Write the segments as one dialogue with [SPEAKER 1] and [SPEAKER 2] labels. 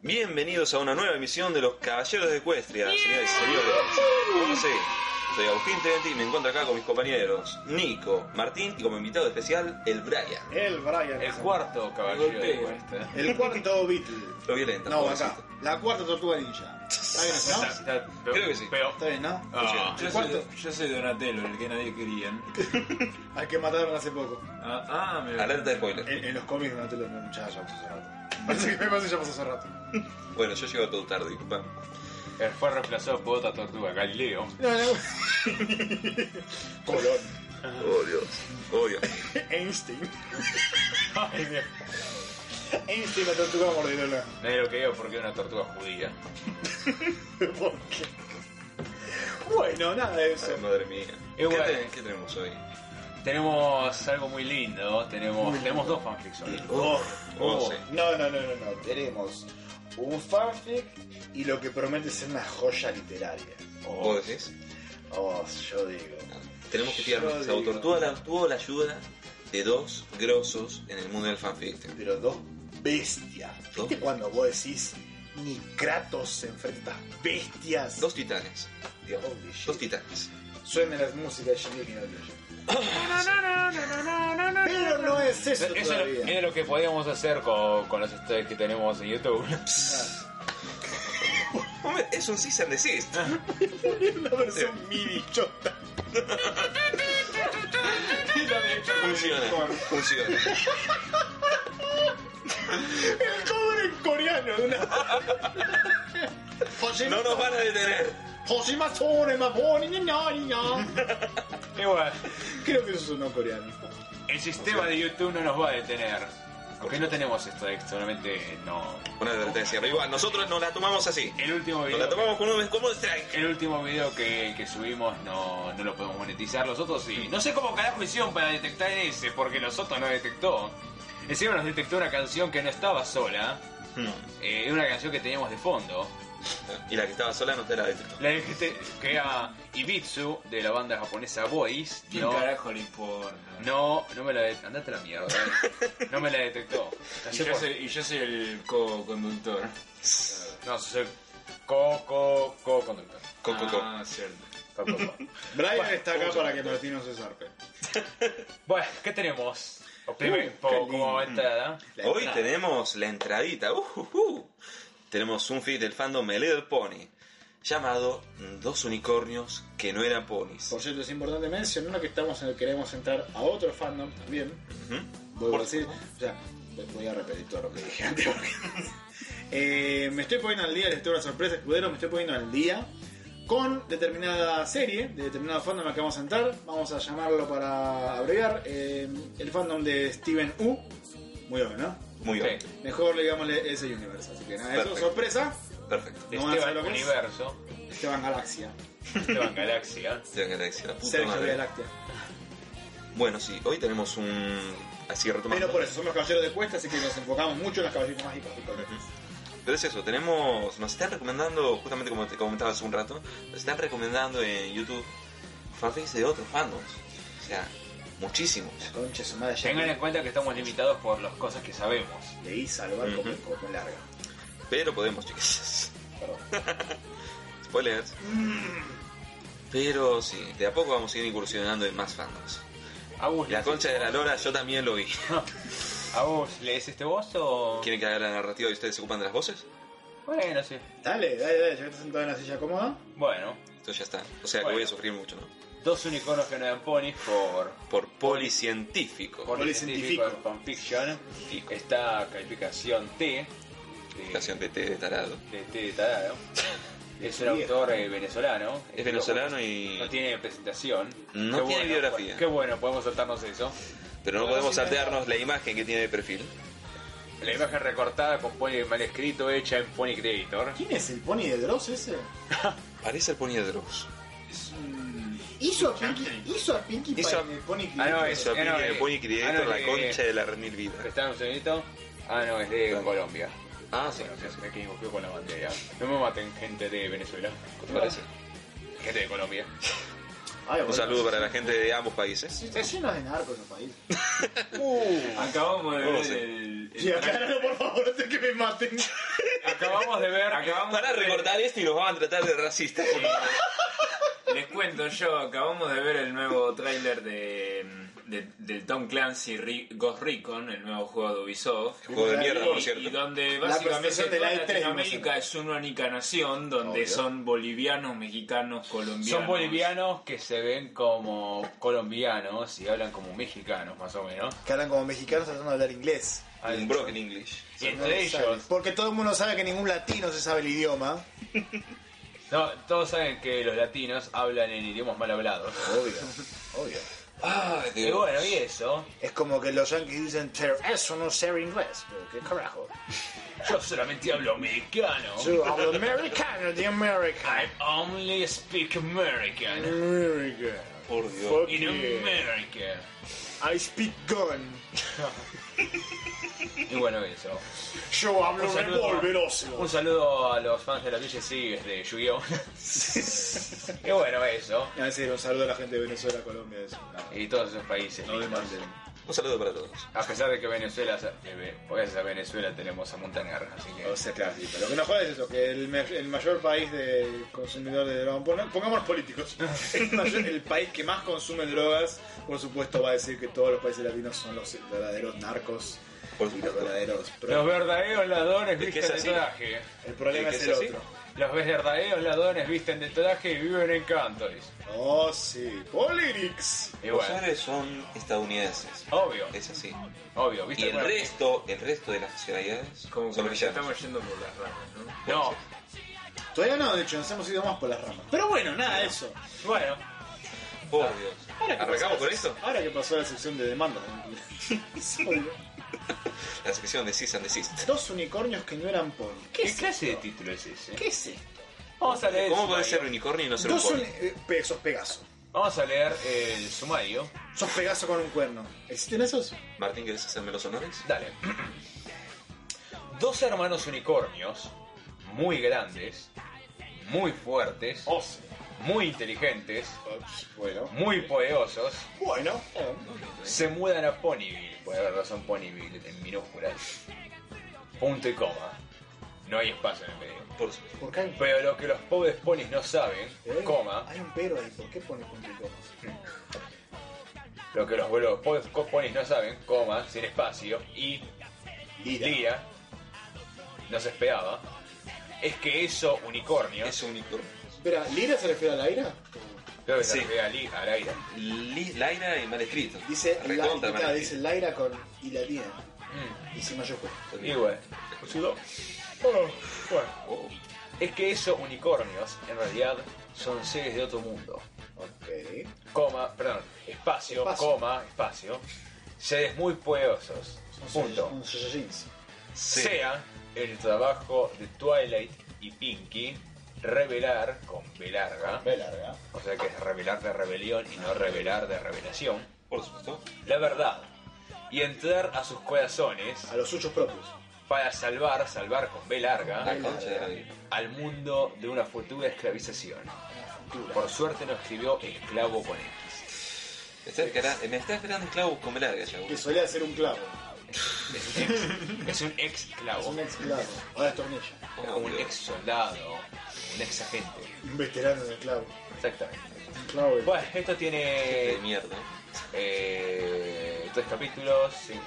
[SPEAKER 1] Bienvenidos a una nueva emisión de Los Caballeros de Ecuestria, señores y señores. ¿Cómo se? Soy Agustín Tenti y me encuentro acá con mis compañeros Nico, Martín y como invitado especial el Brian.
[SPEAKER 2] El Brian.
[SPEAKER 3] El cuarto caballero de cuesta.
[SPEAKER 2] El cuarto Beatle.
[SPEAKER 1] Lo violenta.
[SPEAKER 2] No,
[SPEAKER 1] pobrecito.
[SPEAKER 2] acá. La cuarta tortuga ninja. Está bien, ¿no?
[SPEAKER 3] Está- está-
[SPEAKER 1] Creo que sí.
[SPEAKER 3] Peor.
[SPEAKER 2] Está bien, ¿no?
[SPEAKER 3] Ah,
[SPEAKER 2] Sí.
[SPEAKER 3] yo,
[SPEAKER 2] ¿El
[SPEAKER 3] soy,
[SPEAKER 2] cuarto?
[SPEAKER 3] yo soy Donatello, el que nadie quería.
[SPEAKER 2] Al que mataron hace poco.
[SPEAKER 3] Ah, ah, me
[SPEAKER 1] Alerta de spoiler.
[SPEAKER 2] En, en los cómics de Donatello no ya, ya pasó hace rato. Parece que me parece que ya pasó hace rato.
[SPEAKER 1] Bueno, yo llego todo tarde, disculpa.
[SPEAKER 3] Eh, Fue reemplazado por otra tortuga, Galileo.
[SPEAKER 2] No, no. Colón.
[SPEAKER 1] Oh Dios. Oh Dios.
[SPEAKER 2] Einstein.
[SPEAKER 3] Ay, Dios.
[SPEAKER 2] Einstein la tortuga morderona.
[SPEAKER 3] Nadie lo creía porque era una tortuga judía.
[SPEAKER 2] ¿Por qué? Bueno, nada de eso.
[SPEAKER 1] Ay, madre mía. ¿Qué,
[SPEAKER 3] bueno.
[SPEAKER 1] ten- qué tenemos hoy?
[SPEAKER 3] Tenemos algo muy lindo. Tenemos, tenemos dos fanfics hoy.
[SPEAKER 2] Oh.
[SPEAKER 1] Oh, sí.
[SPEAKER 2] No, no, no, no, no. Tenemos un fanfic y lo que promete ser una joya literaria.
[SPEAKER 1] ¿Vos decís?
[SPEAKER 2] Oh, yo digo.
[SPEAKER 1] Tenemos que
[SPEAKER 2] Yo
[SPEAKER 1] fiarnos.
[SPEAKER 2] digo.
[SPEAKER 1] Autor tuvo la, tuvo la ayuda de dos grosos en el mundo del fanfiction.
[SPEAKER 2] pero dos bestias. ¿Viste
[SPEAKER 1] Dos.
[SPEAKER 2] cuando vos decís ni Kratos se enfrenta a estas bestias?
[SPEAKER 1] Dos titanes. digamos.
[SPEAKER 2] Holy Oh, shit.
[SPEAKER 1] Dos titanes.
[SPEAKER 2] Suena la música de Shingeki no Kyojin. Pero no es eso,
[SPEAKER 3] Eso era,
[SPEAKER 2] todavía.
[SPEAKER 3] era lo que podíamos hacer con, con los stories que tenemos en YouTube.
[SPEAKER 1] Hombre, es un cease and desist.
[SPEAKER 2] Una versión mini chota.
[SPEAKER 1] Funciona. Funciona.
[SPEAKER 2] El cover en coreano de una...
[SPEAKER 1] No nos van a detener.
[SPEAKER 2] Hoshimatsune maponi ni na ni na.
[SPEAKER 3] Igual,
[SPEAKER 2] Creo que eso es un no coreano.
[SPEAKER 3] el sistema de YouTube no nos va a detener. Aunque no tenemos esto de solamente no.
[SPEAKER 1] Una advertencia, pero igual, nosotros nos la tomamos así.
[SPEAKER 3] El último
[SPEAKER 1] Nos la
[SPEAKER 3] video.
[SPEAKER 1] tomamos con un como un strike.
[SPEAKER 3] El último video que, que subimos no, no lo podemos monetizar, los otros sí. No sé cómo carajo hicieron para detectar ese, porque los otros no detectó. Encima nos detectó una canción que no estaba sola,
[SPEAKER 2] Hmm.
[SPEAKER 3] eh, era una canción que teníamos de fondo.
[SPEAKER 1] Y la que estaba sola no te la detectó.
[SPEAKER 3] La que, te- que era Ibitsu, de la banda japonesa Boys. No,
[SPEAKER 4] carajo le importa?
[SPEAKER 3] no, no me la detectó. Andate a la mierda. eh. No me la detectó. No
[SPEAKER 4] Y
[SPEAKER 3] sé
[SPEAKER 4] yo,
[SPEAKER 3] por-
[SPEAKER 4] soy, y yo soy el co-conductor.
[SPEAKER 3] No, soy co, co, co conductor.
[SPEAKER 1] Co, co, co.
[SPEAKER 4] Ah, cierto.
[SPEAKER 3] Co- co- co.
[SPEAKER 2] Brian está acá para que Martín no se zarpe.
[SPEAKER 3] Bueno, ¿qué tenemos?
[SPEAKER 2] qué
[SPEAKER 3] Primer, po- como entrada.
[SPEAKER 2] La
[SPEAKER 1] Hoy
[SPEAKER 2] entrada.
[SPEAKER 1] tenemos la entradita. Uh, uh, uh. Tenemos un feed del fandom My Little Pony llamado Dos unicornios que no eran ponis.
[SPEAKER 2] Por cierto, es importante mencionar que estamos en el que queremos entrar a otro fandom también.
[SPEAKER 1] Ujú.
[SPEAKER 2] Voy a
[SPEAKER 1] Por
[SPEAKER 2] decir, o sea, voy a repetir todo lo que dije antes. porque- Eh, me estoy poniendo al día, les tengo una sorpresa, escudero, me estoy poniendo al día con determinada serie, de determinado fandom al que vamos a entrar. Vamos a llamarlo para abreviar, eh, el fandom de Steven U. Muy obvio, ¿no?
[SPEAKER 1] Muy bien.
[SPEAKER 3] Sí.
[SPEAKER 2] Mejor le digámosle ese universo. Así que nada, eso,
[SPEAKER 1] Perfecto.
[SPEAKER 2] sorpresa.
[SPEAKER 1] Perfecto.
[SPEAKER 2] No van a saber
[SPEAKER 3] Esteban
[SPEAKER 2] lo que es.
[SPEAKER 3] Universo,
[SPEAKER 2] Esteban Galaxia,
[SPEAKER 3] Esteban Galaxia.
[SPEAKER 1] Tengo que decir, la puta
[SPEAKER 2] Sergio
[SPEAKER 1] madre.
[SPEAKER 2] Vía Láctea.
[SPEAKER 1] Bueno, sí, hoy tenemos un. Así retomando.
[SPEAKER 2] Pero por eso, somos caballeros de cuesta, así que nos enfocamos mucho en los caballeros mágicos. y correctos.
[SPEAKER 1] Pero es eso, tenemos. Nos están recomendando, justamente como te comentaba hace un rato, nos están recomendando en YouTube fanfics de otros fandoms. O sea, muchísimos.
[SPEAKER 2] La concha de su madre, ya
[SPEAKER 3] Tengan en cuenta que estamos limitados por las cosas que sabemos.
[SPEAKER 2] le hice al barco
[SPEAKER 1] Ujú.
[SPEAKER 2] con- con larga.
[SPEAKER 1] Pero podemos, chicas.
[SPEAKER 2] Perdón.
[SPEAKER 1] Spoilers. Pero sí, de a poco vamos a ir incursionando en más fandoms.
[SPEAKER 3] Agus,
[SPEAKER 1] La
[SPEAKER 3] ¿lees
[SPEAKER 1] concha de
[SPEAKER 3] este
[SPEAKER 1] la
[SPEAKER 3] vos?
[SPEAKER 1] lora yo también lo vi.
[SPEAKER 3] Agus, ¿lees este vos o...?
[SPEAKER 1] ¿Quieren que haga la narrativa y ustedes se ocupan de las voces?
[SPEAKER 3] Bueno, sí.
[SPEAKER 2] Dale, dale, dale, ya que estás sentado en la silla cómoda.
[SPEAKER 3] Bueno,
[SPEAKER 1] Esto ya está. O sea que
[SPEAKER 3] Bueno.
[SPEAKER 1] voy a sufrir mucho, ¿no?
[SPEAKER 3] dos unicornios que no eran ponis por...
[SPEAKER 1] Por policientífico.
[SPEAKER 3] Por el científico
[SPEAKER 2] Policientífico.
[SPEAKER 3] de fanfiction. Está calificación T. de-
[SPEAKER 1] Estación de té de tarado.
[SPEAKER 3] De T de Tarado. Es un
[SPEAKER 2] Bien.
[SPEAKER 3] autor eh, venezolano.
[SPEAKER 1] Es venezolano y.
[SPEAKER 3] No tiene presentación.
[SPEAKER 1] No tiene biografía.
[SPEAKER 3] Qué bueno, podemos saltarnos eso.
[SPEAKER 1] ¿eh? Pero no podemos saltearnos la imagen que tiene de perfil.
[SPEAKER 3] La imagen recortada con Pony mal escrito hecha en Pony Creator.
[SPEAKER 2] ¿Quién es el pony de Dross ese?
[SPEAKER 1] Parece el pony de Dross.
[SPEAKER 2] Hizo a Pinky, hizo a Pinky
[SPEAKER 1] Hizo
[SPEAKER 2] pa-
[SPEAKER 1] a-
[SPEAKER 2] el pony
[SPEAKER 3] Ah, no,
[SPEAKER 2] que-
[SPEAKER 3] es-
[SPEAKER 1] Eso
[SPEAKER 3] Eh, no,
[SPEAKER 1] pinche de
[SPEAKER 3] eh,
[SPEAKER 1] Pony Creator,
[SPEAKER 3] ah, no,
[SPEAKER 1] la
[SPEAKER 3] eh,
[SPEAKER 1] concha de la remil vida.
[SPEAKER 3] ¿Está un segundito? Ah, no, es de
[SPEAKER 1] Claro.
[SPEAKER 3] Colombia.
[SPEAKER 1] Ah, sí,
[SPEAKER 3] Bueno, o sea, se me equivoqué con la bandera. No me maten gente de Venezuela.
[SPEAKER 1] parece.
[SPEAKER 3] Gente de Colombia.
[SPEAKER 2] Ay,
[SPEAKER 1] Un
[SPEAKER 2] boludo.
[SPEAKER 1] saludo para la gente de ambos países.
[SPEAKER 2] Sí, Está lleno de narcos en el país. Uh.
[SPEAKER 4] Acabamos de
[SPEAKER 1] ¿Cómo
[SPEAKER 4] ver
[SPEAKER 1] se-
[SPEAKER 4] el. el-
[SPEAKER 2] Sí, acá no, por favor, antes que me maten.
[SPEAKER 3] Acabamos de ver.
[SPEAKER 4] Acabamos
[SPEAKER 1] Para
[SPEAKER 4] de ver,
[SPEAKER 1] recortar esto y nos van a tratar de racistas.
[SPEAKER 4] Les cuento yo, acabamos de ver el nuevo tráiler de, de- del Tom Clancy Ri- Ghost Recon, el nuevo juego de Ubisoft.
[SPEAKER 1] Juego de mierda, por
[SPEAKER 4] Y- Y
[SPEAKER 1] cierto.
[SPEAKER 4] donde
[SPEAKER 2] presentación
[SPEAKER 4] básicamente
[SPEAKER 2] de la
[SPEAKER 4] toda
[SPEAKER 2] E3 me
[SPEAKER 4] Latinoamérica
[SPEAKER 2] parece.
[SPEAKER 4] es una única nación donde
[SPEAKER 2] Obvio.
[SPEAKER 4] son bolivianos, mexicanos, colombianos.
[SPEAKER 3] Son bolivianos que se ven como colombianos y hablan como mexicanos, más o menos.
[SPEAKER 2] Que hablan como mexicanos tratando de hablar inglés.
[SPEAKER 1] Un broken English.
[SPEAKER 3] Y entre ellos,
[SPEAKER 2] Porque todo el mundo sabe que ningún latino se sabe el idioma.
[SPEAKER 3] no, todos saben que los latinos hablan en idiomas mal hablados.
[SPEAKER 2] Obvio, obvio.
[SPEAKER 1] Ay,
[SPEAKER 3] Y
[SPEAKER 1] Dios.
[SPEAKER 3] bueno, y eso,
[SPEAKER 2] Es como que los yankees dicen, pero eso no es ser inglés. Pero qué carajo.
[SPEAKER 3] yo solamente hablo mexicano.
[SPEAKER 2] Yo hablo americano, de America.
[SPEAKER 3] I only speak American.
[SPEAKER 2] America.
[SPEAKER 1] Por Dios.
[SPEAKER 2] Fuck
[SPEAKER 3] In
[SPEAKER 2] yeah.
[SPEAKER 3] America.
[SPEAKER 2] I speak gun.
[SPEAKER 3] Y bueno, eso.
[SPEAKER 2] Yo hablo
[SPEAKER 3] Un saludo.
[SPEAKER 2] revolveroso.
[SPEAKER 3] Un saludo a los fans de la Villa Sigues de Yu-Gi-Oh! y bueno, eso.
[SPEAKER 2] Ah, sí, un saludo a la gente de Venezuela, Colombia. Eso.
[SPEAKER 3] Y todos esos países.
[SPEAKER 2] No demanden.
[SPEAKER 1] Un saludo para todos.
[SPEAKER 3] A pesar de que Venezuela, eh, ve- gracias a Venezuela tenemos a Montaner, así que...
[SPEAKER 2] O sea, claro, sí, pero lo que nos joda es eso, que el, ma- el mayor país de consumidor de drogas, pon- pongamos políticos, el, mayor- el país que más consume drogas, por supuesto va a decir que todos los países latinos son los verdaderos narcos
[SPEAKER 1] Por
[SPEAKER 2] y los
[SPEAKER 1] supuesto.
[SPEAKER 2] verdaderos...
[SPEAKER 3] Los verdaderos ladrones
[SPEAKER 1] que es
[SPEAKER 3] visten de
[SPEAKER 1] así.
[SPEAKER 3] traje.
[SPEAKER 2] el problema
[SPEAKER 1] ¿Es
[SPEAKER 2] es
[SPEAKER 1] que
[SPEAKER 2] el
[SPEAKER 1] es así?
[SPEAKER 2] otro.
[SPEAKER 3] Los verdaderos ladrones visten de traje y viven en Cantoris.
[SPEAKER 2] Oh, sí, Politics.
[SPEAKER 3] Y
[SPEAKER 1] Los
[SPEAKER 3] bueno,
[SPEAKER 1] árabes son estadounidenses.
[SPEAKER 3] obvio,
[SPEAKER 1] Es así.
[SPEAKER 3] obio,
[SPEAKER 1] Y
[SPEAKER 3] ¿viste?
[SPEAKER 1] el
[SPEAKER 3] Bueno,
[SPEAKER 1] resto, el resto de las nacionalidades
[SPEAKER 4] Como que
[SPEAKER 1] son
[SPEAKER 4] nos
[SPEAKER 1] villanos.
[SPEAKER 4] estamos yendo por las ramas, ¿no?
[SPEAKER 3] No,
[SPEAKER 2] Todavía no, de hecho, nos hemos ido más por las ramas. Pero bueno, nada, eso.
[SPEAKER 3] bueno,
[SPEAKER 1] Por Dios.
[SPEAKER 2] Ahora que
[SPEAKER 1] ¿Arrancamos
[SPEAKER 2] pasó-
[SPEAKER 1] con esto?
[SPEAKER 2] Ahora que pasó la sección de demandas.
[SPEAKER 1] La sección de Cease and Desist.
[SPEAKER 2] Dos unicornios que no eran poli.
[SPEAKER 3] ¿qué, clase de título es ese?
[SPEAKER 2] ¿Qué es esto?
[SPEAKER 3] Vamos a leer el
[SPEAKER 1] ¿Cómo puede
[SPEAKER 3] sumario.
[SPEAKER 1] ser un unicornio y no ser un
[SPEAKER 2] Dos
[SPEAKER 1] pony?
[SPEAKER 2] uni- eh, pe- sos Pegaso.
[SPEAKER 3] Vamos a leer el sumario.
[SPEAKER 2] Sos Pegaso con un cuerno. ¿Existen esos?
[SPEAKER 1] Martín, ¿querés hacerme los honores?
[SPEAKER 3] Dale. Dos hermanos unicornios, muy grandes, muy fuertes,
[SPEAKER 2] Os.
[SPEAKER 3] muy inteligentes,
[SPEAKER 2] Oh, Bueno.
[SPEAKER 3] muy poderosos,
[SPEAKER 2] Bueno. eh,
[SPEAKER 3] se mudan a Ponyville. Puede haber razón Ponyville en minúsculas. Punto y coma. No hay espacio en el medio.
[SPEAKER 1] Por supuesto.
[SPEAKER 2] ¿Por qué hay un
[SPEAKER 3] Pero lo que los pobres ponis no saben,
[SPEAKER 2] pero?
[SPEAKER 3] coma,
[SPEAKER 2] Hay un pero ahí. ¿Por qué pone punto y coma?
[SPEAKER 3] lo que los, los pobres co- ponis no saben, coma, sin espacio, y Lira no se esperaba, es que eso unicornio,
[SPEAKER 1] Es un unicornio.
[SPEAKER 2] Espera, ¿Lira se refiere a la ira?
[SPEAKER 3] creo que se
[SPEAKER 1] Sí.
[SPEAKER 3] refiere a Li- a la ira.
[SPEAKER 1] Li- Laira y mal escrito.
[SPEAKER 2] Dice
[SPEAKER 1] Recontra
[SPEAKER 2] la,
[SPEAKER 1] mal
[SPEAKER 2] claro,
[SPEAKER 1] escrito.
[SPEAKER 2] dice Laira con y latina.
[SPEAKER 1] Mm.
[SPEAKER 2] Y sin mayúscula.
[SPEAKER 3] Y bueno. bueno.
[SPEAKER 1] Oh,
[SPEAKER 3] Es que esos unicornios, en realidad, son seres de otro mundo.
[SPEAKER 2] Ok.
[SPEAKER 3] Coma, perdón, espacio,
[SPEAKER 2] Espacio.
[SPEAKER 3] coma, espacio. Seres muy poderosos. Punto.
[SPEAKER 2] Un Saiyajins.
[SPEAKER 1] sí.
[SPEAKER 3] Sea el trabajo de Twilight y Pinky revelar con B larga,
[SPEAKER 2] Ve larga.
[SPEAKER 3] o sea que es revelar de rebelión y no revelar de revelación,
[SPEAKER 1] Por supuesto.
[SPEAKER 3] la verdad. Y entrar a sus corazones
[SPEAKER 2] A los suyos propios.
[SPEAKER 3] para salvar, salvar con B larga,
[SPEAKER 1] La concha de la vida.
[SPEAKER 3] al mundo de una futura esclavización. Por suerte no escribió esclavo con X.
[SPEAKER 1] Me está, espera- me está esperando esclavo con larga ya.
[SPEAKER 2] Que solía ser un clavo.
[SPEAKER 3] Es un ex, es un ex
[SPEAKER 2] Es
[SPEAKER 3] esclavo,
[SPEAKER 2] un ex clavo. Ahora es tornilla.
[SPEAKER 3] un ex soldado, un ex agente.
[SPEAKER 2] Un veterano del clavo.
[SPEAKER 3] Exactamente.
[SPEAKER 2] Un clavo de...
[SPEAKER 3] Bueno, esto
[SPEAKER 1] de
[SPEAKER 3] tiene
[SPEAKER 1] mierda.
[SPEAKER 3] eh, tres capítulos, cin-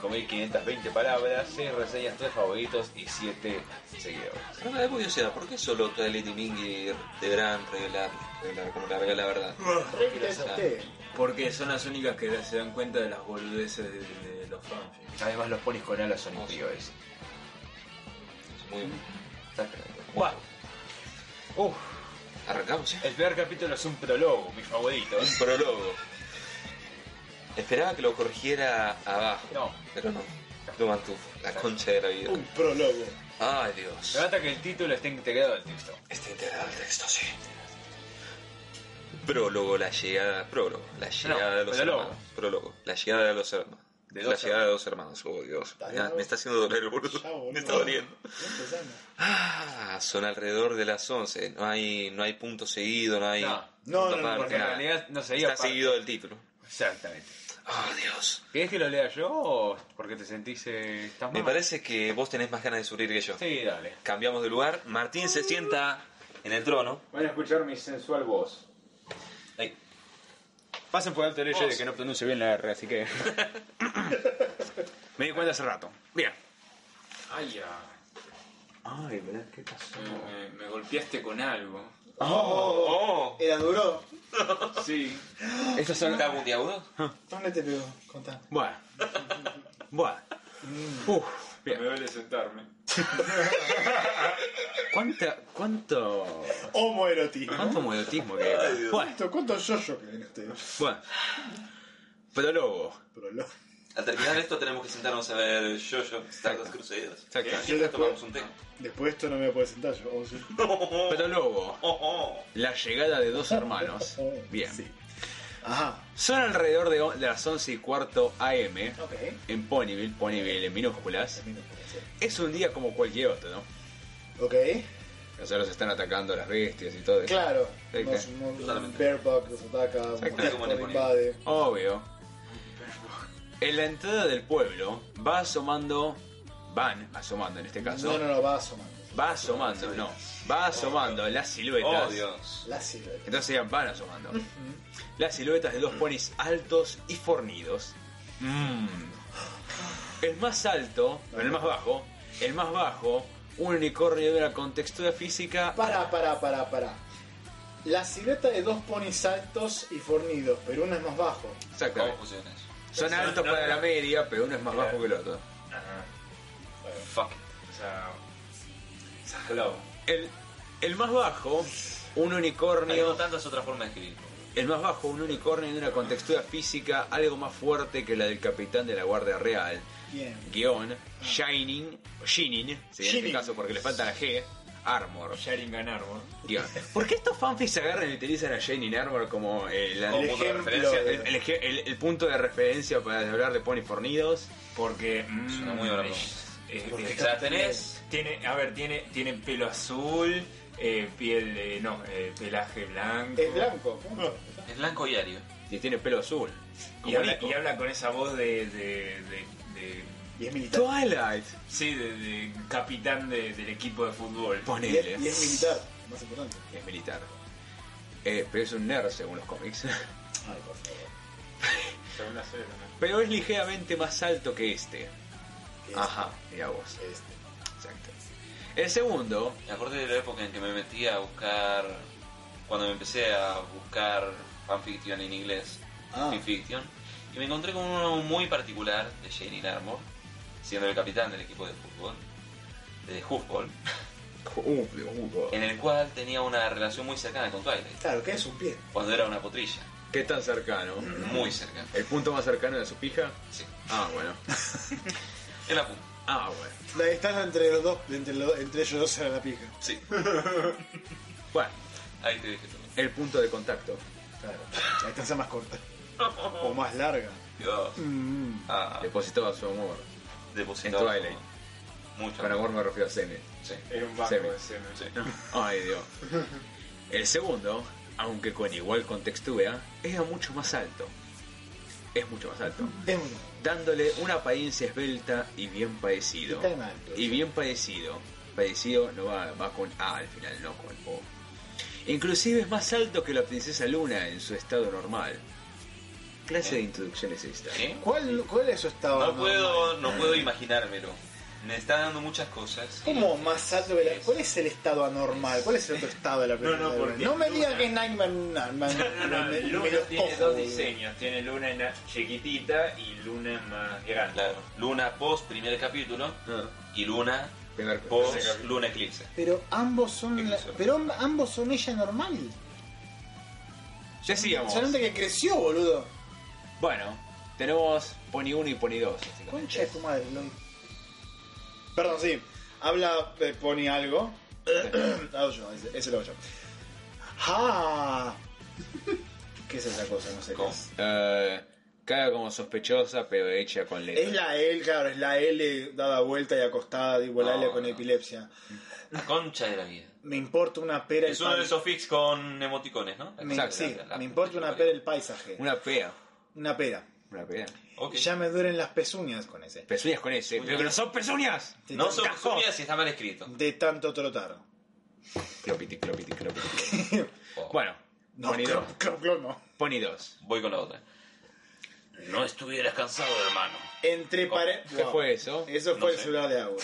[SPEAKER 3] 5.520 palabras, seis reseñas, tres favoritos y siete seguidores.
[SPEAKER 1] Pero me da curiosidad, ¿por qué solo Twilight y Mingy deberán revelar, revelar como la, la verdad?
[SPEAKER 2] Reglas a usted.
[SPEAKER 4] Porque son las únicas que se dan cuenta de las boludeces de, de los fanfics.
[SPEAKER 3] Además los ponis con alas son inferiores.
[SPEAKER 1] Es Muy
[SPEAKER 3] Exactamente. Buah. Uf,
[SPEAKER 1] Arrancamos, ¿eh?
[SPEAKER 3] el primer capítulo es un prólogo, mi favorito.
[SPEAKER 1] Un prólogo. Esperaba que lo corrigiera abajo.
[SPEAKER 3] No.
[SPEAKER 1] Pero no. Blue Mantuf, la concha de la vida.
[SPEAKER 2] Un prólogo.
[SPEAKER 1] Ay, Dios.
[SPEAKER 3] Trata que el título esté integrado al texto.
[SPEAKER 1] Está integrado el texto, sí. Prólogo, la llegada. Prólogo, la llegada de los
[SPEAKER 3] prólogo.
[SPEAKER 1] hermanos. Prólogo, la llegada de los hermanos.
[SPEAKER 3] De
[SPEAKER 1] la
[SPEAKER 3] dos
[SPEAKER 1] llegada de dos hermanos, oh Dios.
[SPEAKER 2] Está
[SPEAKER 1] Ya,
[SPEAKER 2] bien.
[SPEAKER 1] me está haciendo doler el boludo.
[SPEAKER 2] Ya, boludo.
[SPEAKER 1] Me está doliendo.
[SPEAKER 2] Ya empezamos.
[SPEAKER 1] Ah, son alrededor de las 11. No hay, no hay punto seguido, no hay.
[SPEAKER 3] No.
[SPEAKER 2] No,
[SPEAKER 1] punto
[SPEAKER 2] no, no,
[SPEAKER 1] aparte,
[SPEAKER 2] porque
[SPEAKER 3] en
[SPEAKER 1] nada.
[SPEAKER 3] realidad no seguía
[SPEAKER 1] Está
[SPEAKER 3] aparte.
[SPEAKER 1] seguido del título.
[SPEAKER 3] Exactamente.
[SPEAKER 1] Oh, Dios.
[SPEAKER 3] ¿Querés que lo lea yo o porque te sentís... eh, estás
[SPEAKER 1] Me
[SPEAKER 3] mal?
[SPEAKER 1] parece que vos tenés más ganas de subir que yo.
[SPEAKER 3] Sí, dale.
[SPEAKER 1] Cambiamos de lugar. Martín se sienta en el trono.
[SPEAKER 3] Van a escuchar mi sensual voz.
[SPEAKER 1] Ahí.
[SPEAKER 3] Pasen por alto el hecho de que no pronuncio bien la R, así que... Me di cuenta hace rato. Bien.
[SPEAKER 4] Ay, ya.
[SPEAKER 3] Ay, ¿verdad? ¿Qué pasó?
[SPEAKER 4] Me, me- me golpeaste con algo.
[SPEAKER 1] Oh.
[SPEAKER 2] Era duro.
[SPEAKER 3] Oh.
[SPEAKER 4] Sí.
[SPEAKER 3] Esas son...
[SPEAKER 1] ¿Está puntiagudo?
[SPEAKER 2] ¿Dónde te pegó? Contá.
[SPEAKER 3] Bueno. Bueno. Mm. Uf.
[SPEAKER 4] Me
[SPEAKER 3] Bien.
[SPEAKER 4] duele sentarme.
[SPEAKER 3] ¿Cuánta, ¿Cuánto...
[SPEAKER 2] Homoerotismo.
[SPEAKER 3] ¿Cuánto modelotismo que hay? Bueno,
[SPEAKER 2] ¿Cuánto, cuánto yo-yo que viene este
[SPEAKER 3] bueno. Prólogo.
[SPEAKER 2] prólogo?
[SPEAKER 1] Al terminar esto tenemos que sentarnos a ver Jojo, Star Wars Crusaders.
[SPEAKER 3] Exacto.
[SPEAKER 1] Y después tomamos un té.
[SPEAKER 2] Después de esto no me voy a poder sentar yo. Oh, sí.
[SPEAKER 3] Prólogo.
[SPEAKER 1] Oh, oh.
[SPEAKER 3] La llegada de dos hermanos. Bien.
[SPEAKER 2] Sí. Ajá.
[SPEAKER 3] Son alrededor de, o- de las 11 y cuarto AM
[SPEAKER 2] Ok.
[SPEAKER 3] en Ponyville, Ponyville en minúsculas.
[SPEAKER 2] También lo puedo hacer.
[SPEAKER 3] Es un día como cualquier otro, ¿no?
[SPEAKER 2] Ok.
[SPEAKER 3] Nosotros están atacando las bestias y todo eso.
[SPEAKER 2] Claro.
[SPEAKER 3] Sí,
[SPEAKER 2] Nos,
[SPEAKER 3] sí.
[SPEAKER 2] nos,
[SPEAKER 1] Totalmente.
[SPEAKER 2] Bearbuck nos ataca, un
[SPEAKER 3] Exacto.
[SPEAKER 2] monstruo
[SPEAKER 1] Como en el
[SPEAKER 2] invade.
[SPEAKER 3] Obvio. En la entrada del pueblo va asomando, van asomando en este caso,
[SPEAKER 2] No, no, no, va asomando.
[SPEAKER 3] va asomando, no, va asomando las siluetas.
[SPEAKER 1] Oh, Dios.
[SPEAKER 2] La silueta.
[SPEAKER 3] Entonces serían van asomando. Las siluetas de dos ponis altos y fornidos.
[SPEAKER 4] Mm.
[SPEAKER 3] El más alto, no, el más bajo, el más bajo, un unicornio de una contextura física.
[SPEAKER 2] Para, para, para, para. La silueta de dos ponis altos y fornidos, pero uno es más bajo.
[SPEAKER 1] ¿Cómo
[SPEAKER 3] Exactamente.
[SPEAKER 1] funciona eso?
[SPEAKER 3] Oh, Son
[SPEAKER 4] Son-
[SPEAKER 3] altos
[SPEAKER 4] no,
[SPEAKER 3] para
[SPEAKER 4] no.
[SPEAKER 3] la media, pero uno es más bajo que el otro.
[SPEAKER 4] Ajá.
[SPEAKER 1] Fuck.
[SPEAKER 4] O sea. O sea, hello.
[SPEAKER 3] El, el más bajo, un
[SPEAKER 1] Hay
[SPEAKER 3] unicornio.
[SPEAKER 1] tantas otras formas de escribir.
[SPEAKER 3] El más bajo, un unicornio de una contextura física algo más fuerte que la del capitán de la Guardia Real.
[SPEAKER 2] Bien.
[SPEAKER 3] guión Shining, o Shining, sería en este
[SPEAKER 2] Shining.
[SPEAKER 3] caso porque le falta la G, Armor,
[SPEAKER 4] Sharingan Armor.
[SPEAKER 3] guión. ¿Por qué estos fanfics agarran y utilizan a Shining Armor como eh, la-
[SPEAKER 2] El
[SPEAKER 3] el,
[SPEAKER 1] punto de
[SPEAKER 2] ejemplo.
[SPEAKER 1] referencia,
[SPEAKER 2] de-
[SPEAKER 3] el eje- el- el punto de referencia para hablar de Pony Fornidos?
[SPEAKER 4] Porque. mm,
[SPEAKER 1] Suena muy bravo.
[SPEAKER 4] es- es-
[SPEAKER 2] Porque
[SPEAKER 4] es-
[SPEAKER 1] O sea, tenés.
[SPEAKER 4] Tiene, a ver, tiene, tiene pelo azul, eh, piel, eh, no, eh, pelaje blanco.
[SPEAKER 2] Es blanco. punto.
[SPEAKER 1] Es blanco y ario.
[SPEAKER 3] Y tiene pelo azul.
[SPEAKER 4] Y
[SPEAKER 3] Como
[SPEAKER 4] habla,
[SPEAKER 3] Nico.
[SPEAKER 4] y habla con esa voz de. de, de, de-
[SPEAKER 2] Y es militar.
[SPEAKER 3] Twilight,
[SPEAKER 4] sí, de, de capitán de- del equipo de fútbol.
[SPEAKER 2] Y
[SPEAKER 3] ponele.
[SPEAKER 2] es, y es militar, lo más importante.
[SPEAKER 3] Es militar. Eh, pero es un nerd según los cómics.
[SPEAKER 2] Ay, por favor.
[SPEAKER 4] Según la serie, ¿no?
[SPEAKER 3] Pero es ligeramente más alto que este.
[SPEAKER 2] Que es-
[SPEAKER 3] Ajá, mira vos.
[SPEAKER 2] Este.
[SPEAKER 3] Exacto. El segundo,
[SPEAKER 1] Me acordé de la época en que me metí a buscar. Cuando me empecé a buscar fanfiction en inglés,
[SPEAKER 2] Ah.
[SPEAKER 1] fanfiction, y me encontré con uno muy particular de Jane Armor, siendo el capitán del equipo de fútbol, de Hoofball,
[SPEAKER 3] uh, uh,
[SPEAKER 1] en el cual tenía una relación muy cercana con Twilight,
[SPEAKER 2] Claro, que es un pie.
[SPEAKER 1] cuando era una potrilla,
[SPEAKER 3] ¿qué tan cercano?
[SPEAKER 2] Mm.
[SPEAKER 1] muy cercana.
[SPEAKER 3] ¿El punto más cercano de su pija?
[SPEAKER 1] Sí,
[SPEAKER 3] Ah, bueno.
[SPEAKER 1] en la punta,
[SPEAKER 3] Ah, bueno.
[SPEAKER 2] La distancia entre los dos, entre, los- entre ellos dos era la pija.
[SPEAKER 1] sí,
[SPEAKER 3] Bueno,
[SPEAKER 1] ahí te dije todo.
[SPEAKER 3] el punto de contacto.
[SPEAKER 2] Claro. La distancia más corta. O más larga.
[SPEAKER 1] Dios.
[SPEAKER 2] Mm.
[SPEAKER 1] Ah,
[SPEAKER 3] Depositaba su amor.
[SPEAKER 1] depositado.
[SPEAKER 3] En Twilight.
[SPEAKER 1] Mucho.
[SPEAKER 3] Con amor Eh, me refiero a semen.
[SPEAKER 1] Sí.
[SPEAKER 4] Era un banco
[SPEAKER 3] Semi.
[SPEAKER 4] de semen.
[SPEAKER 1] Sí.
[SPEAKER 3] Ay, Dios. El segundo, aunque con igual contextura, era mucho más alto. Es mucho más alto.
[SPEAKER 2] Es un.
[SPEAKER 3] Dándole una apariencia esbelta y bien parecido.
[SPEAKER 2] Está en alto.
[SPEAKER 3] Y bien parecido. Parecido no va, va con A al final, no con O. Inclusive es más alto que la princesa Luna en su estado normal. Clase de introducción es esta.
[SPEAKER 1] ¿Eh?
[SPEAKER 2] ¿Cuál, ¿Cuál es su estado?
[SPEAKER 1] No
[SPEAKER 2] normal?
[SPEAKER 1] puedo, no puedo imaginármelo. Me está dando muchas cosas.
[SPEAKER 2] ¿Cómo más alto que la... ¿Cuál es el estado anormal? ¿Cuál es el otro estado de la película?
[SPEAKER 4] no, porque
[SPEAKER 2] no me
[SPEAKER 4] Luna-
[SPEAKER 2] digas que es Nightmare. No,
[SPEAKER 4] No, no, no, Luna tiene dos diseños. Tiene Luna en la- chiquitita y Luna más grande.
[SPEAKER 1] Claro. Luna post primer capítulo
[SPEAKER 3] Ah,
[SPEAKER 1] y Luna
[SPEAKER 3] primer
[SPEAKER 1] post Luna eclipse.
[SPEAKER 2] Pero ambos son. la-
[SPEAKER 1] Eso.
[SPEAKER 2] Pero amb- ambos son ella normal.
[SPEAKER 3] Ya sigamos.
[SPEAKER 2] Solamente que creció, boludo.
[SPEAKER 3] Bueno, tenemos Pony 1 y Pony 2.
[SPEAKER 2] Concha de tu madre, Lloyd. Perdón, sí. Habla, eh, pone algo. hago yo, ese, ese lo hago yo. ¡Ja! ¿Qué es esa cosa? No sé. qué
[SPEAKER 3] Como,
[SPEAKER 2] es.
[SPEAKER 3] eh, cara como sospechosa, pero hecha con letra.
[SPEAKER 2] Es la L, claro, es la L dada vuelta y acostada, digo la
[SPEAKER 1] No,
[SPEAKER 2] L con
[SPEAKER 1] no.
[SPEAKER 2] epilepsia.
[SPEAKER 1] La concha de la vida.
[SPEAKER 2] Me importa una pera el
[SPEAKER 1] Es uno de
[SPEAKER 2] paisaje.
[SPEAKER 1] esos fix con emoticones, ¿no?
[SPEAKER 2] Me,
[SPEAKER 3] Exacto,
[SPEAKER 2] sí,
[SPEAKER 1] la- la-
[SPEAKER 2] me importa una pera el paisaje. Una,
[SPEAKER 3] Una pea.
[SPEAKER 2] pera.
[SPEAKER 3] Una pea.
[SPEAKER 1] Ok.
[SPEAKER 2] Ya me duelen las pezuñas con ese.
[SPEAKER 3] Pezuñas con ese. Pero que no son pezuñas.
[SPEAKER 2] De
[SPEAKER 1] No
[SPEAKER 2] tan-
[SPEAKER 1] son
[SPEAKER 3] Cajón.
[SPEAKER 1] uñas si está mal escrito.
[SPEAKER 2] De tanto trotar.
[SPEAKER 3] Clopiti, clopiti, clopiti. Oh. Bueno,
[SPEAKER 2] No,
[SPEAKER 3] Pony
[SPEAKER 2] clop,
[SPEAKER 3] 2.
[SPEAKER 2] clop, clop, no.
[SPEAKER 3] Pony 2.
[SPEAKER 1] Voy con la otra. No estuvieras cansado, hermano.
[SPEAKER 2] Entre pared.
[SPEAKER 3] ¿Qué fue eso?
[SPEAKER 2] Eso
[SPEAKER 1] No
[SPEAKER 2] fue el
[SPEAKER 1] sé. Ah.
[SPEAKER 2] celular de agua.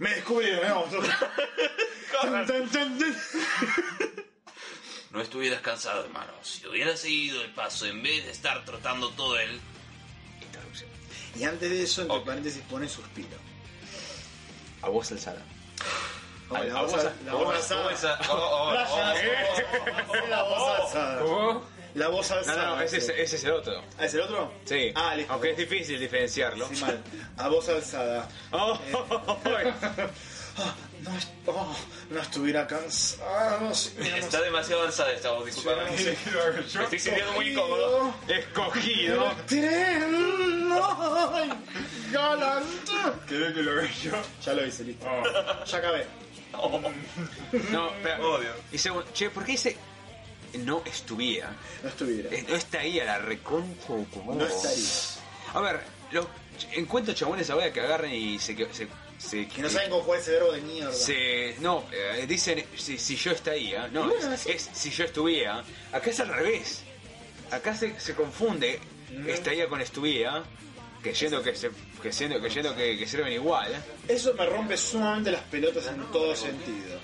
[SPEAKER 2] Me descubrieron, ¿no? Tan, tan, tan, tan.
[SPEAKER 1] No estuvieras cansado, hermano. Si hubieras seguido el paso en vez de estar trotando todo el...
[SPEAKER 3] Interrupción.
[SPEAKER 2] Y antes de eso, entre
[SPEAKER 1] Ok.
[SPEAKER 2] paréntesis, pone suspiro.
[SPEAKER 3] A voz alzada.
[SPEAKER 2] Oh, la voz al- la voz alzada. Playa, ¿eh? La voz alzada.
[SPEAKER 3] ¿Cómo?
[SPEAKER 2] La voz
[SPEAKER 3] No,
[SPEAKER 2] alzada.
[SPEAKER 3] no, no, Ah, ese es, ese es el otro.
[SPEAKER 2] Ah, ¿Es el otro?
[SPEAKER 3] Sí.
[SPEAKER 2] Ah, listo.
[SPEAKER 3] Aunque es difícil diferenciarlo.
[SPEAKER 2] Sí, mal. A voz alzada.
[SPEAKER 3] Oh, bueno.
[SPEAKER 2] Ah, no, es- oh, no estuviera cansado. si hubiéramos-
[SPEAKER 1] Está demasiado alzada esta voz,
[SPEAKER 2] si
[SPEAKER 1] disculpame.
[SPEAKER 2] hubiéramos
[SPEAKER 1] Me estoy sintiendo muy
[SPEAKER 2] cogido
[SPEAKER 1] incómodo.
[SPEAKER 3] Escogido.
[SPEAKER 2] el tren, ay, galante. Oh.
[SPEAKER 4] Creo que lo veo yo.
[SPEAKER 2] Ya lo hice, listo. Ya acabé.
[SPEAKER 3] No, pero.
[SPEAKER 1] Odio.
[SPEAKER 3] Y segundo, che, ¿por qué ese no estuviera?
[SPEAKER 2] No estuviera.
[SPEAKER 3] Eh, No estaría la reconcha de tu madre.
[SPEAKER 2] No estaría.
[SPEAKER 3] A ver, los, encuentro chabones ahora que agarran y se. que- se, se-
[SPEAKER 2] Que no saben cómo juega ese verbo de mierda.
[SPEAKER 3] se- no, eh, dicen si, si yo estaría, no,
[SPEAKER 2] Bueno,
[SPEAKER 3] es,
[SPEAKER 2] sí.
[SPEAKER 3] es si yo estuviera. Acá es al revés. Acá se, se confunde
[SPEAKER 2] Mm.
[SPEAKER 3] estaría con estuviera, creyendo que, se, que, siendo- creyendo que, que sirven igual. ¿eh?
[SPEAKER 2] Eso me rompe sumamente las pelotas en todo sentido.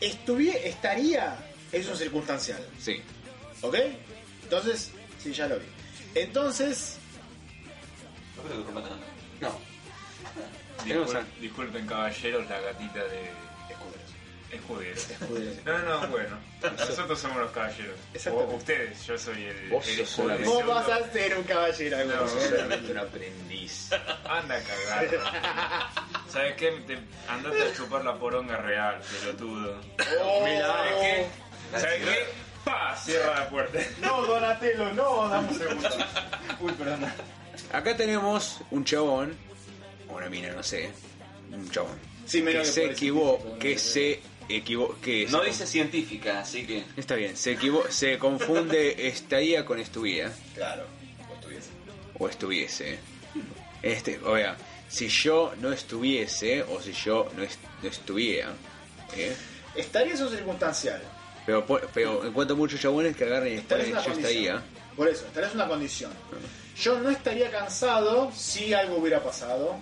[SPEAKER 2] Estuviera, estaría, es un circunstancial,
[SPEAKER 3] Sí.
[SPEAKER 2] ¿ok? Entonces, sí, ya lo vi. Entonces, no,
[SPEAKER 3] Tenemos a-
[SPEAKER 4] Disculpen, caballeros, la gatita de.
[SPEAKER 2] escuderos,
[SPEAKER 4] Es judero.
[SPEAKER 2] escuderos.
[SPEAKER 4] No, no, bueno. Nosotros somos los caballeros.
[SPEAKER 2] Exactamente.
[SPEAKER 4] O- Ustedes, yo soy el.
[SPEAKER 3] Vos sos
[SPEAKER 4] el judeo.
[SPEAKER 3] solamente-
[SPEAKER 2] Vos vas a ser un caballero,
[SPEAKER 4] No,
[SPEAKER 2] algo.
[SPEAKER 4] solamente
[SPEAKER 3] un aprendiz.
[SPEAKER 4] Anda a cagar. ¿Sabes qué? Te- andate a chupar la poronga real, pelotudo.
[SPEAKER 2] Oh.
[SPEAKER 4] ¿Sabes qué? ¿Sabes qué? ¡Pa! Cierra la puerta.
[SPEAKER 2] No, Donatello, no, dame un segundo. Uy, perdona.
[SPEAKER 3] Acá tenemos un chabón, o una mina, no sé, un chabón,
[SPEAKER 2] Sí, menos
[SPEAKER 3] que
[SPEAKER 2] que
[SPEAKER 3] se
[SPEAKER 2] por decir
[SPEAKER 3] equivocó,
[SPEAKER 2] tipo,
[SPEAKER 3] que
[SPEAKER 2] no.
[SPEAKER 3] se equivocó, que
[SPEAKER 1] No
[SPEAKER 3] se
[SPEAKER 1] dice científica, así que...
[SPEAKER 3] Está bien, se, equivo- se confunde estaría con estuviera
[SPEAKER 2] Claro, vos tuviese.
[SPEAKER 3] o estuviese. Este, o sea, si yo no estuviese o si yo no, est- no estuviera. ¿eh?
[SPEAKER 2] Estaría es un circunstancial.
[SPEAKER 3] Pero, po- pero encuentro muchos chabones que agarran y
[SPEAKER 2] Estaría
[SPEAKER 3] ponen
[SPEAKER 2] es
[SPEAKER 3] yo
[SPEAKER 2] una
[SPEAKER 3] estaría.
[SPEAKER 2] condición. Por eso, estaría es una condición. Yo no estaría cansado si algo hubiera pasado.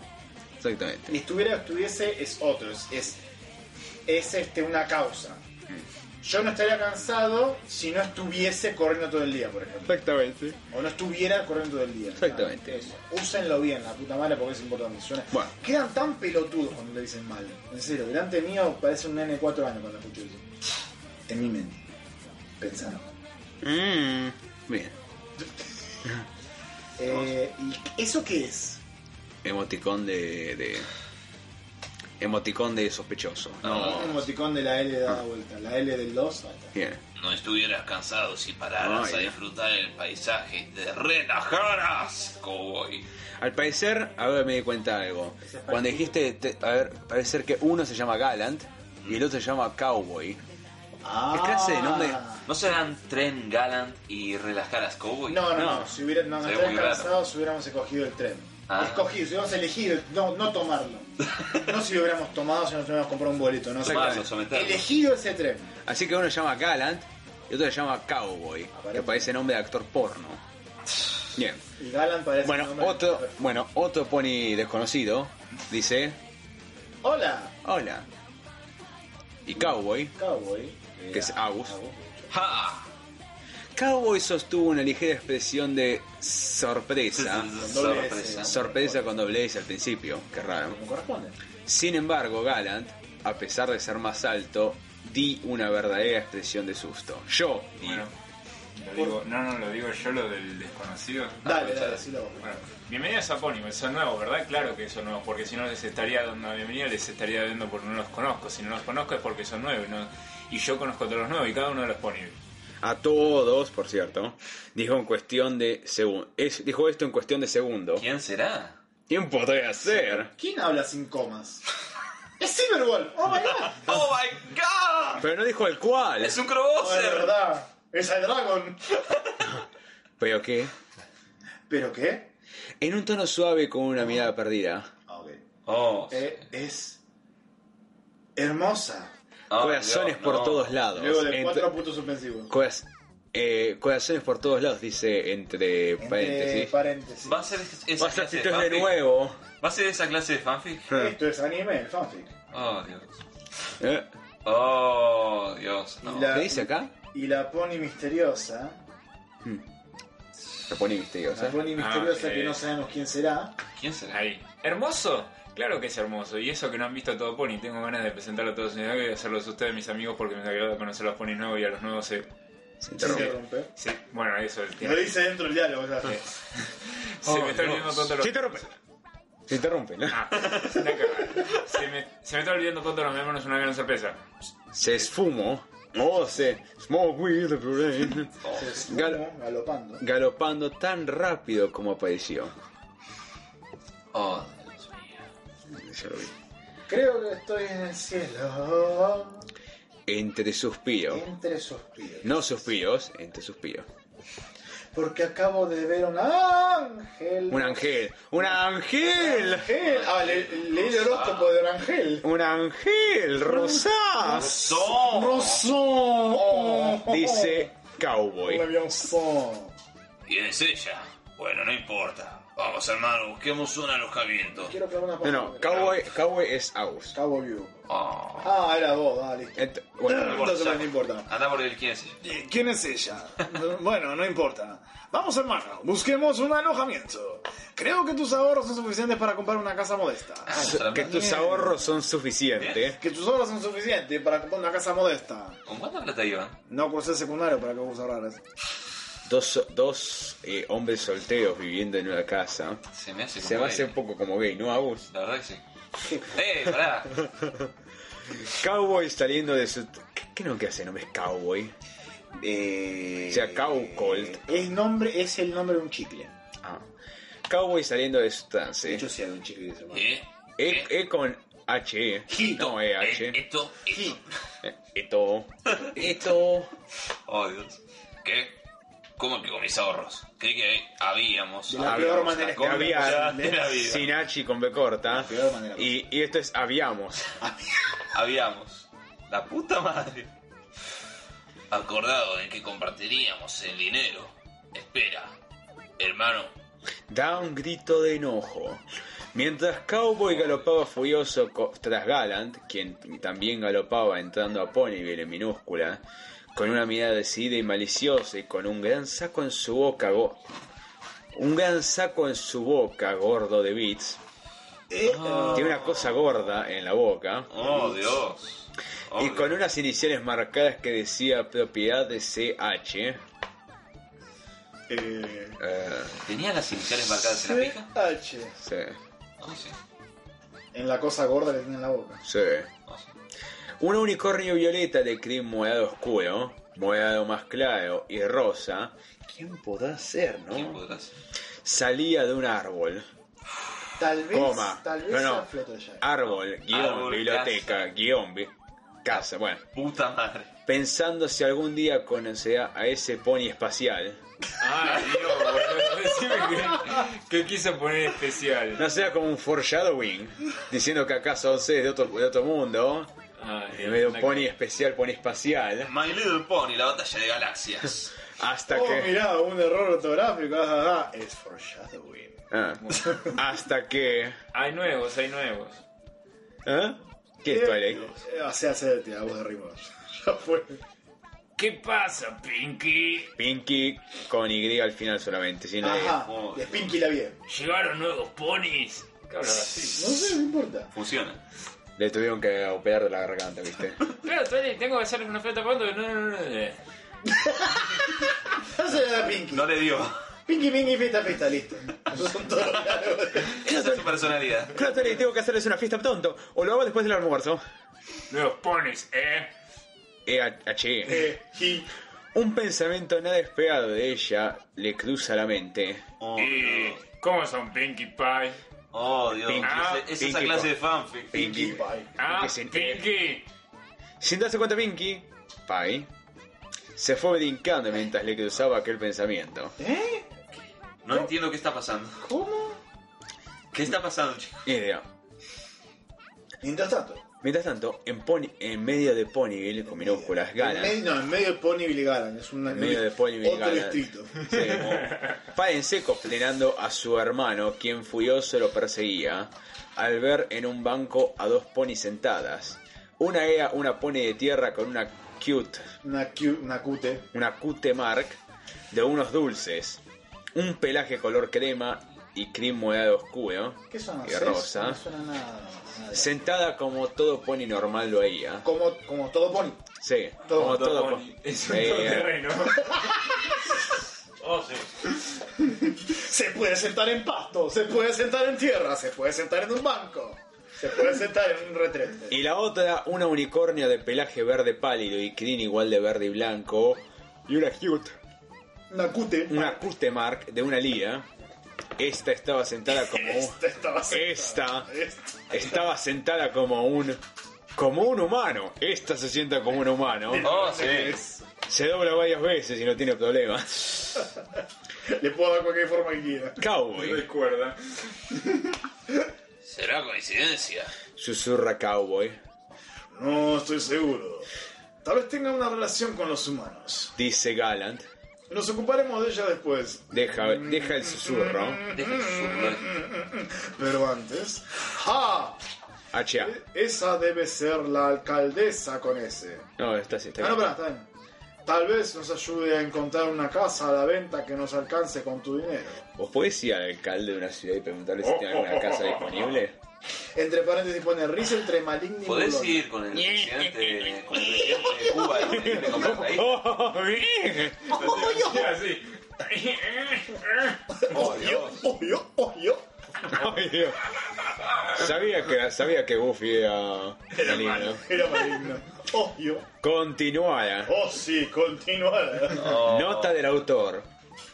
[SPEAKER 3] Exactamente.
[SPEAKER 2] Ni estuviera o estuviese es otro, es, es, es, este, una causa.
[SPEAKER 3] Mm.
[SPEAKER 2] Yo no estaría cansado si no estuviese corriendo todo el día, por ejemplo.
[SPEAKER 3] Exactamente.
[SPEAKER 2] O no estuviera corriendo todo el día.
[SPEAKER 3] Exactamente.
[SPEAKER 2] Nada, eso. Úsenlo bien, la puta madre, porque es importante. Suena-
[SPEAKER 3] Bueno.
[SPEAKER 2] Quedan tan pelotudos cuando lo dicen mal. En serio, delante mío parece un nene de 4 años cuando escucho eso. En mi mente. Pensando.
[SPEAKER 3] Mm, bien.
[SPEAKER 2] Eh, ¿Y eso qué es?
[SPEAKER 3] Emoticón de, de- Emoticón de sospechoso. No.
[SPEAKER 2] Un emoticón de la L dada vuelta, la L del 2. ahí está.
[SPEAKER 3] Bien.
[SPEAKER 5] No estuvieras cansado si pararas
[SPEAKER 3] Ay.
[SPEAKER 5] a disfrutar el paisaje y te relajaras, cowboy.
[SPEAKER 3] Al parecer, a ver, me di cuenta de algo. Cuando dijiste, te- a ver, parece ser que uno se llama Galant y el otro se llama Cowboy.
[SPEAKER 2] Ah.
[SPEAKER 3] clase de nombre?
[SPEAKER 1] ¿No serán Tren Galant y Relajaras Cowboy?
[SPEAKER 2] No, no, no,
[SPEAKER 3] No.
[SPEAKER 2] Si hubiera, no, no
[SPEAKER 1] Sería
[SPEAKER 2] hubiéramos
[SPEAKER 1] muy raro.
[SPEAKER 2] cansado, si hubiéramos escogido el tren.
[SPEAKER 1] Ah.
[SPEAKER 2] Escogido, si hubiéramos elegido, no, no tomarlo. no si hubiéramos tomado, si nos hubiéramos comprado un boleto. No sé.
[SPEAKER 1] Tomarlo, someterlo.
[SPEAKER 2] Elegido ese tren.
[SPEAKER 3] Así que uno se llama Galant y otro se llama Cowboy, que parece nombre de actor porno. Bien.
[SPEAKER 2] Y Galan parece.
[SPEAKER 3] Bueno,
[SPEAKER 2] un hombre-
[SPEAKER 3] otro, bueno, otro pony desconocido dice,
[SPEAKER 2] Hola,
[SPEAKER 3] hola. Y Cowboy,
[SPEAKER 2] cowboy.
[SPEAKER 3] que es Agus.
[SPEAKER 5] ¡Ja!
[SPEAKER 3] Cowboy sostuvo una ligera expresión de sorpresa.
[SPEAKER 2] Con doble
[SPEAKER 1] Sorpresa.
[SPEAKER 2] S.
[SPEAKER 3] Sorpresa con doble S al principio, qué raro.
[SPEAKER 2] Como corresponde.
[SPEAKER 3] Sin embargo, Galant, a pesar de ser más alto, di una verdadera expresión de susto. Yo di.
[SPEAKER 4] Bueno, Lo digo, no, no, lo digo yo, lo del desconocido.
[SPEAKER 1] Ah,
[SPEAKER 2] Dale, dale, decilo vos.
[SPEAKER 4] Bueno, bienvenidos a Pónimo, son nuevos, ¿verdad? Claro que son nuevos, porque si no les estaría dando la bienvenida, les estaría dando porque no los conozco. Si no los conozco es porque son nuevos, ¿no? Y yo conozco a todos los nuevos y cada uno de los Pónimo.
[SPEAKER 6] A todos, por cierto. Dijo en cuestión de segundo. Dijo esto en cuestión de segundo.
[SPEAKER 5] ¿Quién será?
[SPEAKER 6] Tiempo de hacer.
[SPEAKER 2] ¿Quién habla sin comas? ¡Es Silverwolf! ¡Oh my god!
[SPEAKER 5] ¡Oh my god!
[SPEAKER 6] Pero no dijo el cual.
[SPEAKER 5] ¡Es un
[SPEAKER 2] Oh, de
[SPEAKER 5] crosser!
[SPEAKER 2] verdad! ¡Es el Dragon!
[SPEAKER 6] Pero qué.
[SPEAKER 2] ¿Pero qué?
[SPEAKER 6] En un tono suave con una mirada perdida.
[SPEAKER 2] Ah, ok.
[SPEAKER 5] Oh,
[SPEAKER 2] Eh, es. hermosa.
[SPEAKER 5] oh,
[SPEAKER 6] Corazones
[SPEAKER 5] Dios,
[SPEAKER 6] por
[SPEAKER 5] no.
[SPEAKER 6] todos lados.
[SPEAKER 2] Luego de
[SPEAKER 6] Ent-
[SPEAKER 2] cuatro puntos suspensivos.
[SPEAKER 6] Coraz- eh, corazones por todos lados, dice entre
[SPEAKER 2] Entre
[SPEAKER 6] paréntesis.
[SPEAKER 2] paréntesis.
[SPEAKER 5] Va a ser es- esa
[SPEAKER 6] Va a ser
[SPEAKER 5] clase
[SPEAKER 6] si esto es de
[SPEAKER 5] fanfic?
[SPEAKER 6] nuevo.
[SPEAKER 5] ¿Va a ser esa clase de fanfic?
[SPEAKER 2] Esto es anime, el fanfic.
[SPEAKER 5] Oh, Dios.
[SPEAKER 6] Eh,
[SPEAKER 5] Oh, Dios.
[SPEAKER 2] Y
[SPEAKER 5] No.
[SPEAKER 2] la-
[SPEAKER 6] ¿Qué dice acá?
[SPEAKER 2] Y la pony misteriosa.
[SPEAKER 6] Se pone misteriosa.
[SPEAKER 2] La pony misteriosa que
[SPEAKER 4] eh.
[SPEAKER 2] no sabemos quién será.
[SPEAKER 5] ¿Quién será?
[SPEAKER 4] Ahí. ¿Hermoso? Claro que es hermoso. Y eso que no han visto a todo Pony. Tengo ganas de presentarlo a todos y hacerlos ustedes mis amigos porque me da agrado conocer a los Pony nuevos y a los nuevos se...
[SPEAKER 6] Se
[SPEAKER 2] Se
[SPEAKER 6] interrumpe.
[SPEAKER 2] interrumpe.
[SPEAKER 4] se- bueno, eso. el
[SPEAKER 2] Lo
[SPEAKER 4] tiempo.
[SPEAKER 2] dice dentro del diálogo, ya.
[SPEAKER 4] se me está
[SPEAKER 5] Dios.
[SPEAKER 4] olvidando todo lo
[SPEAKER 6] Se interrumpe. Se interrumpe. ¿no?
[SPEAKER 4] Ah, la cagada. se, me, se me está olvidando cuánto nos vemos, no es una gran sorpresa.
[SPEAKER 6] Se esfumó. Oh, se smoke with the brain.
[SPEAKER 2] Se esfuma
[SPEAKER 6] Gal-
[SPEAKER 2] galopando.
[SPEAKER 6] Galopando tan rápido como apareció.
[SPEAKER 5] Oh,
[SPEAKER 6] Ya lo vi.
[SPEAKER 2] Creo que estoy en el cielo.
[SPEAKER 6] Entre suspiros.
[SPEAKER 2] Entre suspiros.
[SPEAKER 6] No suspiros, entre suspiros.
[SPEAKER 2] Porque acabo de ver a un ángel.
[SPEAKER 6] Un ángel. ¡Un ángel!
[SPEAKER 2] Ángel. Ah, le- leí el horóscopo de un ángel.
[SPEAKER 6] ¡Un ángel! ¡Rosas!
[SPEAKER 5] ¡Son!
[SPEAKER 6] Oh,
[SPEAKER 2] Rosón.
[SPEAKER 6] Dice
[SPEAKER 2] Un
[SPEAKER 6] Cowboy.
[SPEAKER 2] avión son.
[SPEAKER 5] ¿Y es ella? Bueno, no importa. Vamos, hermano, busquemos un alojamiento.
[SPEAKER 2] Quiero probar una
[SPEAKER 6] No, no, Cowboy, cowboy es Aus.
[SPEAKER 2] Cabo View.
[SPEAKER 5] Oh.
[SPEAKER 2] Ah, era vos, ah, listo.
[SPEAKER 6] Ent- Eh, bueno,
[SPEAKER 2] Entonces, no importa.
[SPEAKER 5] Anda por el quién es ella.
[SPEAKER 2] Eh, ¿Quién es ella? bueno, no importa. Vamos, hermano, busquemos un alojamiento. Creo que tus ahorros son suficientes para comprar una casa modesta.
[SPEAKER 6] Ah, que tus ahorros son suficientes.
[SPEAKER 2] Que tus ahorros son suficientes para comprar una casa modesta.
[SPEAKER 5] ¿Con cuánta plata iban?
[SPEAKER 2] No por ser secundario para que vos ahorraras.
[SPEAKER 6] Dos, dos eh, hombres solteros viviendo en una casa.
[SPEAKER 5] Se me hace como
[SPEAKER 6] Se me hace
[SPEAKER 5] gay.
[SPEAKER 6] un poco como gay, ¿no, Agus?
[SPEAKER 5] La verdad que sí. ¡Eh, pará!
[SPEAKER 6] Cowboy saliendo de su... ¿Qué, qué no que hace? No es Cowboy.
[SPEAKER 2] Eh,
[SPEAKER 6] O sea, Cow Colt.
[SPEAKER 2] Es, nombre, es el nombre de un chicle.
[SPEAKER 6] Ah. Cowboy saliendo de su trance.
[SPEAKER 2] De hecho, sí era un chicle. ese, hermano.
[SPEAKER 5] ¿Eh?
[SPEAKER 6] E, E con H. No, E,
[SPEAKER 5] eh,
[SPEAKER 6] H.
[SPEAKER 5] esto, esto.
[SPEAKER 6] Eto. Eto.
[SPEAKER 5] Oh, Dios. ¿Qué? ¿Cómo que con mis ahorros? Creí que habíamos.
[SPEAKER 2] De la
[SPEAKER 6] Habíamos
[SPEAKER 2] peor manera
[SPEAKER 6] Que había
[SPEAKER 2] de la vida.
[SPEAKER 6] sin H con B corta.
[SPEAKER 2] peor manera.
[SPEAKER 6] Y, y esto es habíamos.
[SPEAKER 5] Habíamos. La puta madre. Acordado en que compartiríamos el dinero. Espera, hermano.
[SPEAKER 6] Da un grito de enojo. Mientras Cowboy galopaba furioso co- tras Galant, quien también galopaba entrando a Ponyville en minúscula, con una mirada decidida y maliciosa y con un gran saco en su boca, go- un gran saco en su boca gordo de bits,
[SPEAKER 2] Eh,
[SPEAKER 3] Ah.
[SPEAKER 6] tiene una cosa gorda en la boca
[SPEAKER 5] Oh, Dios. Oh,
[SPEAKER 6] y
[SPEAKER 5] Dios.
[SPEAKER 6] con unas iniciales marcadas que decía propiedad de CH.
[SPEAKER 2] eh,
[SPEAKER 6] Eh,
[SPEAKER 5] ¿Tenía las iniciales marcadas en la pija?
[SPEAKER 2] CH.
[SPEAKER 6] sí,
[SPEAKER 5] Oh, sí.
[SPEAKER 2] En la cosa gorda que tiene en la boca.
[SPEAKER 6] sí.
[SPEAKER 5] Oh, sí.
[SPEAKER 6] Un unicornio violeta de crin morado oscuro, morado más claro y rosa. ¿Quién podrá ser,
[SPEAKER 5] ¿Quién
[SPEAKER 3] Uh.
[SPEAKER 6] no?
[SPEAKER 5] podrá ser?
[SPEAKER 6] Salía de un árbol.
[SPEAKER 2] Tal vez.
[SPEAKER 6] Coma.
[SPEAKER 2] Tal vez
[SPEAKER 6] No, no.
[SPEAKER 2] sea flota ya.
[SPEAKER 6] Árbol, guión,
[SPEAKER 5] Árbol,
[SPEAKER 6] biblioteca, guión, bi- casa. Bueno,
[SPEAKER 5] Puta madre.
[SPEAKER 6] pensando si algún día conocerá a ese pony espacial.
[SPEAKER 4] Ay, Ah, Dios, boludo. Decime que, que quiso poner especial.
[SPEAKER 6] No sea como un foreshadowing, diciendo que acaso es de otro, de otro mundo.
[SPEAKER 4] Ay,
[SPEAKER 6] En vez de un
[SPEAKER 4] la-
[SPEAKER 6] pony especial, pony espacial.
[SPEAKER 5] My Little Pony, la batalla de galaxias.
[SPEAKER 6] Hasta
[SPEAKER 2] Oh,
[SPEAKER 6] que.
[SPEAKER 2] mirá, un error ortográfico. ah, ah, ah. Es foreshadowing.
[SPEAKER 6] Ah, hasta que.
[SPEAKER 4] Hay nuevos, hay nuevos.
[SPEAKER 6] ¿Eh? ¿Qué es Twilight?
[SPEAKER 2] Eh, Hace, hace la voz de Rimmer. Ya fue.
[SPEAKER 4] ¿Qué pasa, Pinky?
[SPEAKER 6] Pinky con Y al final solamente, sin la E.
[SPEAKER 2] Ajá.
[SPEAKER 5] oh,
[SPEAKER 2] De Pinky la bien.
[SPEAKER 4] ¿Llegaron nuevos ponis? ¿Qué hablaba así?
[SPEAKER 2] No sé, no importa.
[SPEAKER 5] Funciona.
[SPEAKER 6] Le tuvieron que operar de la garganta, ¿viste?
[SPEAKER 4] Claro, Tony, tengo que hacerles una oferta pronto. No, no, no, no.
[SPEAKER 2] Dásela a Pinky.
[SPEAKER 1] No le dio.
[SPEAKER 2] Pinky, Pinky, fiesta, fiesta, listo. Esos son todos regalos.
[SPEAKER 1] Esa es su personalidad.
[SPEAKER 6] Clotel, tengo que hacerles una fiesta tonto. O lo hago después del almuerzo.
[SPEAKER 4] Los pones, ¿eh?
[SPEAKER 6] Eh, a- a che.
[SPEAKER 2] Eh, y-
[SPEAKER 6] Un pensamiento nada esperado de ella le cruza la mente.
[SPEAKER 1] Oh,
[SPEAKER 4] ¿Y
[SPEAKER 1] no.
[SPEAKER 4] cómo son Pinkie Pie?
[SPEAKER 1] Oh, Dios.
[SPEAKER 6] Pinky.
[SPEAKER 1] Ah, es esa
[SPEAKER 6] Pinky.
[SPEAKER 1] clase de fanfic.
[SPEAKER 2] Pinky Pie.
[SPEAKER 4] Ah,
[SPEAKER 6] Que se-
[SPEAKER 4] Pinkie.
[SPEAKER 6] Sin darse cuenta, Pinky, Pai, se fue brincando mientras le cruzaba aquel pensamiento.
[SPEAKER 2] ¿Eh?
[SPEAKER 1] No entiendo qué está pasando.
[SPEAKER 2] ¿Cómo?
[SPEAKER 1] ¿Qué está pasando, chicos?
[SPEAKER 6] Ni idea.
[SPEAKER 2] Mientras tanto.
[SPEAKER 6] Mientras tanto, en, Pony- en medio de Ponyville, con minúsculas
[SPEAKER 2] En
[SPEAKER 6] ganas,
[SPEAKER 2] medio- no, en medio de Ponyville y Galan. Es una-
[SPEAKER 6] En medio de Ponyville y
[SPEAKER 2] Otro
[SPEAKER 6] Galan.
[SPEAKER 2] distrito.
[SPEAKER 6] se- Pai en seco frenando a su hermano, quien furioso lo perseguía, al ver en un banco a dos ponis sentadas. Una era una pony de tierra con una cute
[SPEAKER 2] Una, cu- una cute.
[SPEAKER 6] una cute mark de unos dulces, un pelaje color crema y cream morado oscuro, ¿eh?
[SPEAKER 2] ¿Qué son
[SPEAKER 6] y
[SPEAKER 2] las
[SPEAKER 6] rosa,
[SPEAKER 2] No suena nada. nada.
[SPEAKER 6] sentada como todo pony normal lo veía.
[SPEAKER 2] Como, como todo pony.
[SPEAKER 6] Sí,
[SPEAKER 2] Todo-
[SPEAKER 6] como
[SPEAKER 2] todo
[SPEAKER 6] todo,
[SPEAKER 4] Pony.
[SPEAKER 6] pony.
[SPEAKER 4] Es un
[SPEAKER 6] Sí,
[SPEAKER 1] Eh.
[SPEAKER 4] terreno.
[SPEAKER 5] Oh, sí.
[SPEAKER 2] Se puede sentar en pasto, se puede sentar en tierra, se puede sentar en un banco, se puede sentar en un retrete.
[SPEAKER 6] Y la otra, una unicornio de pelaje verde pálido y cream igual de verde y blanco, y una cute,
[SPEAKER 2] Una cute.
[SPEAKER 6] una cute mark de una lía. Esta estaba sentada como
[SPEAKER 2] Esta estaba sentada.
[SPEAKER 6] Esta.
[SPEAKER 2] Esta.
[SPEAKER 6] estaba sentada como un como un humano. Esta se sienta como un humano.
[SPEAKER 5] Oh, sí.
[SPEAKER 6] Se dobla varias veces y no tiene problemas.
[SPEAKER 2] Le puedo dar cualquier forma que quiera.
[SPEAKER 6] Cowboy,
[SPEAKER 4] Recuerda.
[SPEAKER 5] ¿Será coincidencia?
[SPEAKER 6] susurra Cowboy,
[SPEAKER 2] No estoy seguro. Tal vez tenga una relación con los humanos.
[SPEAKER 6] dice Galant.
[SPEAKER 2] Nos ocuparemos de ella después.
[SPEAKER 6] Deja, deja el susurro.
[SPEAKER 5] Deja el susurro.
[SPEAKER 2] Pero antes. ¡Ja!
[SPEAKER 6] H.A.
[SPEAKER 2] Esa debe ser la alcaldesa con ese.
[SPEAKER 6] No, está así, está
[SPEAKER 2] Ah, no,
[SPEAKER 6] bien.
[SPEAKER 2] pará, está bien. Tal vez nos ayude a encontrar una casa a la venta que nos alcance con tu dinero.
[SPEAKER 6] ¿Vos podés ir al alcalde de una ciudad y preguntarle si tiene alguna casa disponible?
[SPEAKER 2] Entre paréntesis pone risa entre maligno y
[SPEAKER 1] ¿Podés
[SPEAKER 2] burlón.
[SPEAKER 1] ir con el presidente, con el presidente de Cuba y pedirle comprar ahí?
[SPEAKER 6] ¡Oh, bien!
[SPEAKER 4] Así.
[SPEAKER 2] Oh, Dios. Oh, Dios, oh, Dios.
[SPEAKER 6] Ay, Dios. Sabía que, sabía que Buffy era maligno.
[SPEAKER 2] Era maligno. Oh, Dios.
[SPEAKER 6] Continuada.
[SPEAKER 2] Oh, sí, continuar.
[SPEAKER 6] Nota del autor.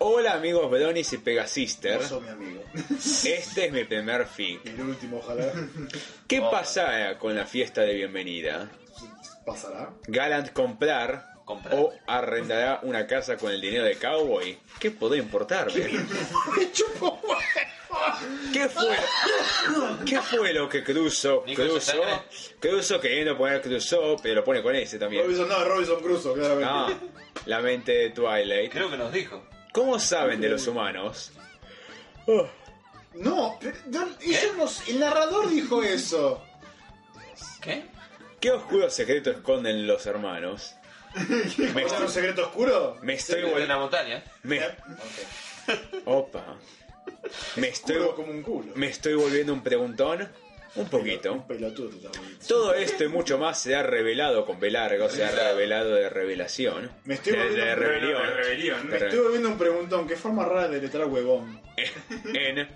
[SPEAKER 6] Hola amigos Bedonis y Pegasister.
[SPEAKER 2] Vos sos mi amigo.
[SPEAKER 6] Este es mi primer fic.
[SPEAKER 2] Y el último, ojalá.
[SPEAKER 6] ¿Qué pasará con la fiesta de bienvenida?
[SPEAKER 2] ¿Pasará?
[SPEAKER 6] ¿Galant comprar,
[SPEAKER 5] Comprar.
[SPEAKER 6] o arrendará una casa con el dinero de Cowboy? ¿Qué puede importarme?
[SPEAKER 2] Me chupo un huevo.
[SPEAKER 6] ¿Qué fue, ¿Qué fue lo que cruzó?
[SPEAKER 5] Nico, ¿se
[SPEAKER 6] Cruzó,
[SPEAKER 5] sangre?
[SPEAKER 6] cruzó queriendo poner cruzó, pero lo pone con ese también.
[SPEAKER 2] Robinson, no, Robinson Crusoe, claramente.
[SPEAKER 6] Ah, la mente de Twilight.
[SPEAKER 1] Creo que nos dijo.
[SPEAKER 6] ¿Cómo saben de los humanos?
[SPEAKER 2] No, pero, no, ellos nos- el narrador dijo eso.
[SPEAKER 5] ¿Qué?
[SPEAKER 6] ¿Qué oscuro secreto esconden los hermanos? Me
[SPEAKER 2] ¿Es un
[SPEAKER 6] estoy,
[SPEAKER 2] secreto oscuro?
[SPEAKER 6] me estoy
[SPEAKER 5] De
[SPEAKER 6] vol-
[SPEAKER 5] la montaña.
[SPEAKER 6] me- Opa. Me estoy,
[SPEAKER 2] Oscuro
[SPEAKER 6] vo-
[SPEAKER 2] como un culo.
[SPEAKER 6] ¿Me estoy volviendo un preguntón? Un poquito.
[SPEAKER 2] Un pelotudo, también.
[SPEAKER 6] Todo esto y mucho más se ha revelado con B largo, se ha revelado de revelación.
[SPEAKER 2] Me estoy
[SPEAKER 6] de, de
[SPEAKER 2] volviendo un
[SPEAKER 6] rebelión.
[SPEAKER 1] eh.
[SPEAKER 4] De rebelión.
[SPEAKER 6] De
[SPEAKER 2] Me
[SPEAKER 6] re-
[SPEAKER 2] estuve viendo un preguntón, qué forma rara de letrar huevón.
[SPEAKER 6] en.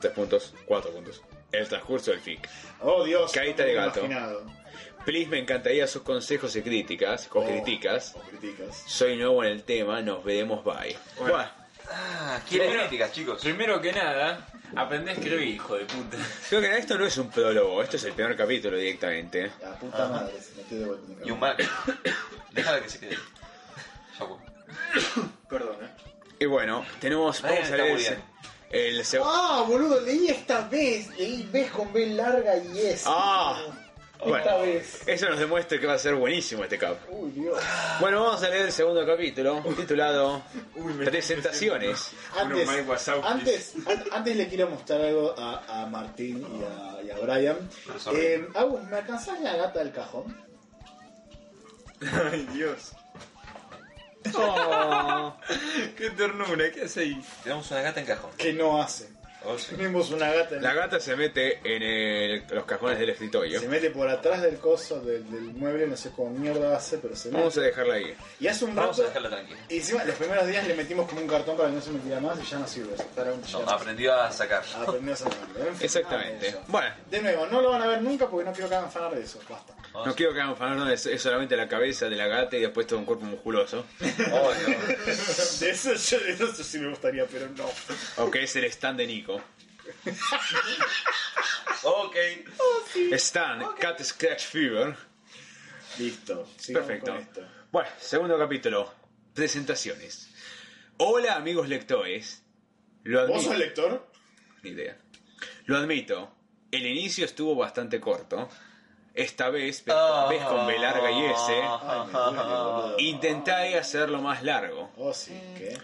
[SPEAKER 6] Tres puntos, cuatro puntos. El transcurso del fic.
[SPEAKER 2] Oh Dios,
[SPEAKER 6] Caída
[SPEAKER 2] no me
[SPEAKER 6] de
[SPEAKER 2] lo
[SPEAKER 6] gato.
[SPEAKER 2] imaginado.
[SPEAKER 6] Please, me encantaría sus consejos y críticas, o
[SPEAKER 2] Oh,
[SPEAKER 6] críticas.
[SPEAKER 2] O criticas.
[SPEAKER 6] Soy nuevo en el tema, nos veremos, bye.
[SPEAKER 4] Bueno.
[SPEAKER 6] Buah,
[SPEAKER 1] Ah, quiere
[SPEAKER 4] Primero-
[SPEAKER 1] críticas, chicos.
[SPEAKER 4] Primero que nada, aprendí a escribir, hijo de puta.
[SPEAKER 6] creo que esto no es un prólogo, esto es el primer capítulo directamente.
[SPEAKER 2] La puta madre, se me estoy devolviendo.
[SPEAKER 1] Y un Mac. Déjala que se quede. Ya fue.
[SPEAKER 2] Perdón, eh.
[SPEAKER 6] Y bueno, tenemos.
[SPEAKER 1] Nadie
[SPEAKER 6] Vamos a
[SPEAKER 1] está
[SPEAKER 6] leer el,
[SPEAKER 1] boludeando.
[SPEAKER 6] el seg-
[SPEAKER 2] Ah, boludo, leí esta vez. Leí vez con B larga y S.
[SPEAKER 6] Ah,
[SPEAKER 2] Esta
[SPEAKER 6] bueno.
[SPEAKER 2] vez.
[SPEAKER 6] Eso nos demuestra que va a ser buenísimo este cap.
[SPEAKER 2] Uy, Dios.
[SPEAKER 6] Bueno, vamos a leer el segundo capítulo, titulado Presentaciones.
[SPEAKER 2] Antes,
[SPEAKER 4] Bueno, Ah, Mike Wazowski.
[SPEAKER 2] antes, an- antes le quiero mostrar algo a, a Martín y a, y a Brian.
[SPEAKER 1] sorry.
[SPEAKER 2] Eh, Agus, ¿me alcanzás la gata del cajón?
[SPEAKER 4] Ay, Dios.
[SPEAKER 6] Oh,
[SPEAKER 4] Qué ternura, ¿qué hace ahí?
[SPEAKER 1] Tenemos una gata en cajón.
[SPEAKER 2] Que no hace.
[SPEAKER 1] Oh, sí.
[SPEAKER 2] Tenemos una gata. en-
[SPEAKER 6] La gata se mete en el- los cajones del escritorio.
[SPEAKER 2] Se mete por atrás del coso, del, del mueble, no sé cómo mierda hace, pero se
[SPEAKER 6] Vamos
[SPEAKER 2] mete.
[SPEAKER 6] a dejarla ahí.
[SPEAKER 2] Y hace un
[SPEAKER 5] Vamos a
[SPEAKER 2] rato.
[SPEAKER 5] dejarla tranquila.
[SPEAKER 2] Y encima, los primeros días le metimos como un cartón para que no se metiera más y ya no sirve. Para un
[SPEAKER 5] No,
[SPEAKER 2] chillón.
[SPEAKER 5] aprendió a sacar.
[SPEAKER 2] Aprendió a sacarlo. En fin,
[SPEAKER 6] Exactamente.
[SPEAKER 2] nada de eso.
[SPEAKER 6] Bueno.
[SPEAKER 2] De nuevo, no lo van a ver nunca porque no quiero que hagan fanar de eso. Basta.
[SPEAKER 5] Vamos.
[SPEAKER 6] No quiero que hagan fanart donde es, es solamente la cabeza de la gata y después todo un cuerpo musculoso.
[SPEAKER 5] Oh, no.
[SPEAKER 2] De eso, yo, de eso sí me gustaría, pero no.
[SPEAKER 6] O que es el stand de Nico.
[SPEAKER 5] Ok.
[SPEAKER 6] Stand, Cat Scratch Fever.
[SPEAKER 2] Listo. sigamos
[SPEAKER 6] Perfecto.
[SPEAKER 2] con esto.
[SPEAKER 6] Bueno, segundo capítulo. Presentaciones. Hola amigos lectores. Lo
[SPEAKER 2] ¿Vos
[SPEAKER 6] admito.
[SPEAKER 2] sos lector?
[SPEAKER 6] Ni idea. Lo admito. El inicio estuvo bastante corto. Esta vez, ves,
[SPEAKER 2] Ah.
[SPEAKER 6] ves con B larga y S,
[SPEAKER 2] Ay, me duele, boludo.
[SPEAKER 6] intentaré hacerlo más largo.
[SPEAKER 2] Oh, sí, ¿qué?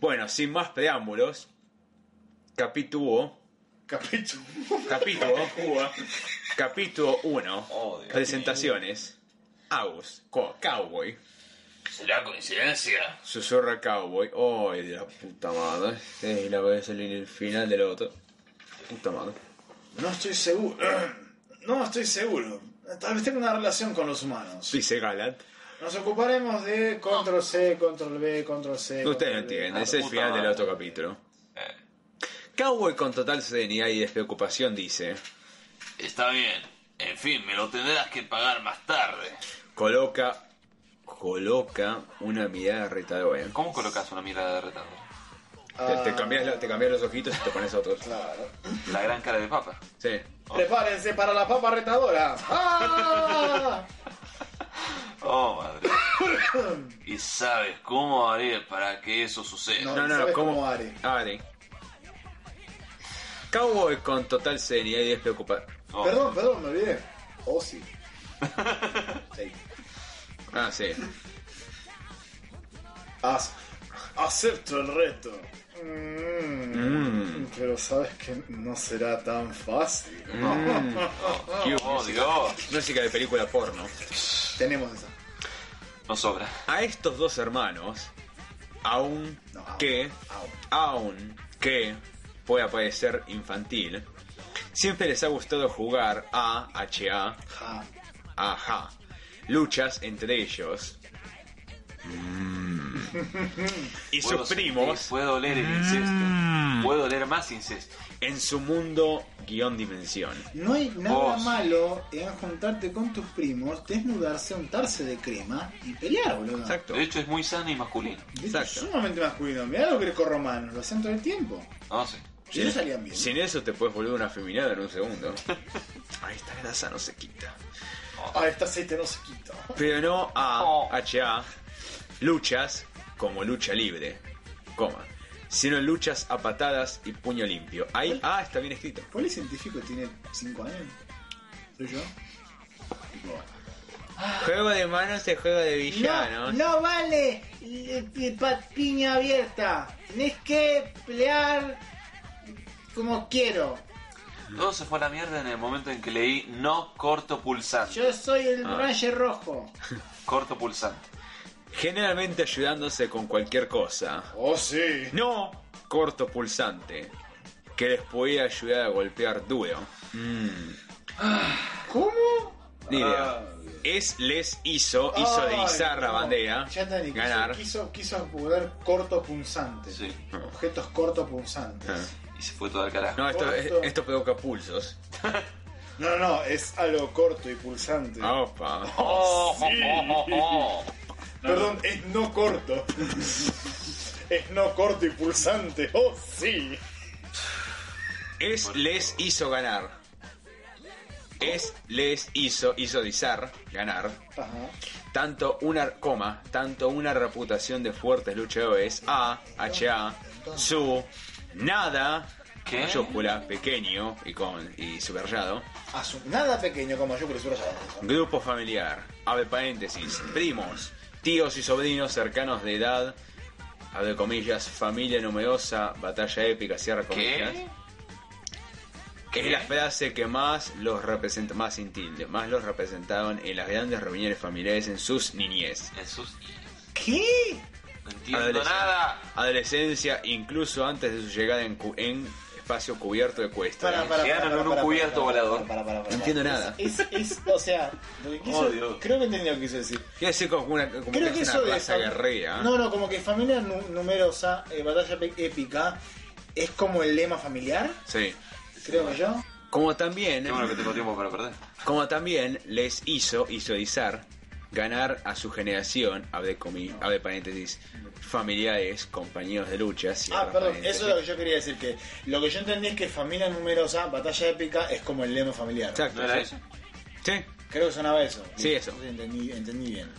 [SPEAKER 6] Bueno, sin más preámbulos, capítulo,
[SPEAKER 2] Capítulo.
[SPEAKER 6] capítulo, capítulo 1,
[SPEAKER 5] Oh, Dios
[SPEAKER 6] presentaciones, Aus, co- Cowboy,
[SPEAKER 5] ¿Será coincidencia?
[SPEAKER 6] susurra Cowboy, oh, de la puta madre, sí, la voy a salir en el final del otro, puta madre.
[SPEAKER 2] No estoy seguro. No estoy seguro. Tal vez tenga una relación con los humanos.
[SPEAKER 6] Dice Galant,
[SPEAKER 2] Nos ocuparemos de control C, control B, control C.
[SPEAKER 6] ustedes
[SPEAKER 2] control
[SPEAKER 6] no
[SPEAKER 2] V.
[SPEAKER 5] Ah,
[SPEAKER 6] entienden, es el final del otro capítulo.
[SPEAKER 5] Eh.
[SPEAKER 6] Cowboy con total serenidad y despreocupación dice,
[SPEAKER 5] Está bien. En fin, me lo tendrás que pagar más tarde.
[SPEAKER 6] coloca, coloca una mirada retadora.
[SPEAKER 5] ¿Cómo colocas una mirada de retador?
[SPEAKER 6] Te, te cambias, la- te cambias los ojitos y te pones otros.
[SPEAKER 2] Ah. Claro.
[SPEAKER 5] La gran cara de papa.
[SPEAKER 6] Sí.
[SPEAKER 2] Prepárense para la papa retadora. ¡Ah!
[SPEAKER 5] Oh, madre. ¿Y sabes cómo haré para que eso suceda?
[SPEAKER 2] No.
[SPEAKER 6] No, no, no,
[SPEAKER 2] ¿Sabes
[SPEAKER 6] ¿cómo? Ah,
[SPEAKER 2] cómo haré?
[SPEAKER 6] Haré. Cowboy con total serenidad y despreocupación.
[SPEAKER 5] Oh.
[SPEAKER 2] Perdón, perdón, me olvidé. Oh, sí. Sí.
[SPEAKER 6] Ah, sí.
[SPEAKER 2] Ac- acepto el reto. Mm, Pero sabes que no será tan fácil. Mm.
[SPEAKER 6] Cue
[SPEAKER 5] Oh, Dios.
[SPEAKER 6] Música de película porno.
[SPEAKER 2] Tenemos esa.
[SPEAKER 5] No sobra.
[SPEAKER 6] A estos dos hermanos, aun
[SPEAKER 2] No, ah, aún,
[SPEAKER 6] que,
[SPEAKER 2] aún.
[SPEAKER 6] aun que pueda parecer infantil, siempre les ha gustado jugar a HA,
[SPEAKER 2] Ja.
[SPEAKER 6] ajá, luchas entre ellos. Mm. Y sus primos.
[SPEAKER 5] Puedo oler el incesto. Puedo oler más incesto.
[SPEAKER 6] en su mundo guión dimensión.
[SPEAKER 2] No hay nada
[SPEAKER 5] Vos.
[SPEAKER 2] malo en juntarte con tus primos, desnudarse, untarse de crema y pelear, boludo.
[SPEAKER 6] Exacto.
[SPEAKER 5] De hecho, es muy sano y masculino.
[SPEAKER 2] Es
[SPEAKER 6] exacto.
[SPEAKER 2] sumamente masculino. Mirá los grecorromanos, lo hacían todo el tiempo.
[SPEAKER 5] No sé.
[SPEAKER 2] Y no salían bien.
[SPEAKER 6] Sin eso te puedes volver una afeminada en un segundo. Ahí esta grasa no se quita.
[SPEAKER 2] Ah, este aceite no se quita.
[SPEAKER 6] Pero no a
[SPEAKER 5] Oh.
[SPEAKER 6] HA luchas como lucha libre, coma, sino luchas a patadas y puño limpio. Ahí A está bien escrito.
[SPEAKER 2] ¿Cuál es científico tiene 5 años? ¿Soy yo?
[SPEAKER 6] Juego de manos es juego de villanos.
[SPEAKER 2] vale le- pi- pa- piña abierta. Tenés que pelear como quiero.
[SPEAKER 5] Todo se fue a la mierda en el momento en que leí no corto pulsante.
[SPEAKER 2] soy el
[SPEAKER 6] Ah.
[SPEAKER 2] rojo.
[SPEAKER 5] Corto pulsante.
[SPEAKER 6] Generalmente ayudándose con cualquier cosa.
[SPEAKER 2] Oh, sí.
[SPEAKER 6] No corto pulsante. Que les podía ayudar a golpear duro. Mm.
[SPEAKER 2] ¿Cómo?
[SPEAKER 6] Ni idea.
[SPEAKER 2] Ah.
[SPEAKER 6] Es les hizo, hizo de izar la bandera,
[SPEAKER 2] Ya está, ni
[SPEAKER 6] ganar.
[SPEAKER 2] Quiso, quiso, quiso poder corto punzante.
[SPEAKER 5] Sí.
[SPEAKER 2] Objetos corto punzantes.
[SPEAKER 6] Ah.
[SPEAKER 5] Y se fue todo al carajo.
[SPEAKER 6] No, esto, eh,
[SPEAKER 2] Corto.
[SPEAKER 6] esto provoca pulsos.
[SPEAKER 2] No, no, no, es algo corto y pulsante.
[SPEAKER 6] Ah, Opa.
[SPEAKER 5] Oh, oh, oh, oh.
[SPEAKER 2] Perdón, es no corto. es no corto y pulsante. Oh, sí.
[SPEAKER 6] Es les hizo ganar. Es les hizo, hizo dizar, ganar.
[SPEAKER 2] Ajá.
[SPEAKER 6] Tanto una, coma, tanto una reputación de fuertes luchadores. A, HA, su, nada,
[SPEAKER 5] ¿Qué?
[SPEAKER 6] mayúscula, pequeño y con y subrayado.
[SPEAKER 2] A su- nada pequeño como yo, pero seguro ya lo
[SPEAKER 6] Grupo familiar, abre paréntesis, primos, tíos y sobrinos cercanos de edad, abre comillas, familia numerosa, batalla épica, cierra comillas.
[SPEAKER 5] ¿Qué?
[SPEAKER 6] Es la frase que más los representa, más sin tilde, más los representaron en las grandes reuniones familiares en sus niñez.
[SPEAKER 5] En sus-
[SPEAKER 2] ¿Qué?
[SPEAKER 5] No entiendo
[SPEAKER 6] Adolescencia.
[SPEAKER 5] nada.
[SPEAKER 6] Adolescencia, incluso antes de su llegada en, Cu- en espacio cubierto de cuesta.
[SPEAKER 2] Para, para,
[SPEAKER 5] Llegaron
[SPEAKER 2] para,
[SPEAKER 5] en un
[SPEAKER 2] para, para, para,
[SPEAKER 5] cubierto
[SPEAKER 2] para,
[SPEAKER 5] volador.
[SPEAKER 2] para, para, para.
[SPEAKER 6] No entiendo nada.
[SPEAKER 2] Es, es, o sea, lo que quiso-
[SPEAKER 5] Oh, Dios.
[SPEAKER 2] creo que entendí lo que quiso decir.
[SPEAKER 6] Quiero decir como, una, como
[SPEAKER 2] Creo
[SPEAKER 6] que
[SPEAKER 2] que
[SPEAKER 6] es
[SPEAKER 2] eso
[SPEAKER 6] una
[SPEAKER 2] de.
[SPEAKER 6] raza
[SPEAKER 2] fam-
[SPEAKER 6] guerrera. ¿eh?
[SPEAKER 2] No, no, como que familia nu- numerosa, eh, batalla pe- épica, es como el lema familiar,
[SPEAKER 6] Sí.
[SPEAKER 2] creo que yo.
[SPEAKER 6] Como también,
[SPEAKER 5] Qué bueno que tengo tiempo para perder.
[SPEAKER 6] como también les hizo, hizo Dizar, ganar a su generación, abre, comi- abre paréntesis, familiares, compañeros de lucha.
[SPEAKER 2] Ah,
[SPEAKER 6] cierra
[SPEAKER 2] perdón,
[SPEAKER 6] paréntesis.
[SPEAKER 2] eso es lo que yo quería decir, que lo que yo entendí es que familia numerosa, batalla épica, es como el lema familiar.
[SPEAKER 6] Exacto.
[SPEAKER 5] ¿No era eso?
[SPEAKER 6] sí. Sí.
[SPEAKER 2] Creo que sonaba eso.
[SPEAKER 6] Sí,
[SPEAKER 2] Listo,
[SPEAKER 6] eso.
[SPEAKER 2] Entendí, entendí bien.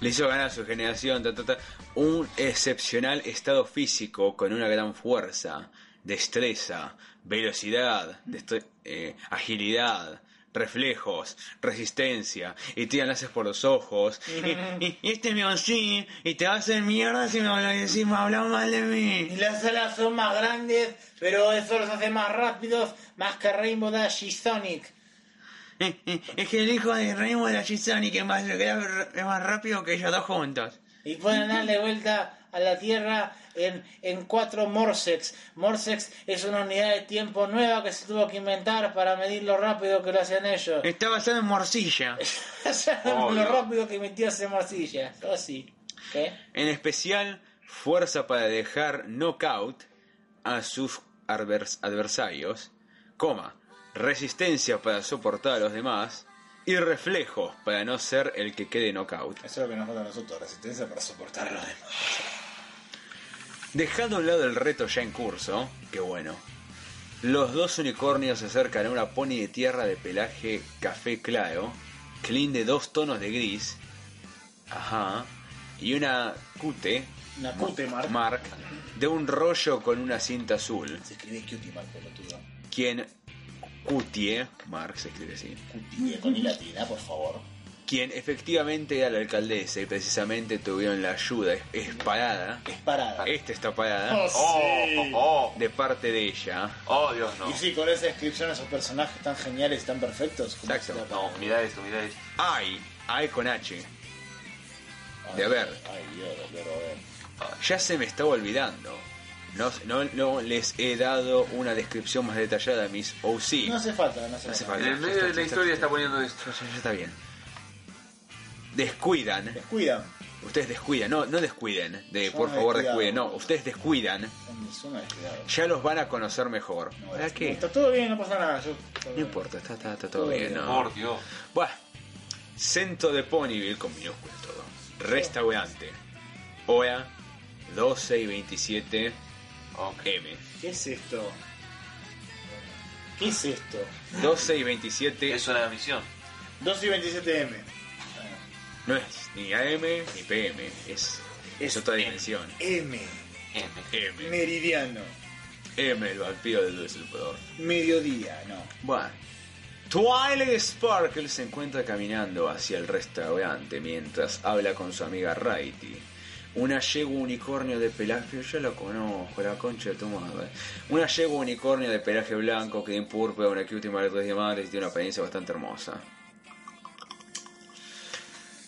[SPEAKER 6] Le hizo ganar a su generación ta, ta, ta, un excepcional estado físico con una gran fuerza, destreza, velocidad, destro- eh, agilidad, reflejos, resistencia, y tiran láser por los ojos. y, y- y este es mi Onshin, y te va a hacer mierda si me hablas encima, hablas mal de
[SPEAKER 2] Y
[SPEAKER 6] mí.
[SPEAKER 2] las alas son más grandes, pero eso los hace más rápidos, más que Rainbow Dash y Sonic.
[SPEAKER 6] Eh, eh, Es que el hijo de Rainbow de Shizani que es más, que es más rápido que ellos dos juntos.
[SPEAKER 2] Y pueden darle vuelta a la Tierra en, en cuatro Morsex. Morsex es una unidad de tiempo nueva que se tuvo que inventar para medir lo rápido que lo hacían ellos.
[SPEAKER 6] Está basado en morcilla.
[SPEAKER 2] lo rápido que metió ese morcilla. Todo así. ¿Qué?
[SPEAKER 6] En especial, fuerza para dejar knockout a sus advers- adversarios, coma, resistencia para soportar a los demás y reflejos para no ser el que quede knockout.
[SPEAKER 2] Eso es lo que nos falta a nosotros, resistencia para soportar a los demás.
[SPEAKER 6] Dejando a un lado el reto ya en curso, que bueno. Los dos unicornios se acercan a una pony de tierra de pelaje café claro, clean de dos tonos de gris, ajá, y una cute,
[SPEAKER 2] Una cute, Mark.
[SPEAKER 6] mark, de un rollo con una cinta azul,
[SPEAKER 2] Se escribe cutie, Mark, pelotudo.
[SPEAKER 6] quien cutie, mark se escribe así,
[SPEAKER 2] Cutie, con i latina, por favor.
[SPEAKER 6] quien efectivamente era la alcaldesa y precisamente tuvieron la ayuda, es, es parada,
[SPEAKER 2] Es parada.
[SPEAKER 6] esta está parada,
[SPEAKER 5] Ah, Oh, oh,
[SPEAKER 6] de parte de ella.
[SPEAKER 5] oh. Oh, Dios, no.
[SPEAKER 2] Y sí, con esa descripción esos personajes tan geniales, tan perfectos. como
[SPEAKER 6] Exacto.
[SPEAKER 2] se la-
[SPEAKER 5] No, mirá esto, mirá esto.
[SPEAKER 6] Ay, ay con H. De haber.
[SPEAKER 2] Ay, Dios, lo quiero ver.
[SPEAKER 6] Ya se me estaba olvidando. No, no, no les he dado una descripción más detallada a mis OC.
[SPEAKER 2] No hace falta, no hace,
[SPEAKER 6] No hace
[SPEAKER 5] En
[SPEAKER 6] falta.
[SPEAKER 5] el medio de la historia está poniendo esto.
[SPEAKER 6] Ya, ya está bien. Descuidan.
[SPEAKER 2] Descuidan.
[SPEAKER 6] Ustedes descuidan. No, no descuiden. De
[SPEAKER 2] Yo
[SPEAKER 6] por
[SPEAKER 2] no
[SPEAKER 6] favor
[SPEAKER 2] descuidado.
[SPEAKER 6] descuiden. No, ustedes descuidan.
[SPEAKER 2] Son- Son descuidados.
[SPEAKER 6] Ya los van a conocer mejor.
[SPEAKER 2] No,
[SPEAKER 6] ¿Para
[SPEAKER 2] es-
[SPEAKER 6] qué?
[SPEAKER 2] Está todo bien, no pasa nada. Yo,
[SPEAKER 6] No importa, está, está- está todo
[SPEAKER 2] Todo
[SPEAKER 6] bien.
[SPEAKER 2] bien.
[SPEAKER 6] ¿no?
[SPEAKER 5] Por Dios.
[SPEAKER 6] Buah. Centro de Ponyville con minúsculas todo. Restaurante. Hora 12 y 27
[SPEAKER 5] Ok.
[SPEAKER 6] M.
[SPEAKER 2] ¿Qué es esto? ¿Qué es esto?
[SPEAKER 6] 12 y 27
[SPEAKER 5] Es una misión.
[SPEAKER 2] 2 y 27M.
[SPEAKER 6] no es ni AM ni PM. Es, es
[SPEAKER 2] Es
[SPEAKER 6] otra
[SPEAKER 2] M.
[SPEAKER 6] dimensión.
[SPEAKER 2] M.
[SPEAKER 5] M.
[SPEAKER 6] M.
[SPEAKER 2] Meridiano.
[SPEAKER 6] M, el vampiro del desulpador.
[SPEAKER 2] Mediodía, no.
[SPEAKER 6] Bueno. Twilight Sparkle se encuentra caminando hacia el restaurante mientras habla con su amiga Righty. Una yegua unicornio de pelaje, yo la conozco, la concha de tu madre. Una yegua unicornio de pelaje blanco, que en púrpura, una cutie madre de tres diamantes y tiene una apariencia bastante hermosa.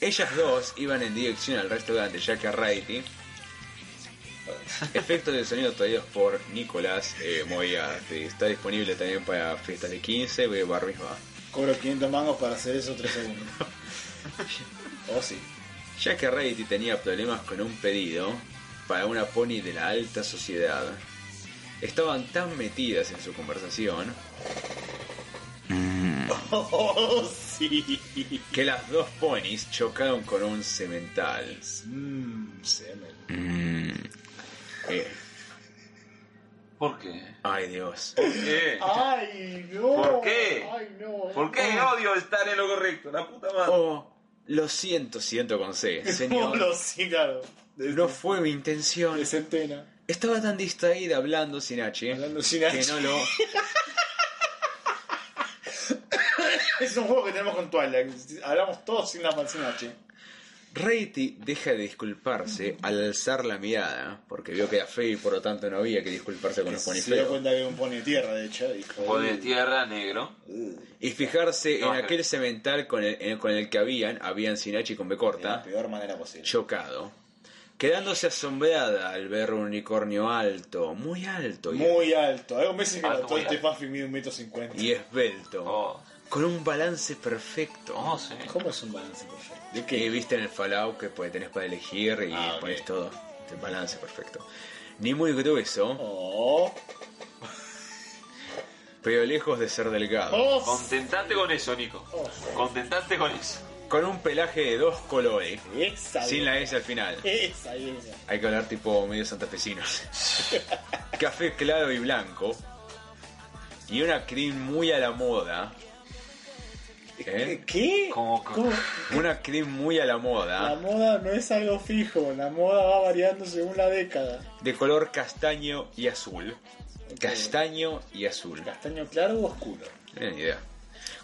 [SPEAKER 6] Ellas dos iban en dirección al restaurante, ya que Righty, efectos de sonido traídos por Nicolás eh, Moriarty, está disponible también para fiestas de eh, 15, de Barrisba.
[SPEAKER 2] Cobro 500 mangos para hacer eso 3 segundos. oh, sí.
[SPEAKER 6] Ya que Reddit tenía problemas con un pedido para una pony de la alta sociedad, estaban tan metidas en su conversación
[SPEAKER 2] Oh, sí.
[SPEAKER 6] que las dos ponis chocaron con un cemental.
[SPEAKER 2] Mmm, semen.
[SPEAKER 6] Eh,
[SPEAKER 5] ¿Por qué?
[SPEAKER 6] ay Dios.
[SPEAKER 5] Eh,
[SPEAKER 2] ¡Ay, no!
[SPEAKER 5] ¿Por qué?
[SPEAKER 2] ¡Ay, no!
[SPEAKER 5] ¿Por qué odio estar en lo correcto? La puta madre.
[SPEAKER 6] Oh, lo siento, siento con C,
[SPEAKER 2] No
[SPEAKER 6] señor.
[SPEAKER 2] lo sí, claro. De,
[SPEAKER 6] No fue mi intención.
[SPEAKER 2] de centena.
[SPEAKER 6] Estaba tan distraída hablando sin H
[SPEAKER 2] Hablando sin
[SPEAKER 6] que
[SPEAKER 2] H.
[SPEAKER 6] no lo
[SPEAKER 2] Es un juego que tenemos con Twilight. Hablamos todos sin la sin H.
[SPEAKER 6] Reiti deja de disculparse al alzar la mirada, porque vio que era feo y por lo tanto no había que disculparse con los ponis
[SPEAKER 2] Se dio
[SPEAKER 6] feos,
[SPEAKER 2] cuenta que era un pony de tierra, de hecho. Dijo,
[SPEAKER 5] O de
[SPEAKER 2] "Uh,
[SPEAKER 5] tierra negro.
[SPEAKER 6] y fijarse en
[SPEAKER 5] No,
[SPEAKER 6] aquel cemental con el, en- con el que habían, habían sin H y con
[SPEAKER 2] De
[SPEAKER 6] B
[SPEAKER 2] la
[SPEAKER 6] corta,
[SPEAKER 2] peor manera posible.
[SPEAKER 6] chocado. quedándose asombrada al ver un unicornio alto, muy alto y,
[SPEAKER 2] Muy alto. Algo me dice que
[SPEAKER 5] Alto,
[SPEAKER 2] todo
[SPEAKER 5] muy
[SPEAKER 2] este
[SPEAKER 5] alto.
[SPEAKER 2] Puffy mide un metro cincuenta.
[SPEAKER 6] y esbelto,
[SPEAKER 5] Oh,
[SPEAKER 6] con un balance perfecto.
[SPEAKER 5] no sé.
[SPEAKER 2] ¿Cómo es un balance perfecto?
[SPEAKER 6] ¿De qué? viste en el Fallout que pues, tenés para elegir y
[SPEAKER 2] Ah, ok.
[SPEAKER 6] pones todo. Te balance perfecto. Ni muy grueso,
[SPEAKER 2] Oh.
[SPEAKER 6] pero lejos de ser delgado.
[SPEAKER 2] Oh.
[SPEAKER 5] Contentate con eso, Nico. Contentate con eso.
[SPEAKER 6] Con un pelaje de dos colores.
[SPEAKER 2] oh, Esa
[SPEAKER 6] Sin
[SPEAKER 2] vieja.
[SPEAKER 6] la S al final.
[SPEAKER 2] Esa vieja.
[SPEAKER 6] Hay que hablar tipo medio santafesinos. Café claro y blanco. Y una cream muy a la moda. ¿eh?
[SPEAKER 2] ¿Qué?
[SPEAKER 5] Como-
[SPEAKER 2] ¿Cómo?
[SPEAKER 6] Una cream muy a la
[SPEAKER 2] La
[SPEAKER 6] moda.
[SPEAKER 2] moda no es algo fijo, la moda va variando según la década.
[SPEAKER 6] De color castaño y azul.
[SPEAKER 2] Ok.
[SPEAKER 6] Castaño y azul.
[SPEAKER 2] ¿Castaño claro o oscuro?
[SPEAKER 6] No tenía ni idea.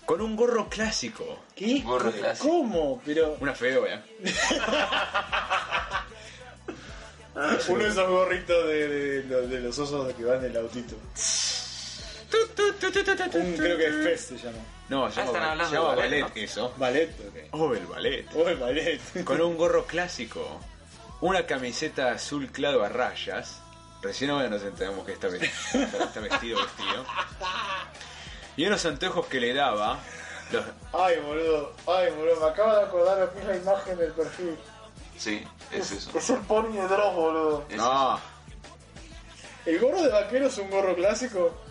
[SPEAKER 6] Con un gorro clásico.
[SPEAKER 2] ¿Qué?
[SPEAKER 5] Gorro clásico.
[SPEAKER 2] ¿Cómo? Pero
[SPEAKER 6] Una fedora.
[SPEAKER 2] uno de esos gorritos de, de- de- de los osos que van del autito. Un, creo que es Fest se llama.
[SPEAKER 6] No, se
[SPEAKER 5] Ah, están
[SPEAKER 6] llama,
[SPEAKER 5] hablando
[SPEAKER 6] se llama
[SPEAKER 5] de ballet,
[SPEAKER 6] ballet
[SPEAKER 5] ¿no?
[SPEAKER 6] eso.
[SPEAKER 2] Ballet,
[SPEAKER 6] Oh, el ballet.
[SPEAKER 2] ok. O el ballet.
[SPEAKER 6] con un gorro clásico, una camiseta azul claro a rayas. Recién ahora nos entendemos que está vestido, está vestido, vestido. Y unos anteojos que le daba. los-
[SPEAKER 2] Ay, boludo, ay, boludo, me acabo de acordar lo que es la imagen del perfil.
[SPEAKER 5] Sí, es eso.
[SPEAKER 2] Es el pony de Dross, boludo.
[SPEAKER 5] Es
[SPEAKER 6] No,
[SPEAKER 2] ¿El gorro de vaquero es un gorro clásico?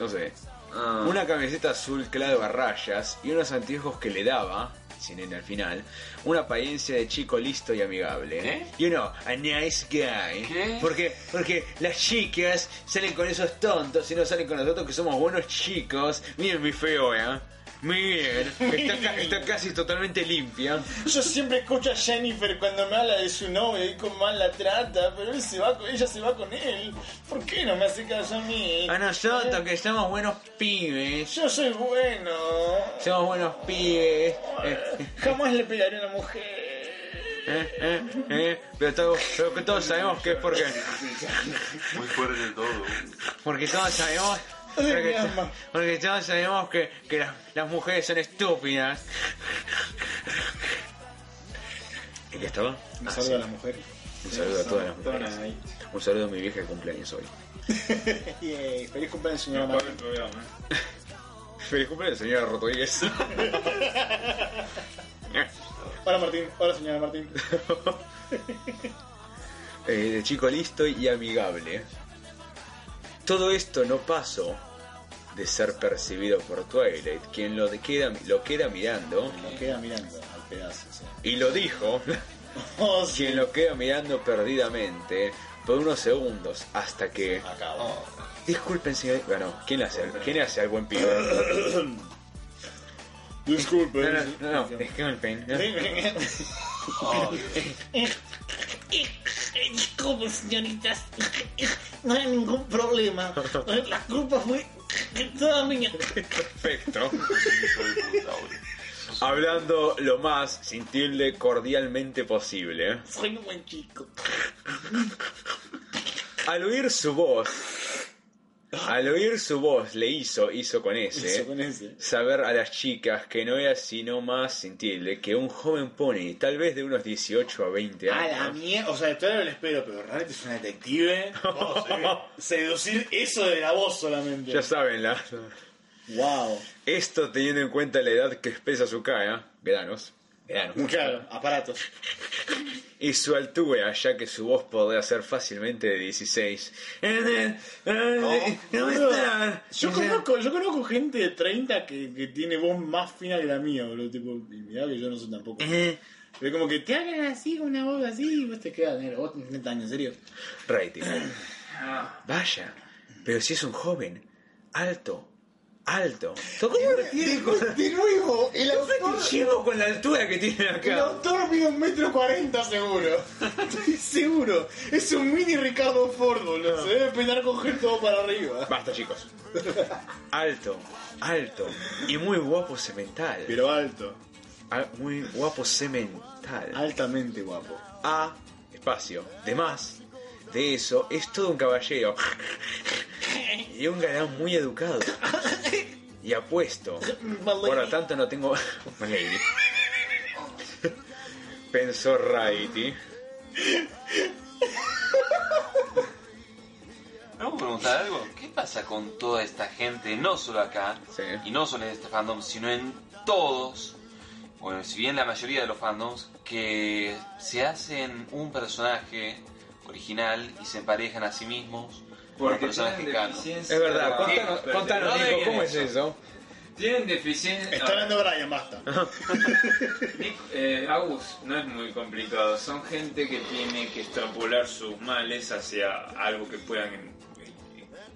[SPEAKER 6] no sé.
[SPEAKER 5] Ah.
[SPEAKER 6] Una camiseta azul claro a rayas y unos anteojos que le daba, sin N al final, una apariencia de chico listo y amigable.
[SPEAKER 5] ¿Qué?
[SPEAKER 6] You know, a nice guy.
[SPEAKER 5] ¿Qué?
[SPEAKER 6] Porque, porque las chicas salen con esos tontos y no salen con nosotros que somos buenos chicos. Miren mi feo, ¿eh? Miren, está, ca- está casi totalmente limpia.
[SPEAKER 2] Yo siempre escucho a Jennifer cuando me habla de su novio y cómo mal la trata, pero él se va con, ella se va con él. ¿Por qué no me hace caso a mí? Eh,
[SPEAKER 6] A nosotros que somos buenos pibes.
[SPEAKER 2] Yo soy bueno.
[SPEAKER 6] Somos buenos pibes. Eh,
[SPEAKER 2] Jamás le pegaré a una mujer.
[SPEAKER 6] eh, eh, eh. Pero, todos, pero que todos sabemos que es porque...
[SPEAKER 5] muy fuerte todo.
[SPEAKER 6] Porque todos sabemos.
[SPEAKER 2] Ay, mi
[SPEAKER 6] Porque,
[SPEAKER 2] alma.
[SPEAKER 6] porque todos sabemos que, que las, las mujeres son estúpidas. ¿Y qué estaba? Ah, sí.
[SPEAKER 2] las mujeres.
[SPEAKER 6] Un saludo a todas las mujeres. Un saludo a mi vieja de cumpleaños hoy.
[SPEAKER 2] Yay, eh, feliz cumpleaños, señora
[SPEAKER 4] Acaba el
[SPEAKER 2] María.
[SPEAKER 4] programa.
[SPEAKER 6] Feliz cumpleaños, señora Rodríguez.
[SPEAKER 2] Hola Martín, hola señora Martín.
[SPEAKER 6] Eh, de chico listo y amigable. Todo esto no pasó de ser percibido por Twilight, quien lo queda, lo queda mirando
[SPEAKER 2] Nos queda mirando al pedazo, sí.
[SPEAKER 6] y lo dijo.
[SPEAKER 2] Oh,
[SPEAKER 6] quien lo queda mirando perdidamente por unos segundos hasta que.
[SPEAKER 2] Acabó.
[SPEAKER 6] Disculpen, señor. Bueno, ¿quién le hace, al- ¿quién le hace al buen pibe?
[SPEAKER 2] Disculpe.
[SPEAKER 6] No, no, no, no, disculpen.
[SPEAKER 7] Oh, Disculpe, señoritas. No hay ningún problema. La culpa fue toda mía.
[SPEAKER 6] Perfecto.
[SPEAKER 5] Hijo de puta, boludo.
[SPEAKER 6] Hablando lo más sin tilde cordialmente posible. ¿eh?
[SPEAKER 7] Soy un buen chico.
[SPEAKER 6] Al oír su voz. Al oír su voz le hizo, hizo con ese.
[SPEAKER 2] Con ese.
[SPEAKER 6] saber a las chicas que no era sino más sin tilde que un joven pony, tal vez de unos 18 a 20
[SPEAKER 2] A
[SPEAKER 6] años.
[SPEAKER 2] la mierda, o sea, todavía lo espero, pero realmente es una detective. Oh, Seducir eso de la voz solamente.
[SPEAKER 6] Ya saben, la,
[SPEAKER 2] Wow.
[SPEAKER 6] Esto teniendo en cuenta la edad que pesa su cara, ¿eh? granos, granos,
[SPEAKER 2] Claro, aparatos.
[SPEAKER 6] y su altura, ya que su voz podría ser fácilmente de 16. Eh, eh, eh, ¿Dónde están?
[SPEAKER 2] Yo conozco, yo conozco gente de 30 que, que tiene voz más fina que la mía, boludo. Tipo, y mirá que yo no soy tampoco.
[SPEAKER 6] Eh,
[SPEAKER 2] Pero como que te hagan así, con una voz así, y vos te quedas negro. Vos tenés 30 años, en serio.
[SPEAKER 6] Rating. Vaya, pero si es un joven, alto, alto. ¿Cómo tiene con,
[SPEAKER 2] De nuevo, el autor.
[SPEAKER 6] llego con la altura que tiene
[SPEAKER 2] El
[SPEAKER 6] acá?
[SPEAKER 2] autor mide un metro cuarenta seguro. Estoy seguro. Es un mini Ricardo Ford, boludo. Se debe peinar con gel todo para arriba.
[SPEAKER 6] Basta, chicos. Alto, alto y muy guapo cemental.
[SPEAKER 2] Pero alto.
[SPEAKER 6] Al- Ah, muy guapo semental.
[SPEAKER 2] Altamente guapo.
[SPEAKER 6] A, espacio. De más, de eso, es todo un caballero. Y un galán muy educado. Y apuesto. Por lo tanto, no tengo. Milady. Pensó Raiti.
[SPEAKER 5] ¿Me puedo preguntar algo? ¿Qué pasa con toda esta gente, no solo acá,
[SPEAKER 1] Sí.
[SPEAKER 5] y no solo en este fandom, sino en todos, bueno, si bien la mayoría de los fandoms, que se hacen un personaje original y se emparejan a sí mismos con un
[SPEAKER 4] Porque
[SPEAKER 5] personaje
[SPEAKER 4] tienen
[SPEAKER 5] canon?
[SPEAKER 4] deficiencia.
[SPEAKER 1] Es verdad,
[SPEAKER 4] Sí,
[SPEAKER 1] contanos,
[SPEAKER 4] pero
[SPEAKER 1] contanos,
[SPEAKER 4] no
[SPEAKER 1] Nico,
[SPEAKER 4] deben
[SPEAKER 1] ¿cómo es eso?
[SPEAKER 4] Tienen deficiencia.
[SPEAKER 2] Está hablando Brian, basta.
[SPEAKER 4] Nick- eh, Agus, no es muy complicado. Son gente que tiene que extrapolar sus males hacia algo que puedan eh,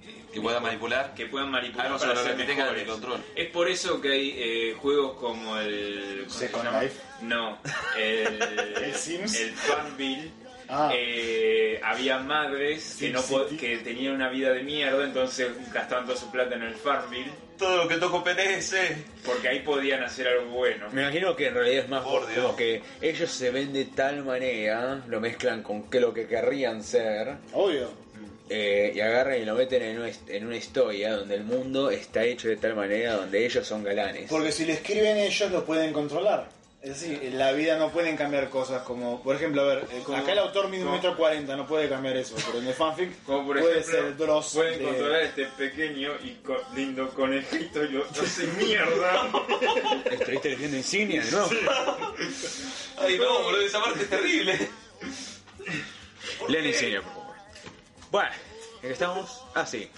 [SPEAKER 4] eh,
[SPEAKER 5] Que pueda manipular.
[SPEAKER 4] que puedan manipular
[SPEAKER 5] Algo
[SPEAKER 4] para
[SPEAKER 5] sobre
[SPEAKER 4] ser
[SPEAKER 5] lo que tengan
[SPEAKER 4] mejores.
[SPEAKER 5] el control.
[SPEAKER 4] Es por eso que hay eh, juegos como el ¿cómo se
[SPEAKER 2] Second
[SPEAKER 4] llama?
[SPEAKER 2] Life.
[SPEAKER 4] No, el,
[SPEAKER 2] ¿El Sims?
[SPEAKER 4] el Farmville.
[SPEAKER 2] Ah.
[SPEAKER 4] Eh, había madres que
[SPEAKER 2] Sim
[SPEAKER 4] no po-
[SPEAKER 2] City.
[SPEAKER 4] que tenían una vida de mierda, entonces gastaban toda su plata en el Farmville
[SPEAKER 5] Todo lo que toco perece.
[SPEAKER 4] porque ahí podían hacer algo bueno.
[SPEAKER 1] Me imagino que en realidad es más
[SPEAKER 5] Por
[SPEAKER 1] como
[SPEAKER 5] Dios.
[SPEAKER 1] que ellos se ven de tal manera, lo mezclan con que lo que querrían ser,
[SPEAKER 2] Obvio.
[SPEAKER 1] eh, y agarran y lo meten en una, hist- en una historia donde el mundo está hecho de tal manera donde ellos son galanes.
[SPEAKER 2] Porque si lo escriben ellos lo pueden controlar. Es decir, en la vida no pueden cambiar cosas como, por ejemplo, a ver,
[SPEAKER 4] Eh, Como-
[SPEAKER 2] acá el autor mide un
[SPEAKER 4] como-
[SPEAKER 2] metro cuarenta, no puede cambiar eso, pero en el fanfic
[SPEAKER 4] Como por
[SPEAKER 2] puede
[SPEAKER 4] ejemplo,
[SPEAKER 2] ser Dross.
[SPEAKER 4] pueden
[SPEAKER 2] de-
[SPEAKER 4] controlar este pequeño y co- lindo conejito y lo hacen mierda.
[SPEAKER 1] ¿Estuviste leyendo insignia de nuevo?
[SPEAKER 5] Ay, no, bro, esa parte es terrible.
[SPEAKER 1] Leen insignia, por favor. Bueno, ¿en qué estamos? Ah, sí.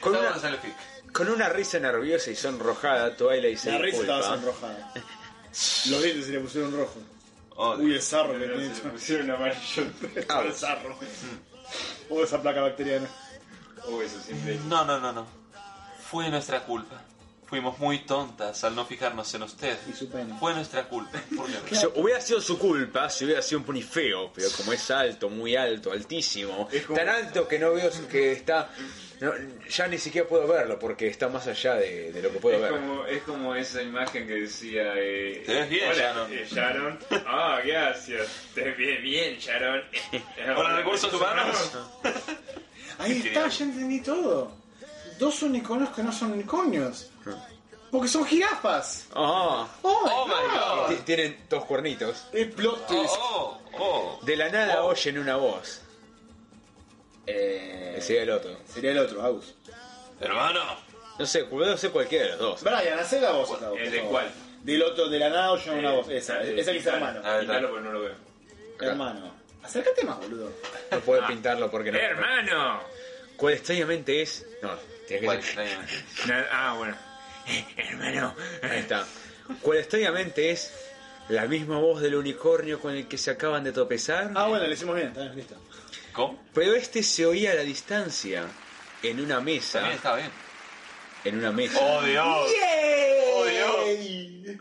[SPEAKER 1] Con
[SPEAKER 5] Estamos
[SPEAKER 1] una,
[SPEAKER 5] en el pic.
[SPEAKER 1] con una risa nerviosa y sonrojada, Twilight se
[SPEAKER 2] La risa
[SPEAKER 1] disculpa.
[SPEAKER 2] estaba sonrojada. Los dientes se le pusieron rojo.
[SPEAKER 5] Oh,
[SPEAKER 2] Uy, el sarro que
[SPEAKER 4] Pero
[SPEAKER 2] tenía.
[SPEAKER 4] se le pusieron amarillo.
[SPEAKER 1] Ah,
[SPEAKER 2] El sarro. O esa placa bacteriana.
[SPEAKER 4] Oh, eso siempre.
[SPEAKER 5] No, no, no, no. Fue nuestra culpa. Fuimos muy tontas al no fijarnos en usted.
[SPEAKER 2] Y su pene.
[SPEAKER 5] Fue nuestra culpa. Por Dios.
[SPEAKER 1] Si hubiera sido su culpa si hubiera sido un punifeo, pero como es alto, muy alto, altísimo, tan alto que no veo que está. no, ya ni siquiera puedo verlo porque está más allá de, de lo que puedo
[SPEAKER 4] Es
[SPEAKER 1] ver.
[SPEAKER 4] como, es como esa imagen que decía. Eh,
[SPEAKER 5] Te ves bien,
[SPEAKER 4] hola,
[SPEAKER 5] Sharon.
[SPEAKER 4] eh, Sharon. Ah, gracias. Te ves bien, bien, Sharon.
[SPEAKER 5] Hola, recursos humanos.
[SPEAKER 2] Ahí está, ya entendí todo. Dos unicornios que no son unicornios. Porque son jirafas.
[SPEAKER 1] Ah,
[SPEAKER 2] Oh,
[SPEAKER 5] Oh
[SPEAKER 2] my
[SPEAKER 5] my
[SPEAKER 2] God.
[SPEAKER 1] ti- Tienen dos cuernitos.
[SPEAKER 2] Es plot twist.
[SPEAKER 5] Oh, oh.
[SPEAKER 1] De la nada oyen una voz. Decía el otro.
[SPEAKER 2] Eh, Sería el otro, Agus.
[SPEAKER 5] Hermano.
[SPEAKER 1] No sé, no sé cualquiera de los dos.
[SPEAKER 2] Brian, hacé la voz. esta voz,
[SPEAKER 4] ¿El
[SPEAKER 2] por
[SPEAKER 4] de
[SPEAKER 2] favor.
[SPEAKER 4] cuál?
[SPEAKER 2] Del otro, de la nada oyen una voz. Esa,
[SPEAKER 4] eh,
[SPEAKER 2] esa que es
[SPEAKER 4] quítalo,
[SPEAKER 2] hermano.
[SPEAKER 5] Ah,
[SPEAKER 4] Quítalo porque pues, no lo veo.
[SPEAKER 2] Hermano. Acércate más, boludo.
[SPEAKER 1] No puedo pintarlo porque no.
[SPEAKER 4] ¡Hermano!
[SPEAKER 1] Cuál extrañamente es. No, tiene
[SPEAKER 5] Bueno,
[SPEAKER 1] que ser.
[SPEAKER 5] extrañamente.
[SPEAKER 4] Na- ah, bueno. hermano.
[SPEAKER 1] Ahí está. Cuál extrañamente es la misma voz del unicornio con el que se acaban de tropezar.
[SPEAKER 2] Ah, bueno, le hicimos bien. Está bien, listo.
[SPEAKER 5] ¿Cómo?
[SPEAKER 1] Pero este se oía a la distancia, en una mesa,
[SPEAKER 5] También está bien.
[SPEAKER 1] en una mesa.
[SPEAKER 5] Oh, Dios. Oh, Dios.
[SPEAKER 2] Ey.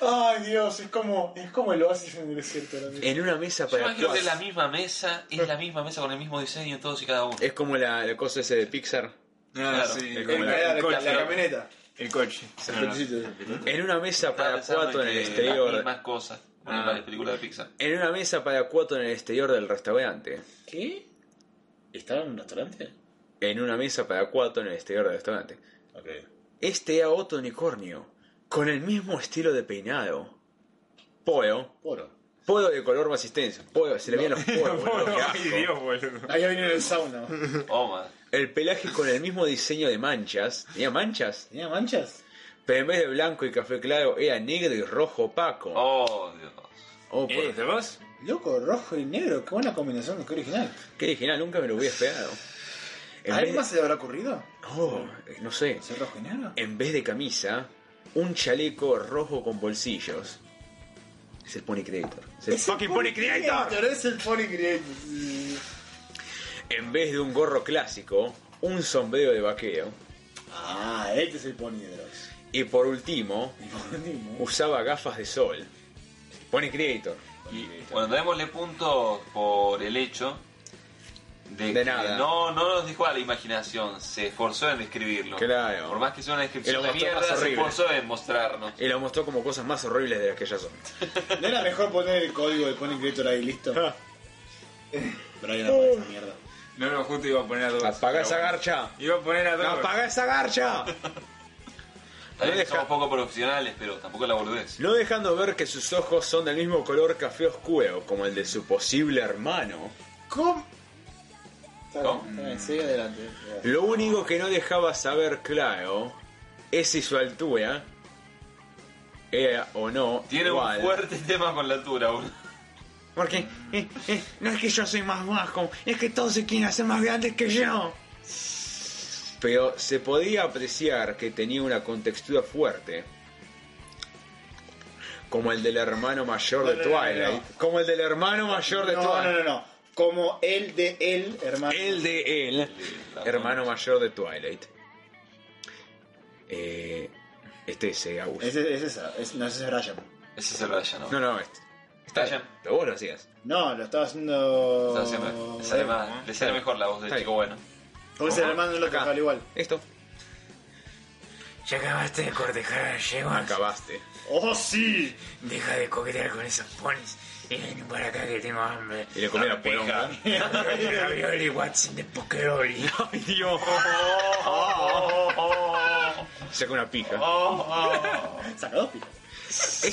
[SPEAKER 2] Ay, Dios, es como, es como el oasis en el desierto. la neta.
[SPEAKER 1] En una mesa
[SPEAKER 5] Yo
[SPEAKER 1] para
[SPEAKER 5] imagino que
[SPEAKER 1] todas.
[SPEAKER 5] es la misma mesa, es la misma mesa con el mismo diseño en todos y cada uno.
[SPEAKER 1] Es como la, la cosa ese de Pixar.
[SPEAKER 4] Ah, sí,
[SPEAKER 1] es
[SPEAKER 4] el,
[SPEAKER 1] como
[SPEAKER 2] La, la- la-
[SPEAKER 4] coche.
[SPEAKER 2] la camioneta.
[SPEAKER 4] El coche.
[SPEAKER 2] El cochecito.
[SPEAKER 1] En una mesa
[SPEAKER 5] Estaba
[SPEAKER 1] para
[SPEAKER 5] pensando
[SPEAKER 1] cuatro en este, el
[SPEAKER 5] que Las
[SPEAKER 1] exterior.
[SPEAKER 5] mismas cosas. Bueno,
[SPEAKER 4] Ah.
[SPEAKER 5] la película de Pixar.
[SPEAKER 1] En una mesa para cuatro en el exterior del restaurante.
[SPEAKER 8] ¿Qué? ¿Estaba en un restaurante?
[SPEAKER 1] En una mesa para cuatro en el exterior del restaurante.
[SPEAKER 8] Ok.
[SPEAKER 1] Este era otro unicornio, con el mismo estilo de peinado. Poro.
[SPEAKER 8] Poro.
[SPEAKER 1] Poro de color más intenso. Poro, se le veían los poros. boludo, qué asco.
[SPEAKER 4] Ay, Dios, boludo.
[SPEAKER 2] Ahí vino el sauna.
[SPEAKER 5] Oh, man.
[SPEAKER 1] El pelaje con el mismo diseño de manchas. ¿Tenía manchas?
[SPEAKER 2] ¿Tenía manchas?
[SPEAKER 1] Pero en vez de blanco y café claro, era negro y rojo opaco.
[SPEAKER 5] Oh, Dios.
[SPEAKER 1] Oh,
[SPEAKER 5] ¿Eh,
[SPEAKER 1] por-
[SPEAKER 4] ¿Eres de vos?
[SPEAKER 2] Loco, rojo y negro, qué buena combinación de qué original.
[SPEAKER 1] Qué original, nunca me lo hubiera esperado. En
[SPEAKER 2] ¿A
[SPEAKER 1] vez
[SPEAKER 2] alguien
[SPEAKER 1] de-
[SPEAKER 2] más se le habrá ocurrido?
[SPEAKER 1] Oh, no sé.
[SPEAKER 2] ¿Ser rojo y negro?
[SPEAKER 1] En vez de camisa, un chaleco rojo con bolsillos. Es el Pony Creator. Es el fucking Pony Creator.
[SPEAKER 2] Es el Pony Creator. sí.
[SPEAKER 1] En vez de un gorro clásico, un sombrero de vaqueo.
[SPEAKER 2] Ah, este es el Pony de Dross.
[SPEAKER 1] Y por último,
[SPEAKER 2] El Pony.
[SPEAKER 1] usaba gafas de sol. Pony Creator.
[SPEAKER 5] Bueno, démosle puntos por el hecho de,
[SPEAKER 1] De
[SPEAKER 5] que
[SPEAKER 1] nada.
[SPEAKER 5] No, no nos dejó a la imaginación, se esforzó en describirlo.
[SPEAKER 1] Claro.
[SPEAKER 5] Por más que sea una descripción
[SPEAKER 1] Que lo
[SPEAKER 5] de
[SPEAKER 1] mostró
[SPEAKER 5] mierda,
[SPEAKER 1] más
[SPEAKER 5] se
[SPEAKER 1] horrible.
[SPEAKER 5] esforzó en mostrarnos.
[SPEAKER 1] Y lo mostró como cosas más horribles de las que ya son.
[SPEAKER 2] ¿No era mejor poner el código del Pony Creator ahí listo? Brian, apaga esa mierda.
[SPEAKER 4] No, no, justo iba a poner a dos.
[SPEAKER 1] Apagá esa garcha.
[SPEAKER 4] Iba a poner a dos.
[SPEAKER 1] ¡Apaga esa garcha!
[SPEAKER 5] Tal vez
[SPEAKER 6] deja-
[SPEAKER 5] somos poco profesionales, pero tampoco es la boludez.
[SPEAKER 6] No dejando ver que sus ojos son del mismo color café oscuro como el de su posible hermano.
[SPEAKER 2] ¿Cómo?
[SPEAKER 5] ¿Cómo?
[SPEAKER 2] Sigue adelante.
[SPEAKER 6] Lo único que no dejaba saber claro es si su altura era o no
[SPEAKER 5] Tiene
[SPEAKER 6] igual.
[SPEAKER 5] un fuerte tema con la altura, boludo.
[SPEAKER 6] Porque eh, eh, no es que yo soy más bajo, es que todos se quieren hacer más grandes que yo. Pero se podía apreciar que tenía una contextura fuerte. Como el del hermano mayor de
[SPEAKER 2] No, no, no, no,
[SPEAKER 6] Twilight. Como el del hermano mayor de
[SPEAKER 2] No,
[SPEAKER 6] Twilight.
[SPEAKER 2] no, no, no. Como el de él, hermano.
[SPEAKER 6] El de él, hermano mayor de Twilight. Eh, este es eh, Agus.
[SPEAKER 2] Ese, ese es, es- no, ese es Brian.
[SPEAKER 5] Ese es el Ryan, ¿no?
[SPEAKER 6] No, no, este.
[SPEAKER 5] Está bien.
[SPEAKER 6] Pero vos lo hacías.
[SPEAKER 2] No, lo estaba haciendo.
[SPEAKER 1] Oh,
[SPEAKER 5] Está siempre. Le sale más- Le sale mejor la voz del
[SPEAKER 6] Está
[SPEAKER 5] chico bueno.
[SPEAKER 2] Porque es el hermano de lo que
[SPEAKER 6] Acá.
[SPEAKER 2] sale igual.
[SPEAKER 6] Esto.
[SPEAKER 4] Ya acabaste de cortejar a Yeguas.
[SPEAKER 6] Acabaste.
[SPEAKER 2] ¡Oh, sí!
[SPEAKER 4] Deja de coquetear con esos ponis y ven para acá que tengo hambre.
[SPEAKER 6] Y le
[SPEAKER 2] Ah,
[SPEAKER 6] comí la poronga.
[SPEAKER 4] Ravioli, what's in the pokeroli?
[SPEAKER 6] ¡Ay, Dios! Saca una pija.
[SPEAKER 2] Saca dos pilas.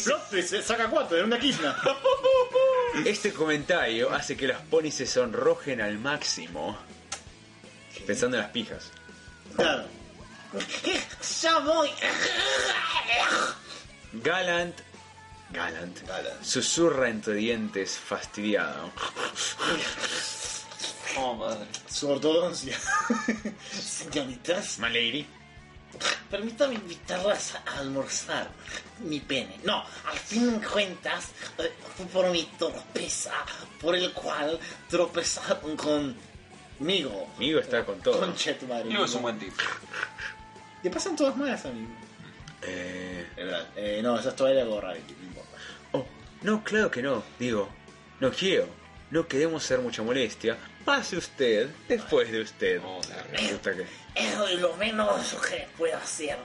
[SPEAKER 2] Plot twist, eh, saca cuatro de una quisna.
[SPEAKER 6] Este comentario hace que las ponis se sonrojen al máximo. Pensando en las pijas.
[SPEAKER 2] Claro.
[SPEAKER 7] Ya voy.
[SPEAKER 6] Galant. Galant. Susurra entre dientes, fastidiado.
[SPEAKER 5] Oh, madre.
[SPEAKER 2] Su ortodoncia.
[SPEAKER 7] Señoritas,
[SPEAKER 6] My lady.
[SPEAKER 7] permítame invitarlas a almorzar. Mi pene. No, al fin de cuentas, eh, fue por mi torpeza por el cual tropezaron conmigo.
[SPEAKER 6] Amigo está con todo.
[SPEAKER 2] Concha de tu madre.
[SPEAKER 5] Digo, es un buen tipo.
[SPEAKER 2] Te pasan todas malas, amigo.
[SPEAKER 6] Eh,
[SPEAKER 2] Es verdad. Eh, no, esa es toda la gorra, no importa.
[SPEAKER 6] oh, no, claro que no. Digo, no quiero. No queremos ser mucha molestia. Pase usted después de usted. Me gusta que-
[SPEAKER 7] Es lo menos que puedo hacer.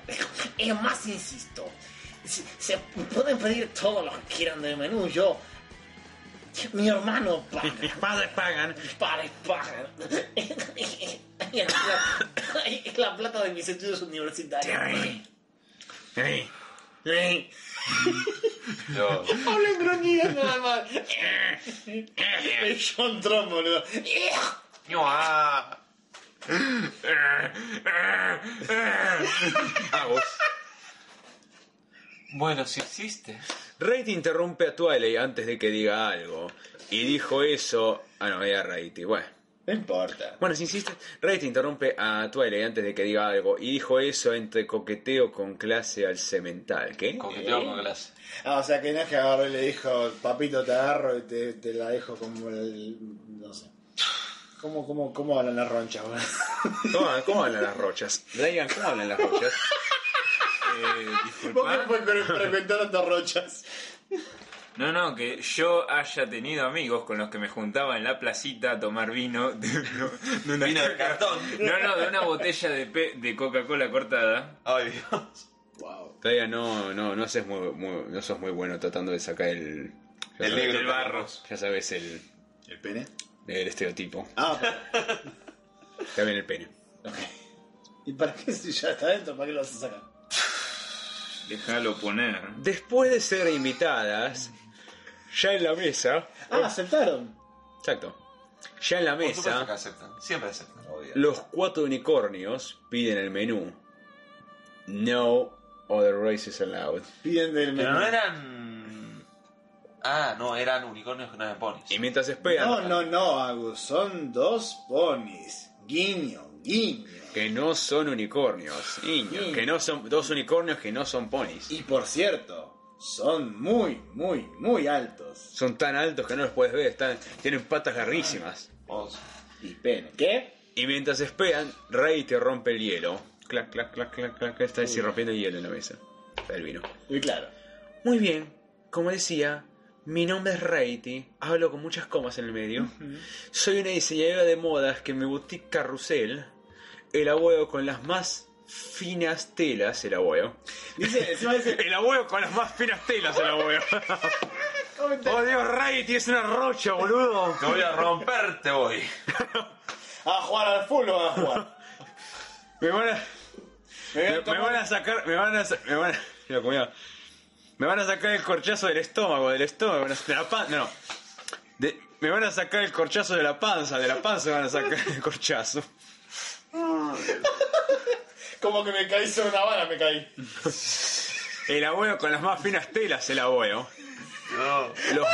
[SPEAKER 7] Es más, insisto, se, se pueden pedir todo lo que quieran del menú. Yo, mi hermano paga.
[SPEAKER 6] Mis padres pagan.
[SPEAKER 7] Para, paga. Y es la- Es la plata de mis estudios universitarios.
[SPEAKER 6] Eh,
[SPEAKER 5] Yo,
[SPEAKER 7] Hablen gruñidos nada más. Es John Trump, boludo.
[SPEAKER 6] Agus.
[SPEAKER 5] Bueno, si existe.
[SPEAKER 6] Raid interrumpe a Twilight antes de que diga algo. Y dijo eso. Ah, no, era Raid. y Bueno.
[SPEAKER 2] No importa.
[SPEAKER 6] Bueno, si insistes, Raid interrumpe a Twilight antes de que diga algo. Y dijo eso entre coqueteo con clase al cemental. ¿Qué?
[SPEAKER 5] Coqueteo con clase.
[SPEAKER 2] Ah, o sea que no es que agarró y le dijo, papito, te agarro y te, te la dejo como el. No sé. ¿Cómo, cómo, cómo hablan las ronchas, boludo?
[SPEAKER 6] ¿Cómo, cómo hablan las rochas? Diane, ¿cómo hablan las rochas?
[SPEAKER 4] Eh,
[SPEAKER 2] ¿Por qué
[SPEAKER 4] disculpa.
[SPEAKER 2] fue que frecuentaron dos rochas?
[SPEAKER 4] No, no, que yo haya tenido amigos con los que me juntaba en la placita a tomar vino de, de una
[SPEAKER 5] Vino de cartón.
[SPEAKER 4] No, no, de una botella de, pe- de Coca-Cola cortada.
[SPEAKER 5] Ay, Dios.
[SPEAKER 2] Wow.
[SPEAKER 6] Todavía no, no, no, haces muy, muy- no sos muy bueno tratando de sacar el. ya
[SPEAKER 5] El
[SPEAKER 6] sabes-
[SPEAKER 5] negro.
[SPEAKER 4] Del barro.
[SPEAKER 6] Ya sabes el,
[SPEAKER 2] ¿El pene?
[SPEAKER 6] el estereotipo.
[SPEAKER 2] Ah,
[SPEAKER 6] También el pene.
[SPEAKER 2] ¿y para qué si ya está adentro? ¿Para qué lo vas a sacar?
[SPEAKER 4] Déjalo poner.
[SPEAKER 6] Después de ser invitadas, ya en la mesa.
[SPEAKER 2] Ah, aceptaron.
[SPEAKER 6] Exacto. Ya en la
[SPEAKER 5] Por supuesto que
[SPEAKER 6] mesa,
[SPEAKER 5] aceptan. Siempre aceptan.
[SPEAKER 6] los cuatro unicornios piden el menú. No other races allowed.
[SPEAKER 2] Piden del
[SPEAKER 5] Pero
[SPEAKER 2] menú.
[SPEAKER 5] no eran. Ah, no, eran unicornios que no eran ponis.
[SPEAKER 6] Y mientras esperan
[SPEAKER 2] No, no, no, Agus, son dos ponis. Guiño, guiño.
[SPEAKER 6] que no son unicornios, niño,
[SPEAKER 2] Sí.
[SPEAKER 6] que no son dos unicornios que no son ponis.
[SPEAKER 2] Y por cierto, son muy, muy, muy altos.
[SPEAKER 6] Son tan altos que no los puedes ver, están, tienen patas larguísimas.
[SPEAKER 5] Vos.
[SPEAKER 2] Y pene. ¿Qué?
[SPEAKER 6] Y mientras esperan, Rey te rompe el hielo. Clac, clac, clac, clac, clac, está así rompiendo el hielo en la mesa. Está el vino.
[SPEAKER 2] Y claro.
[SPEAKER 6] Muy bien, como decía, mi nombre es Reiti, hablo con muchas comas en el medio. Soy una diseñadora de modas que en mi boutique Carrusel elaboro con las más finas telas, elaboro.
[SPEAKER 2] Dice, encima dice,
[SPEAKER 6] Elaboro con las más finas telas, elaboro.
[SPEAKER 2] comenta-
[SPEAKER 6] oh Dios, Reiti, es una rocha, boludo.
[SPEAKER 5] Te voy a romperte hoy.
[SPEAKER 2] a jugar al fútbol van a jugar.
[SPEAKER 6] Me van a...
[SPEAKER 2] voy a
[SPEAKER 6] Me, me
[SPEAKER 2] tomar-
[SPEAKER 6] van a sacar, me van a, sa- me van a, mira, como iba. me van a sacar el corchazo del estómago, del estómago, me van a- de la panza, no, De- me van a sacar el corchazo de la panza, de la panza me van a sacar el corchazo.
[SPEAKER 2] Como que me caí sobre una bala, me caí.
[SPEAKER 6] El abuelo con las más finas telas, el abuelo. Los-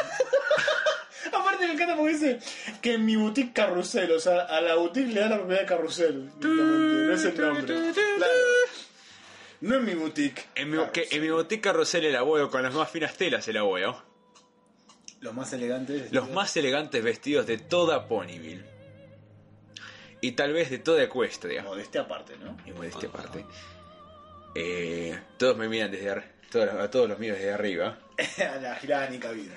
[SPEAKER 2] Aparte me encanta porque dice que en mi boutique carrusel, o sea, a la boutique le da la propiedad de carrusel. directamente, No es el nombre. Claro. No en mi boutique.
[SPEAKER 6] en, mi, que- en mi botica Rosel el abuelo con las más finas telas, el abuelo.
[SPEAKER 2] Los más elegantes.
[SPEAKER 6] Los más elegantes vestidos de toda Ponyville. Y tal vez de toda Ecuestria.
[SPEAKER 2] Modestia aparte, ¿no?
[SPEAKER 6] Y modestia aparte. este Eh, todos me miran desde ar- todos- a todos los míos desde arriba.
[SPEAKER 2] a la girada ni cabida.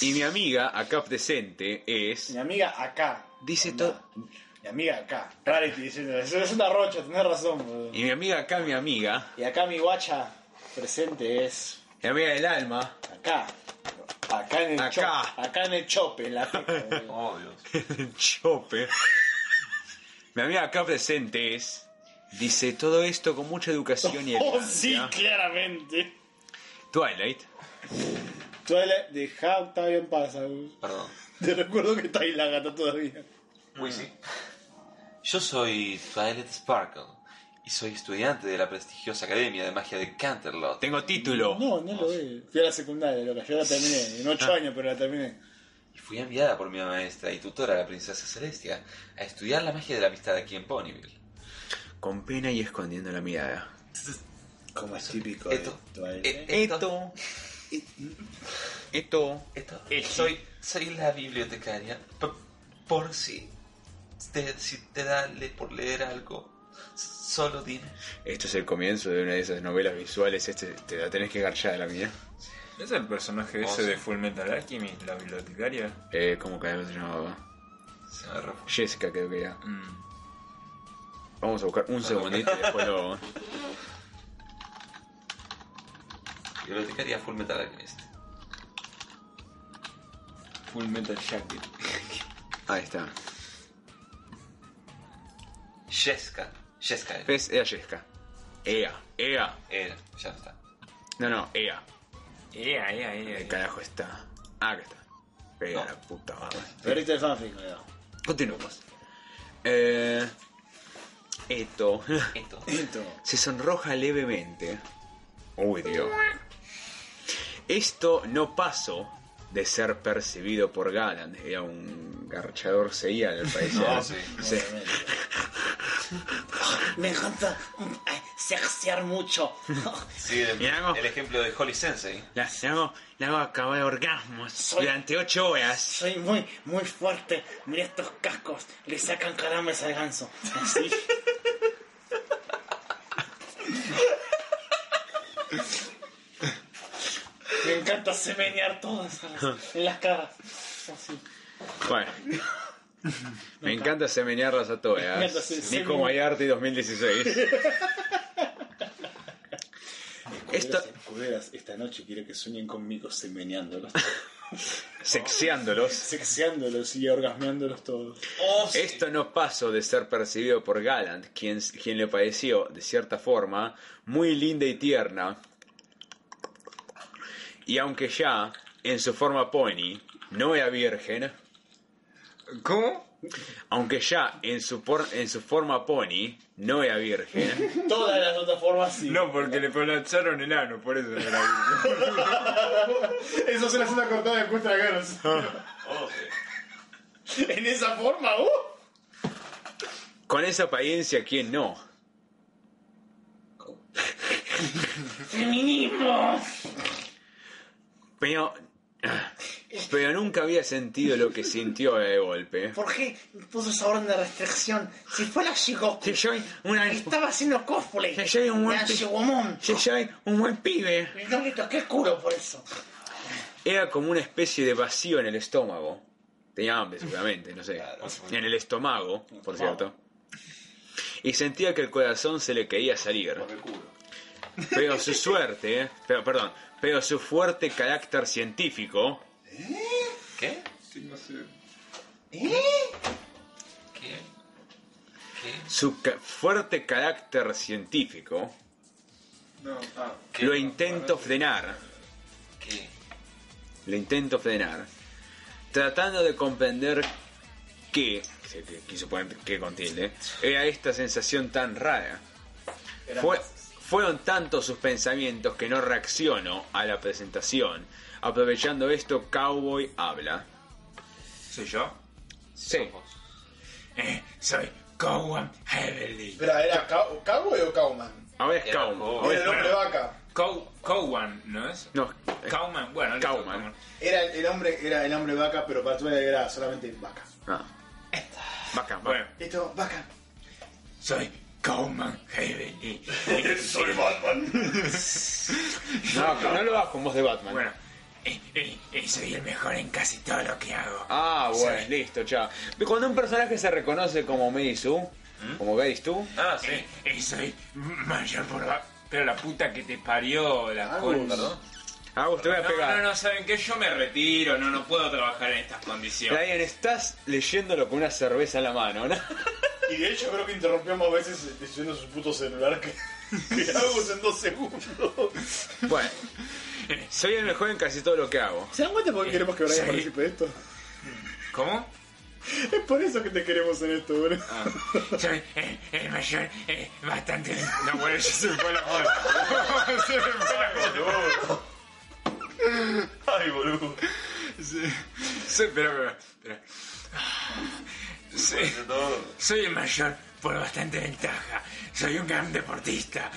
[SPEAKER 6] Y mi amiga, acá presente, es.
[SPEAKER 2] Mi amiga acá.
[SPEAKER 6] Dice
[SPEAKER 2] Onda.
[SPEAKER 6] todo.
[SPEAKER 2] Mi amiga acá. Rarity diciendo, "Es- es una rocha, tenés razón, boludo".
[SPEAKER 6] Y mi amiga acá, mi amiga.
[SPEAKER 2] Y acá mi guacha presente es
[SPEAKER 6] Mi amiga del alma.
[SPEAKER 2] acá. Acá en el
[SPEAKER 6] Acá.
[SPEAKER 2] chope. Acá en el chope, en la teta, boludo.
[SPEAKER 5] Obvio.
[SPEAKER 6] Chope. Mi amiga acá presente es. Dice todo esto con mucha educación y
[SPEAKER 2] Oh, sí,
[SPEAKER 6] elegancia.
[SPEAKER 2] claramente.
[SPEAKER 6] Twilight.
[SPEAKER 2] Twilight de How está bien pasa.
[SPEAKER 5] Perdón.
[SPEAKER 2] Te recuerdo que está ahí la gata todavía.
[SPEAKER 5] Uy, sí. Yo soy Twilight Sparkle y soy estudiante de la prestigiosa Academia de Magia de Canterlot.
[SPEAKER 6] Tengo título.
[SPEAKER 2] No, no lo ve. Fui a la secundaria, loca. Yo la
[SPEAKER 7] Ah.
[SPEAKER 2] terminé. En 8 años, pero la terminé.
[SPEAKER 5] Y fui enviada por mi maestra y tutora, la princesa Celestia, a estudiar la magia de la amistad aquí en Ponyville.
[SPEAKER 6] Con pena y escondiendo la mirada.
[SPEAKER 2] Como es típico
[SPEAKER 5] Esto.
[SPEAKER 2] Twilight.
[SPEAKER 5] Eh, esto.
[SPEAKER 6] Esto.
[SPEAKER 1] eh,
[SPEAKER 5] Esto. Soy, soy la bibliotecaria. P- por si te, si te da le- por leer algo, s- solo dime.
[SPEAKER 6] Esto es el comienzo de una de esas novelas visuales. Este, te la tenés que garchar a la mía.
[SPEAKER 4] ¿Es el
[SPEAKER 5] Oh,
[SPEAKER 4] personaje ese de Full Metal Alchemist, la bibliotecaria?
[SPEAKER 6] Eh, ¿Cómo carajo se llamaba?
[SPEAKER 5] Se me refu-
[SPEAKER 6] Jessica creo que era.
[SPEAKER 4] Mm.
[SPEAKER 6] Vamos a buscar un segundito y después lo...
[SPEAKER 5] Bibliotecaria Full Metal Alchemist.
[SPEAKER 4] Full Metal Jacket.
[SPEAKER 6] Ahí está.
[SPEAKER 5] Sheska. Sheska era.
[SPEAKER 6] ¿Ves? Era Jessica. Ea. Ea.
[SPEAKER 5] Era, ya está.
[SPEAKER 6] No, no, Ea.
[SPEAKER 4] Ea, ea, ea,
[SPEAKER 6] El
[SPEAKER 4] ea.
[SPEAKER 6] carajo está? Ah, acá está. Ea,
[SPEAKER 5] No.
[SPEAKER 6] la puta madre.
[SPEAKER 2] Ahorita el fanfic, cuidado.
[SPEAKER 6] Continuamos. Eh, esto.
[SPEAKER 5] Esto.
[SPEAKER 2] Esto.
[SPEAKER 6] Se sonroja levemente. Uy, Dios. Esto no pasó de ser percibido por Galan. Era un garchador seguía del país.
[SPEAKER 5] No, sí.
[SPEAKER 6] Sí.
[SPEAKER 7] Me encanta mm, eh, sexear mucho.
[SPEAKER 5] Sí, el,
[SPEAKER 6] Mirá cómo-
[SPEAKER 5] el ejemplo de Holly Sensei.
[SPEAKER 6] La, la hago, la hago acabar de orgasmos
[SPEAKER 7] Soy-
[SPEAKER 6] durante ocho horas.
[SPEAKER 7] Soy muy, muy fuerte. Mira estos cascos. Le sacan calambres al ganso. Así. Me encanta semenear todas a las- en las caras. Así.
[SPEAKER 6] Bueno. Me encanta semenearlas a
[SPEAKER 7] Me encanta
[SPEAKER 6] todas. ¿eh?
[SPEAKER 7] se-
[SPEAKER 6] Nico
[SPEAKER 7] semen-
[SPEAKER 6] Mayarte 2016. Esto,
[SPEAKER 2] Escuderas, esta noche quiero que sueñen conmigo semeneándolos,
[SPEAKER 6] sexeándolos.
[SPEAKER 2] sexeándolos y orgasmeándolos todos.
[SPEAKER 5] Oh,
[SPEAKER 1] ¿Eh?
[SPEAKER 6] Esto no pasó de ser percibido por Galant, quien, quien le pareció, de cierta forma, muy linda y tierna. Y aunque ya, en su forma pony, no era virgen,
[SPEAKER 4] ¿Cómo?
[SPEAKER 6] aunque ya en su, por- en su forma pony no era virgen,
[SPEAKER 2] Todas las otras formas sí.
[SPEAKER 4] No, porque le colacharon el ano, por eso no era virgen.
[SPEAKER 2] Eso se las una cortada de cuesta ganas.
[SPEAKER 4] Ah.
[SPEAKER 2] en esa forma, uh.
[SPEAKER 6] con esa apariencia, ¿quién no?
[SPEAKER 7] ¡Feminismo!
[SPEAKER 6] Pero, pero nunca había sentido lo que sintió de golpe.
[SPEAKER 7] ¿Por qué puso esa orden de restricción? Si fue la Shigoku.
[SPEAKER 6] Si soy, una,
[SPEAKER 7] Estaba haciendo cosplay.
[SPEAKER 6] si soy un buen
[SPEAKER 7] La
[SPEAKER 6] pibe,
[SPEAKER 7] Shigomon.
[SPEAKER 6] si soy un buen pibe.
[SPEAKER 7] Y No le toqué el culo por eso.
[SPEAKER 6] Era como una especie de vacío en el estómago. Tenía hambre, seguramente, no sé. en el estómago, por cierto. Y sentía que el corazón se le quería salir. Pero su suerte, eh, pero, perdón, pero su fuerte carácter científico
[SPEAKER 5] ¿Qué? ¿Eh?
[SPEAKER 4] Sí, no sé.
[SPEAKER 5] ¿Qué?
[SPEAKER 3] Su ca- fuerte carácter científico
[SPEAKER 6] No, ah.
[SPEAKER 3] lo intento frenar.
[SPEAKER 1] ¿Qué?
[SPEAKER 3] Lo intento frenar. Tratando de comprender qué, se- que quiso poner que con tilde, era esta sensación tan rara. Fue- fueron tantos sus pensamientos que no reacciono a la presentación. Aprovechando esto, Cowboy habla.
[SPEAKER 4] ¿Soy yo?
[SPEAKER 3] Sí.
[SPEAKER 4] Eh, soy Cowan Heavily.
[SPEAKER 2] Espera, ¿era Cow- Cowboy o Cowman?
[SPEAKER 3] Ahora es
[SPEAKER 1] Era
[SPEAKER 3] Cowboy.
[SPEAKER 2] Era el hombre vaca.
[SPEAKER 4] Cow- Cowan, ¿no es?
[SPEAKER 3] No, eh,
[SPEAKER 4] Cowman, bueno, listo,
[SPEAKER 3] Cowman.
[SPEAKER 6] Era el, el hombre, era el hombre vaca, pero para tú era solamente vaca.
[SPEAKER 3] ah. Vaca, vaca.
[SPEAKER 4] Bueno,
[SPEAKER 6] Esto, vaca.
[SPEAKER 4] soy Cowman Heavily.
[SPEAKER 2] Soy Batman.
[SPEAKER 3] No, no lo hagas con voz de Batman.
[SPEAKER 4] Bueno, eh, eh, eh, soy el mejor en casi todo lo que hago.
[SPEAKER 3] Ah, bueno,
[SPEAKER 4] Sí.
[SPEAKER 3] listo, chao. Cuando un personaje se reconoce como Meizu, como veis tú,
[SPEAKER 1] Ah,
[SPEAKER 4] Eh,
[SPEAKER 1] sí.
[SPEAKER 4] eh, soy mayor por la... Pero la puta que te parió la
[SPEAKER 6] Agus.
[SPEAKER 4] concha.
[SPEAKER 3] Agus, te voy a
[SPEAKER 4] No,
[SPEAKER 3] pegar.
[SPEAKER 4] no, no, ¿saben qué? Yo me retiro, no, no puedo trabajar en estas condiciones.
[SPEAKER 3] Brian, estás leyéndolo con una cerveza en la mano, ¿no?
[SPEAKER 2] Y de hecho creo que interrumpimos a veces diciendo su puto celular que, que hago en dos segundos.
[SPEAKER 3] Bueno, soy el mejor en casi todo lo que hago.
[SPEAKER 2] ¿Se dan cuenta por qué queremos que Brian
[SPEAKER 4] Sí.
[SPEAKER 2] participe de esto?
[SPEAKER 4] ¿Cómo?
[SPEAKER 2] Es por eso que te queremos en esto, bro. Ah.
[SPEAKER 4] Soy eh, el mayor, eh, bastante... No, bueno, ya se me fue la voz. se me fue la voz.
[SPEAKER 2] Ay, boludo.
[SPEAKER 4] Sí, sí, pero, pero, pero. Sí, soy el mayor por bastante ventaja. Soy un gran deportista.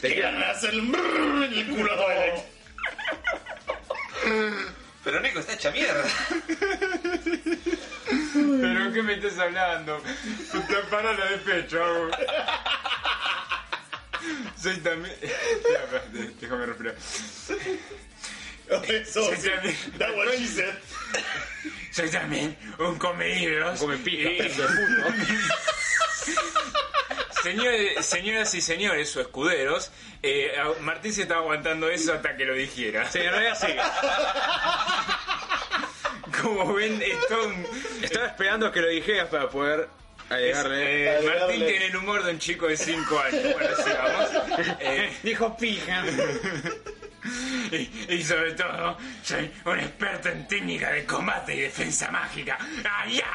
[SPEAKER 3] Te quedan-
[SPEAKER 2] Hacer el brrr en el culo de Alex.
[SPEAKER 1] Pero Nico está hecha mierda.
[SPEAKER 4] ¿Pero qué me estás hablando? Te para la de pecho, hago. Soy también. Espera, espera, de- Déjame respirar.
[SPEAKER 2] Eso,
[SPEAKER 4] Soy
[SPEAKER 2] sí.
[SPEAKER 4] también,
[SPEAKER 2] That what she said.
[SPEAKER 4] soy también un comedibros.
[SPEAKER 3] Come pija,
[SPEAKER 4] Y-
[SPEAKER 3] hijo de puto.
[SPEAKER 4] Señores- señoras y señores, o escuderos, eh, a- Martín se estaba aguantando eso hasta que lo dijera.
[SPEAKER 3] Sí, en realidad sí.
[SPEAKER 4] Como ven, es todo un-
[SPEAKER 3] Estaba esperando que lo dijeras para poder
[SPEAKER 4] Eh,
[SPEAKER 3] agregarle.
[SPEAKER 4] Martín tiene el humor de un chico de 5 años. Bueno, sigamos. Eh,
[SPEAKER 3] Dijo pija.
[SPEAKER 4] y, y sobre todo, soy un experto en técnica de combate y defensa mágica. ¡Ah, ya!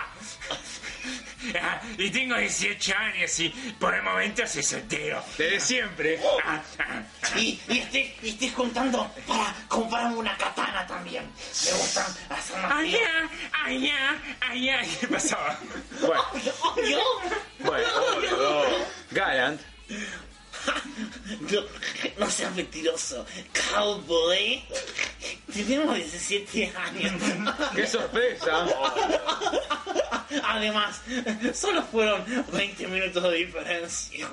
[SPEAKER 4] Ah, y tengo 18 años y por el momento soy soltero.
[SPEAKER 3] Desde siempre.
[SPEAKER 4] Ah, ah,
[SPEAKER 7] Y, y estoy, y estoy juntando para comprarme una katana también. Me gustan las armas.
[SPEAKER 4] ¡Ah, ya! ¡Ah, ya! ¡Ah, ya! ¿Qué pasaba?
[SPEAKER 3] Bueno,
[SPEAKER 7] Yo,
[SPEAKER 3] bueno. Galant,
[SPEAKER 7] no, no seas mentiroso, cowboy. Tenemos 17 años.
[SPEAKER 3] qué sorpresa.
[SPEAKER 7] Además, solo fueron 20 minutos de diferencia.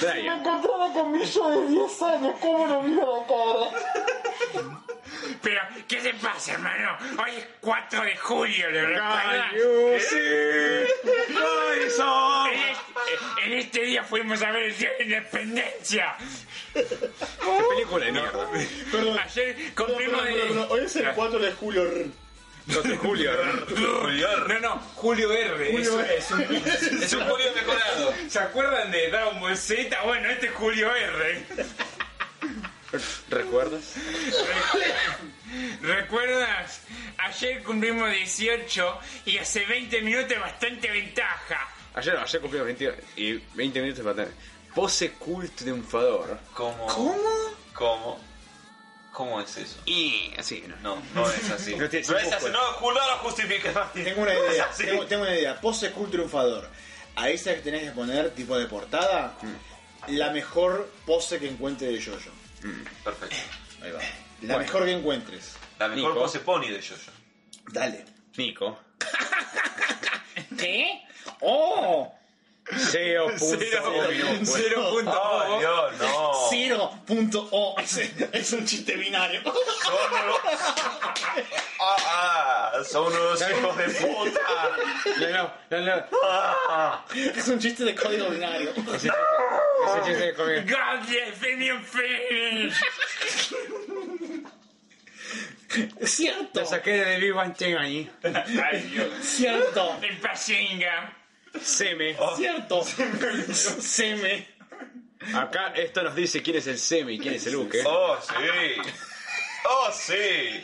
[SPEAKER 3] Brian.
[SPEAKER 4] Pero, ¿qué te pasa, hermano? Hoy es 4 de julio, ¿le recuerdas? En este- En este día fuimos a ver el Día de la Independencia.
[SPEAKER 3] Qué película de mierda.
[SPEAKER 2] Perdón. Ah.
[SPEAKER 4] Ayer
[SPEAKER 2] Perdón,
[SPEAKER 4] cumplimos
[SPEAKER 2] perdón, perdón, perdón.
[SPEAKER 4] de...
[SPEAKER 2] Hoy es el 4 de julio. rr.
[SPEAKER 3] 12 de julio.
[SPEAKER 4] No, no, Julio R.
[SPEAKER 2] Julio
[SPEAKER 4] Es- es un-
[SPEAKER 1] Es un Julio mejorado.
[SPEAKER 4] ¿Se acuerdan de Dragon Ball Z? Bueno, este es Julio R.
[SPEAKER 3] ¿Recuerdas?
[SPEAKER 4] ¿Recuerdas? Ayer cumplimos 18 y hace 20 minutos bastante ventaja.
[SPEAKER 3] Ayer, no, ayer cumplimos 20, y 20 minutos para tener. Pose cool triunfador.
[SPEAKER 1] ¿Cómo? ¿Cómo? ¿Cómo? ¿Cómo es eso?
[SPEAKER 3] Y así, ¿no?
[SPEAKER 1] No, no es así.
[SPEAKER 3] No
[SPEAKER 1] No
[SPEAKER 3] tiene-
[SPEAKER 1] es
[SPEAKER 3] sin
[SPEAKER 1] así,
[SPEAKER 3] músculo.
[SPEAKER 1] no, Julio, no lo justifiques, Martín.
[SPEAKER 6] Tengo una idea,
[SPEAKER 1] Sí.
[SPEAKER 6] tengo, tengo una idea. Pose cool triunfador. A esa que tenés que poner, tipo de portada,
[SPEAKER 7] Mm.
[SPEAKER 6] la mejor pose que encuentre de Jojo.
[SPEAKER 1] Perfecto.
[SPEAKER 6] Ahí va. La mejor que encuentres.
[SPEAKER 1] La mejor
[SPEAKER 3] Nico.
[SPEAKER 1] pose pony de Jojo.
[SPEAKER 6] Dale.
[SPEAKER 3] Nico.
[SPEAKER 7] ¿Qué? ¡Oh!
[SPEAKER 3] Cero punto minúsculo.
[SPEAKER 4] Cero puntos.
[SPEAKER 5] Ah,
[SPEAKER 1] ¡Oh, Dios, no!
[SPEAKER 7] 0.0 es, es un chiste binario.
[SPEAKER 1] ¡Ah! son unos hijos de puta.
[SPEAKER 6] No, no, no, no.
[SPEAKER 7] Es un chiste de código binario.
[SPEAKER 6] Ese chiste de comer.
[SPEAKER 4] God, Definium Finish.
[SPEAKER 7] Cierto,
[SPEAKER 6] Lo saqué de Big Bang Theory.
[SPEAKER 4] Ay, Dios.
[SPEAKER 7] cierto,
[SPEAKER 4] El Pasinga.
[SPEAKER 6] Seme.
[SPEAKER 7] cierto. Seme.
[SPEAKER 6] Acá esto nos dice quién es el Seme y quién es el Uke.
[SPEAKER 1] Oh, sí. Oh, sí.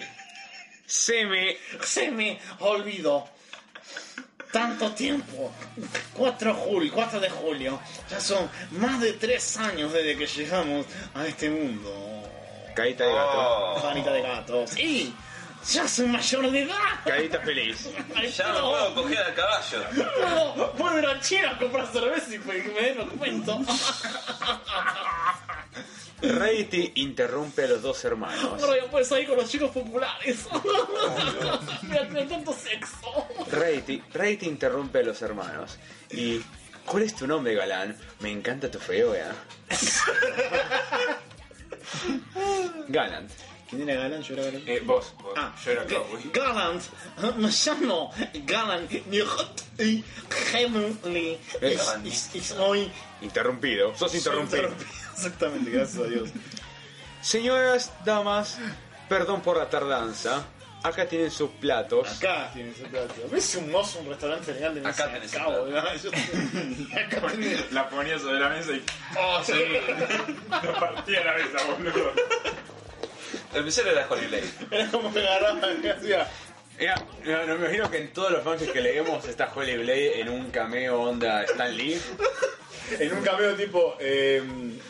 [SPEAKER 6] Seme
[SPEAKER 7] Se me olvidó. Tanto tiempo. 4 julio, 4 de julio. Ya son más de 3 años desde que llegamos a este mundo.
[SPEAKER 6] Caíta de gato.
[SPEAKER 1] Oh.
[SPEAKER 7] Manita de gatos. Y ya soy mayor de edad.
[SPEAKER 6] Caíta feliz.
[SPEAKER 1] Ya no puedo coger al caballo.
[SPEAKER 7] puedo, puedo ir a China a comprar cerveza y que me den documento.
[SPEAKER 6] Reiti interrumpe a los dos hermanos.
[SPEAKER 7] Ahora ya puedes salir con los chicos populares. Voy a tener tanto sexo.
[SPEAKER 6] Reiti, Reiti interrumpe a los hermanos. Y. ¿Cuál es tu nombre, galán? Me encanta tu feo, Galant.
[SPEAKER 2] ¿Quién era galán? Yo era galán.
[SPEAKER 6] Eh, vos. vos.
[SPEAKER 7] Ah,
[SPEAKER 3] Yo era
[SPEAKER 7] ok.
[SPEAKER 3] Crowley.
[SPEAKER 7] Gallant, me llamo Gallant Nirot y Hemley. Y,
[SPEAKER 6] Gallant.
[SPEAKER 7] y- y soy.
[SPEAKER 6] Interrumpido. Sos interrumpido.
[SPEAKER 2] Exactamente, gracias a Dios.
[SPEAKER 6] Señoras, damas, perdón por la tardanza. Acá tienen sus platos.
[SPEAKER 2] Acá tienes el plato. ¿Ves un mozo, un restaurante legal de Mesa
[SPEAKER 5] Acá
[SPEAKER 2] de
[SPEAKER 5] tenés el
[SPEAKER 2] Cabo,
[SPEAKER 5] plato.
[SPEAKER 2] ¿verdad? Yo- Acá tenés.
[SPEAKER 3] La ponía sobre la mesa y. ¡Oh, sí! La partía la mesa, boludo.
[SPEAKER 1] El mesero era Holy Lake.
[SPEAKER 2] Era como que agarraba acá, hacía.
[SPEAKER 6] Mira, no, no, me imagino que en todos los manches que leemos está Holly Blade en un cameo onda Stan Lee.
[SPEAKER 2] En un cameo tipo. Eh,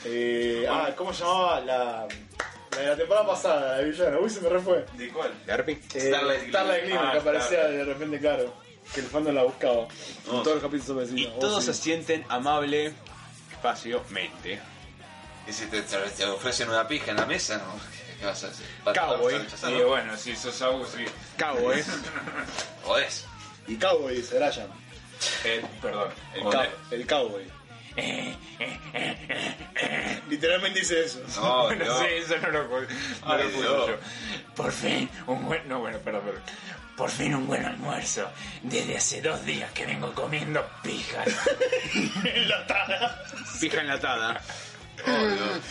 [SPEAKER 2] eh, ah, ¿cómo se llamaba? La, la de la temporada pasada, la villana. Uy, se me refue.
[SPEAKER 1] ¿De cuál?
[SPEAKER 6] Garpi.
[SPEAKER 2] Eh,
[SPEAKER 1] Starlight Glimmer.
[SPEAKER 2] Starlight Glimmer,
[SPEAKER 3] Ah,
[SPEAKER 2] que aparecía de repente, claro. Que el fandom la buscaba. En todos los capítulos
[SPEAKER 6] Oh.
[SPEAKER 2] Oh,
[SPEAKER 6] Y
[SPEAKER 2] vecinos.
[SPEAKER 6] todos se sienten amable, fácilmente.
[SPEAKER 5] Y si te, te- te ofrecen una pija en la mesa, ¿no? ¿Qué- ¿qué vas a hacer? ¿Vas a-
[SPEAKER 6] Cowboy.
[SPEAKER 5] vas a rechazar,
[SPEAKER 3] Y
[SPEAKER 5] no?
[SPEAKER 3] bueno, si sos Augustri.
[SPEAKER 6] Cabo, ¿eh?
[SPEAKER 5] Jodés.
[SPEAKER 2] Y Cowboy, dice Brian.
[SPEAKER 3] Eh, perdón. El
[SPEAKER 2] Cow- el Cowboy. Literalmente dice eso.
[SPEAKER 5] No,
[SPEAKER 3] Bueno,
[SPEAKER 5] no.
[SPEAKER 3] sí, eso no lo, cu-
[SPEAKER 1] Ah,
[SPEAKER 3] no
[SPEAKER 5] Ay,
[SPEAKER 3] lo puse
[SPEAKER 5] Dios.
[SPEAKER 3] yo.
[SPEAKER 4] Por fin, un buen. No, bueno, perdón, perdón. Por fin un buen almuerzo. Desde hace dos días que vengo comiendo pijas.
[SPEAKER 6] Fija enlatada.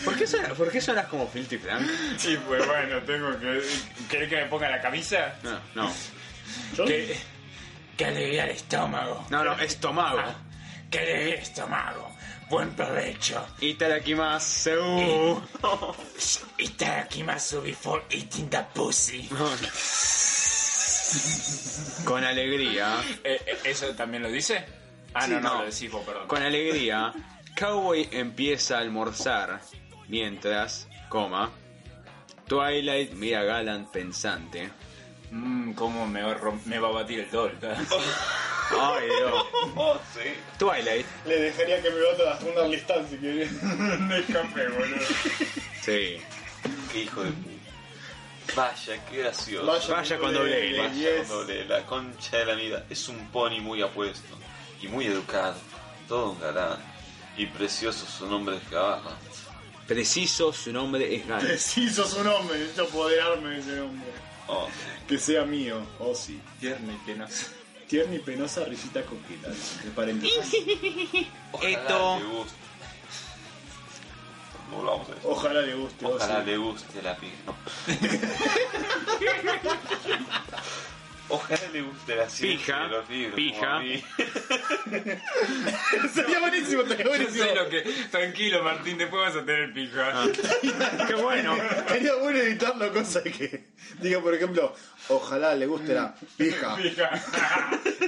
[SPEAKER 6] ¿Por qué, suena- ¿Por qué sonas como Filthy Frank?
[SPEAKER 3] Sí, pues bueno, tengo que. ¿Querés que me ponga la camisa?
[SPEAKER 6] No, no.
[SPEAKER 4] que, que alivia el estómago.
[SPEAKER 6] No, no, estómago.
[SPEAKER 4] Que alivia el estómago. Buen provecho.
[SPEAKER 6] Y aquí más, Seú.
[SPEAKER 4] Estar aquí más before eating the pussy.
[SPEAKER 6] Con alegría.
[SPEAKER 3] Eh, eh, ¿Eso también lo dice? Ah, no, no, lo decís vos, perdón.
[SPEAKER 6] Con alegría, Cowboy empieza a almorzar mientras, coma, Twilight mira a Galant pensante.
[SPEAKER 3] Mmm, cómo me va, a rom- me va a batir el dol.
[SPEAKER 6] Ay, Dios. Twilight,
[SPEAKER 2] Le dejaría que me bota la segunda listán si quería.
[SPEAKER 6] sí.
[SPEAKER 5] Qué hijo de puta. Vaya, qué gracioso.
[SPEAKER 6] Vaya con doble L.
[SPEAKER 5] Vaya, doble, la concha de la vida. Es un pony muy apuesto y muy educado. Todo un galán. Y precioso su nombre de caballo.
[SPEAKER 6] Preciso, su nombre es Galant.
[SPEAKER 2] Sí, sos un hombre, necesito apoderarme de ese hombre.
[SPEAKER 5] Oh,
[SPEAKER 2] Que sea mío, oh sí.
[SPEAKER 3] Tierno y penoso.
[SPEAKER 2] Tierna y penosa risita coqueta, de paréntesis.
[SPEAKER 5] ojalá
[SPEAKER 6] Esto-
[SPEAKER 5] le guste. No hablamos de eso.
[SPEAKER 2] Ojalá le guste, oh
[SPEAKER 5] Ojalá
[SPEAKER 2] sí.
[SPEAKER 5] le guste la pija. No. Ojalá le guste la ciencia
[SPEAKER 6] Pija,
[SPEAKER 5] de los libros,
[SPEAKER 6] pija.
[SPEAKER 5] como a mí.
[SPEAKER 2] Sería buenísimo, estaría
[SPEAKER 3] Yo
[SPEAKER 2] buenísimo.
[SPEAKER 3] sé lo que. Tranquilo, Martín, después vas a tener pija.
[SPEAKER 6] ¡Qué bueno!
[SPEAKER 2] Sería bueno editarlo, cosa de que diga, por ejemplo, ojalá le guste la pija.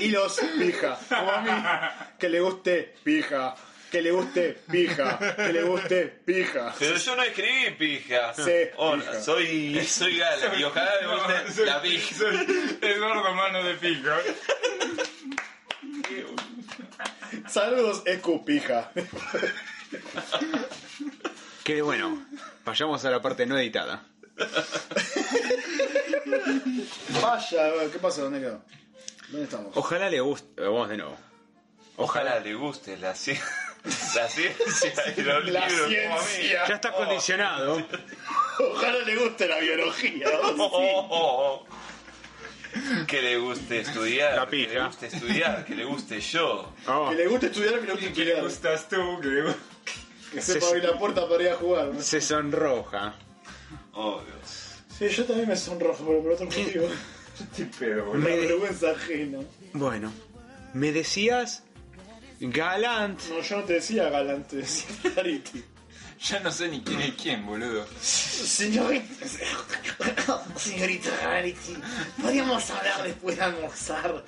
[SPEAKER 2] Y los pija. Como a mí, que le guste pija. Que le guste pija. Que le guste pija.
[SPEAKER 5] Pero yo no escribí pija.
[SPEAKER 2] Sí,
[SPEAKER 5] Hola,
[SPEAKER 2] pija.
[SPEAKER 5] soy, soy gala y ojalá le guste
[SPEAKER 3] soy-
[SPEAKER 5] la pija.
[SPEAKER 3] Soy Eduardo Mano de Pija.
[SPEAKER 2] Saludos, Ecu pija.
[SPEAKER 6] Qué bueno. Vayamos a la parte no editada.
[SPEAKER 2] Vaya, ¿qué pasa? ¿Dónde quedó? ¿Dónde estamos?
[SPEAKER 6] Ojalá le guste. eh, Vamos de nuevo.
[SPEAKER 5] Ojalá le guste la ciencia. La ciencia y los
[SPEAKER 2] La
[SPEAKER 5] libros como a mí.
[SPEAKER 6] Ya está condicionado.
[SPEAKER 2] Ojalá le guste la biología.
[SPEAKER 5] Oh, oh, oh. que le guste estudiar,
[SPEAKER 6] La
[SPEAKER 5] que le
[SPEAKER 6] pija.
[SPEAKER 5] guste estudiar, que le guste yo.
[SPEAKER 6] Oh,
[SPEAKER 2] Que le gusta estudiar, que le gusta
[SPEAKER 3] ¿Qué le
[SPEAKER 2] estudiar.
[SPEAKER 3] gustas tú? ¿Qué le gu-
[SPEAKER 2] Que sepa abrir la puerta para ir a jugar. ¿no?
[SPEAKER 6] se sonroja.
[SPEAKER 5] Oh, Dios.
[SPEAKER 2] Sí, yo también me sonrojo, pero por otro motivo. Una
[SPEAKER 6] Me-
[SPEAKER 2] vergüenza ajena.
[SPEAKER 6] Bueno, me decías Galant.
[SPEAKER 2] No, yo no te decía galante, te decía Clarity.
[SPEAKER 3] Ya no sé ni quién es quién, boludo.
[SPEAKER 7] Señorita, señorita Rarity, podríamos hablar después de almorzar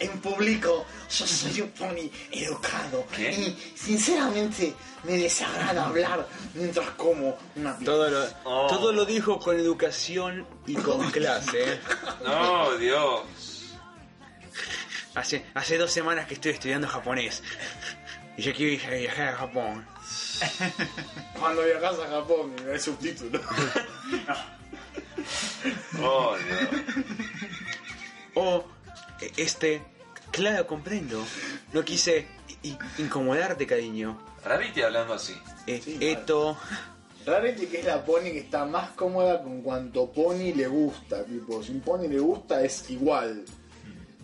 [SPEAKER 7] en público. Yo soy un pony educado
[SPEAKER 5] ¿Qué?
[SPEAKER 7] y sinceramente me desagrada hablar mientras como una pizza.
[SPEAKER 6] Todo lo,
[SPEAKER 5] Oh.
[SPEAKER 6] todo lo dijo con educación y con clase. ¿eh?
[SPEAKER 5] No, Dios.
[SPEAKER 6] Hace, hace dos semanas que estoy estudiando japonés. Y yo quiero ir a viajar a Japón.
[SPEAKER 2] Cuando viajas a Japón, mira, hay subtítulos.
[SPEAKER 5] Oh, Dios.
[SPEAKER 6] Oh, este, claro, comprendo. No quise i- i- incomodarte, cariño.
[SPEAKER 5] Rarity hablando así.
[SPEAKER 6] Eh,
[SPEAKER 2] Sí,
[SPEAKER 6] esto,
[SPEAKER 2] Rarity que es la pony que está más cómoda con cuanto pony le gusta. Tipo, si un pony le gusta es igual.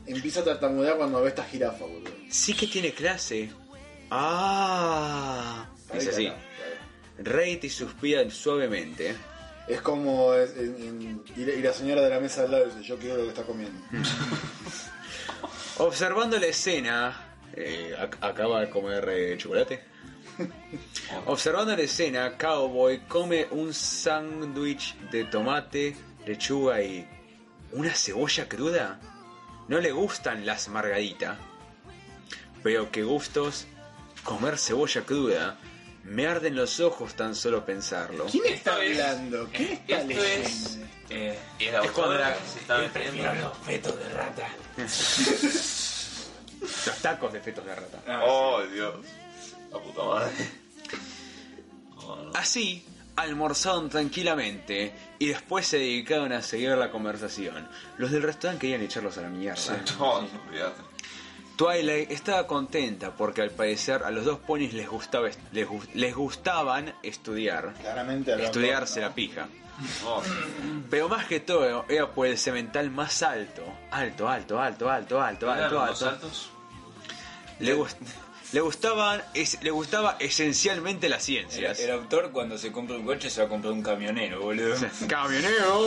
[SPEAKER 2] Empieza a tartamudear cuando ve esta jirafa, boludo.
[SPEAKER 6] sí que tiene clase. Ah,
[SPEAKER 2] Ahí está,
[SPEAKER 6] dice así.
[SPEAKER 2] claro, claro.
[SPEAKER 6] Reiti suspira suavemente.
[SPEAKER 2] Es como es- en- en- y, la- y la señora de la mesa al lado dice, yo quiero lo que está comiendo.
[SPEAKER 5] Mm.
[SPEAKER 6] Observando la escena, eh, ac- acaba de comer eh, chocolate. Observando la escena, Cowboy come un sándwich de tomate, lechuga y una cebolla cruda. No le gustan las margaritas. Pero qué gustos comer cebolla cruda. Me arden los ojos tan solo pensarlo.
[SPEAKER 2] ¿Quién está
[SPEAKER 5] es-
[SPEAKER 2] hablando? ¿Quién está
[SPEAKER 5] esto
[SPEAKER 2] leyendo?
[SPEAKER 5] es- Y la
[SPEAKER 6] Es cuando
[SPEAKER 5] autora
[SPEAKER 6] la-
[SPEAKER 5] se está metiendo.
[SPEAKER 4] Prefiero los fetos de rata.
[SPEAKER 6] Los tacos de fetos de rata.
[SPEAKER 5] Oh, Dios. La puta madre.
[SPEAKER 6] Así, almorzaron tranquilamente y después se dedicaron a seguir la conversación. Los del restaurante querían echarlos a la mierda.
[SPEAKER 5] No, no, olvídate.
[SPEAKER 6] Twilight estaba contenta porque al parecer a los dos ponis les, gustaba, est- les, gus- les gustaban estudiar.
[SPEAKER 2] Claramente hablando,
[SPEAKER 6] Estudiarse
[SPEAKER 2] ¿no?
[SPEAKER 6] la pija.
[SPEAKER 5] Oh,
[SPEAKER 6] Pero más que todo era por el cemental más alto. Alto, alto, alto, alto, alto, alto,
[SPEAKER 5] ¿Eran los
[SPEAKER 6] alto.
[SPEAKER 5] saltos?
[SPEAKER 6] Le, gust- le, gustaban, es- le gustaba esencialmente las
[SPEAKER 3] El,
[SPEAKER 6] ciencias.
[SPEAKER 3] el autor cuando se compra un coche se va a comprar un camionero, boludo.
[SPEAKER 6] ¡Camionero!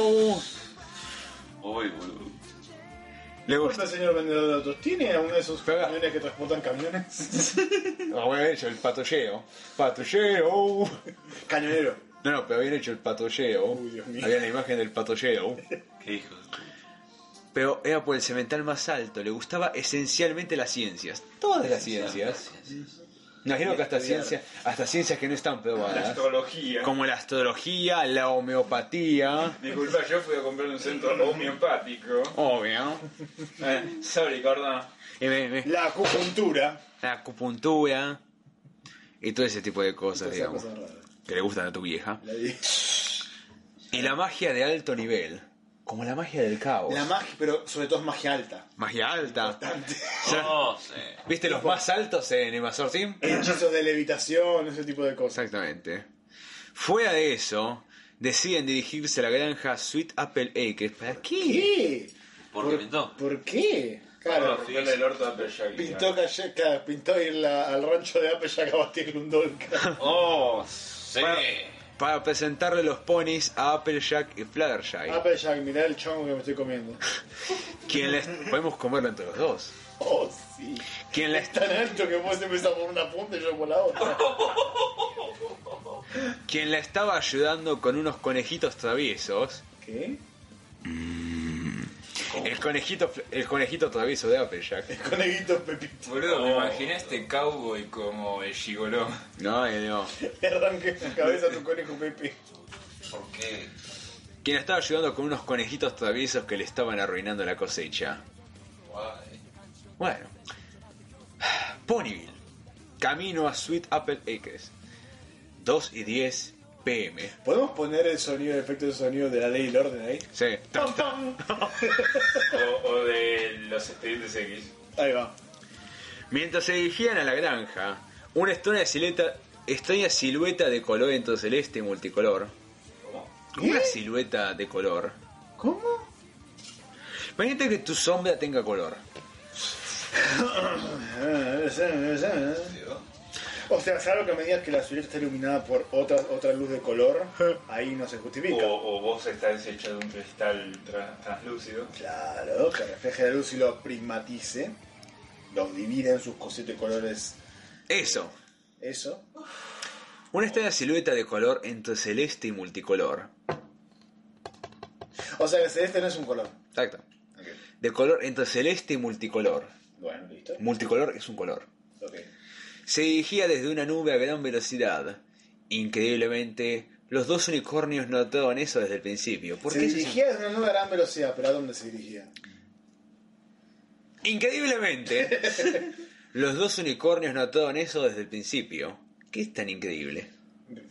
[SPEAKER 5] Uy, boludo.
[SPEAKER 6] Le
[SPEAKER 2] ¿Qué
[SPEAKER 6] gustaba.
[SPEAKER 2] onda, señor vendedor de autos? ¿Tiene a uno de esos
[SPEAKER 6] Pega.
[SPEAKER 2] camiones que transportan camiones?
[SPEAKER 6] No, bien Ah, hecho el patolleo. Patolleo.
[SPEAKER 2] Cañonero.
[SPEAKER 6] No, no, pero habían hecho el patolleo.
[SPEAKER 2] Uy, Dios mío.
[SPEAKER 6] Había la imagen del patolleo.
[SPEAKER 5] Qué hijos.
[SPEAKER 6] Pero era por el cemental más alto. Le gustaba esencialmente las ciencias. Todas las ciencias. Imagino que hasta ciencias, hasta ciencias que no están probadas.
[SPEAKER 4] Astrología.
[SPEAKER 6] Como la astrología, la homeopatía.
[SPEAKER 4] Disculpa, yo fui a comprar un centro homeopático.
[SPEAKER 6] Obvio.
[SPEAKER 4] Eh, sorry, cordón.
[SPEAKER 6] Y me- me-
[SPEAKER 2] La acupuntura.
[SPEAKER 6] la acupuntura. Y todo ese tipo de cosas,
[SPEAKER 2] Esa
[SPEAKER 6] digamos.
[SPEAKER 2] cosa rara.
[SPEAKER 6] Que le gustan a tu vieja.
[SPEAKER 2] La di-
[SPEAKER 6] Y la magia de alto nivel. Como la magia del caos.
[SPEAKER 2] La magia, pero sobre todo es magia alta.
[SPEAKER 6] Magia alta. Ya-
[SPEAKER 5] No sé.
[SPEAKER 6] ¿Viste los más altos en Invasor Team?
[SPEAKER 2] Hechizos de levitación, ese tipo de cosas.
[SPEAKER 6] Exactamente. Fuera de eso, deciden dirigirse a la granja Sweet Apple Acres. ¿Para qué?
[SPEAKER 2] ¿Qué?
[SPEAKER 5] ¿Por qué pintó?
[SPEAKER 2] ¿Por qué? Claro,
[SPEAKER 4] Romperle el orto a Perjagui.
[SPEAKER 2] pintó, calle- claro, pintó ir la- al rancho de Apple y acabó a tirarle un dolca.
[SPEAKER 4] Oh, sí.
[SPEAKER 6] Para presentarle los ponis a Applejack y Fluttershy.
[SPEAKER 2] Applejack, Ah, mirá el chongo que me estoy comiendo.
[SPEAKER 6] Quien les... Podemos comerlo entre los dos.
[SPEAKER 2] Oh, sí.
[SPEAKER 6] Quien les...
[SPEAKER 2] Es tan alto que vos empezás por una punta y yo por la otra.
[SPEAKER 6] Quien la estaba ayudando con unos conejitos traviesos.
[SPEAKER 2] ¿Qué?
[SPEAKER 6] El conejito, el conejito travieso de Applejack.
[SPEAKER 2] Coneguito Pepito.
[SPEAKER 3] Boludo, me imaginé a este cowboy como el gigoló.
[SPEAKER 6] No, eh, no.
[SPEAKER 2] Le arranqué la cabeza a tu conejo Pepe.
[SPEAKER 5] ¿Por qué?
[SPEAKER 6] Quien la estaba ayudando con unos conejitos traviesos que le estaban arruinando la cosecha.
[SPEAKER 5] Guay.
[SPEAKER 6] Bueno. Ponyville. Camino a Sweet Apple Acres. 2 y 10 pm.
[SPEAKER 2] ¿Podemos poner el sonido, el efecto de sonido de la ley y el orden ahí?
[SPEAKER 6] Sí.
[SPEAKER 2] ¡Pam, pam!
[SPEAKER 4] O, o de los expedientes X.
[SPEAKER 2] Ahí va.
[SPEAKER 6] Mientras se dirigían a la granja, una extraña silueta, extraña silueta de color entre celeste y multicolor. Una silueta de color.
[SPEAKER 2] ¿Cómo?
[SPEAKER 6] Imagínate que tu sombra tenga color.
[SPEAKER 2] O sea, salvo que me digas que la silueta está iluminada por otra, otra luz de color, ahí no se justifica.
[SPEAKER 1] O, o vos estás hecho de un cristal tra- translúcido.
[SPEAKER 2] Claro, que refleje la luz y lo prismatice, los divida en sus cositos de colores,
[SPEAKER 6] Eso.
[SPEAKER 2] eso.
[SPEAKER 6] Una extraña silueta de color entre celeste y multicolor.
[SPEAKER 2] O sea, que celeste no es un color.
[SPEAKER 6] Exacto. De color entre celeste y multicolor.
[SPEAKER 2] Bueno, listo.
[SPEAKER 6] Multicolor es un color.
[SPEAKER 2] Ok.
[SPEAKER 6] Se dirigía desde una nube a gran velocidad. Increíblemente, los dos unicornios notaron eso desde el principio. ¿Por
[SPEAKER 2] Se
[SPEAKER 6] qué eso es
[SPEAKER 2] dirigía a una nueva gran velocidad, pero ¿a dónde se dirigía?
[SPEAKER 6] Increíblemente, los dos unicornios notaron eso desde el principio. ¿Qué es tan increíble?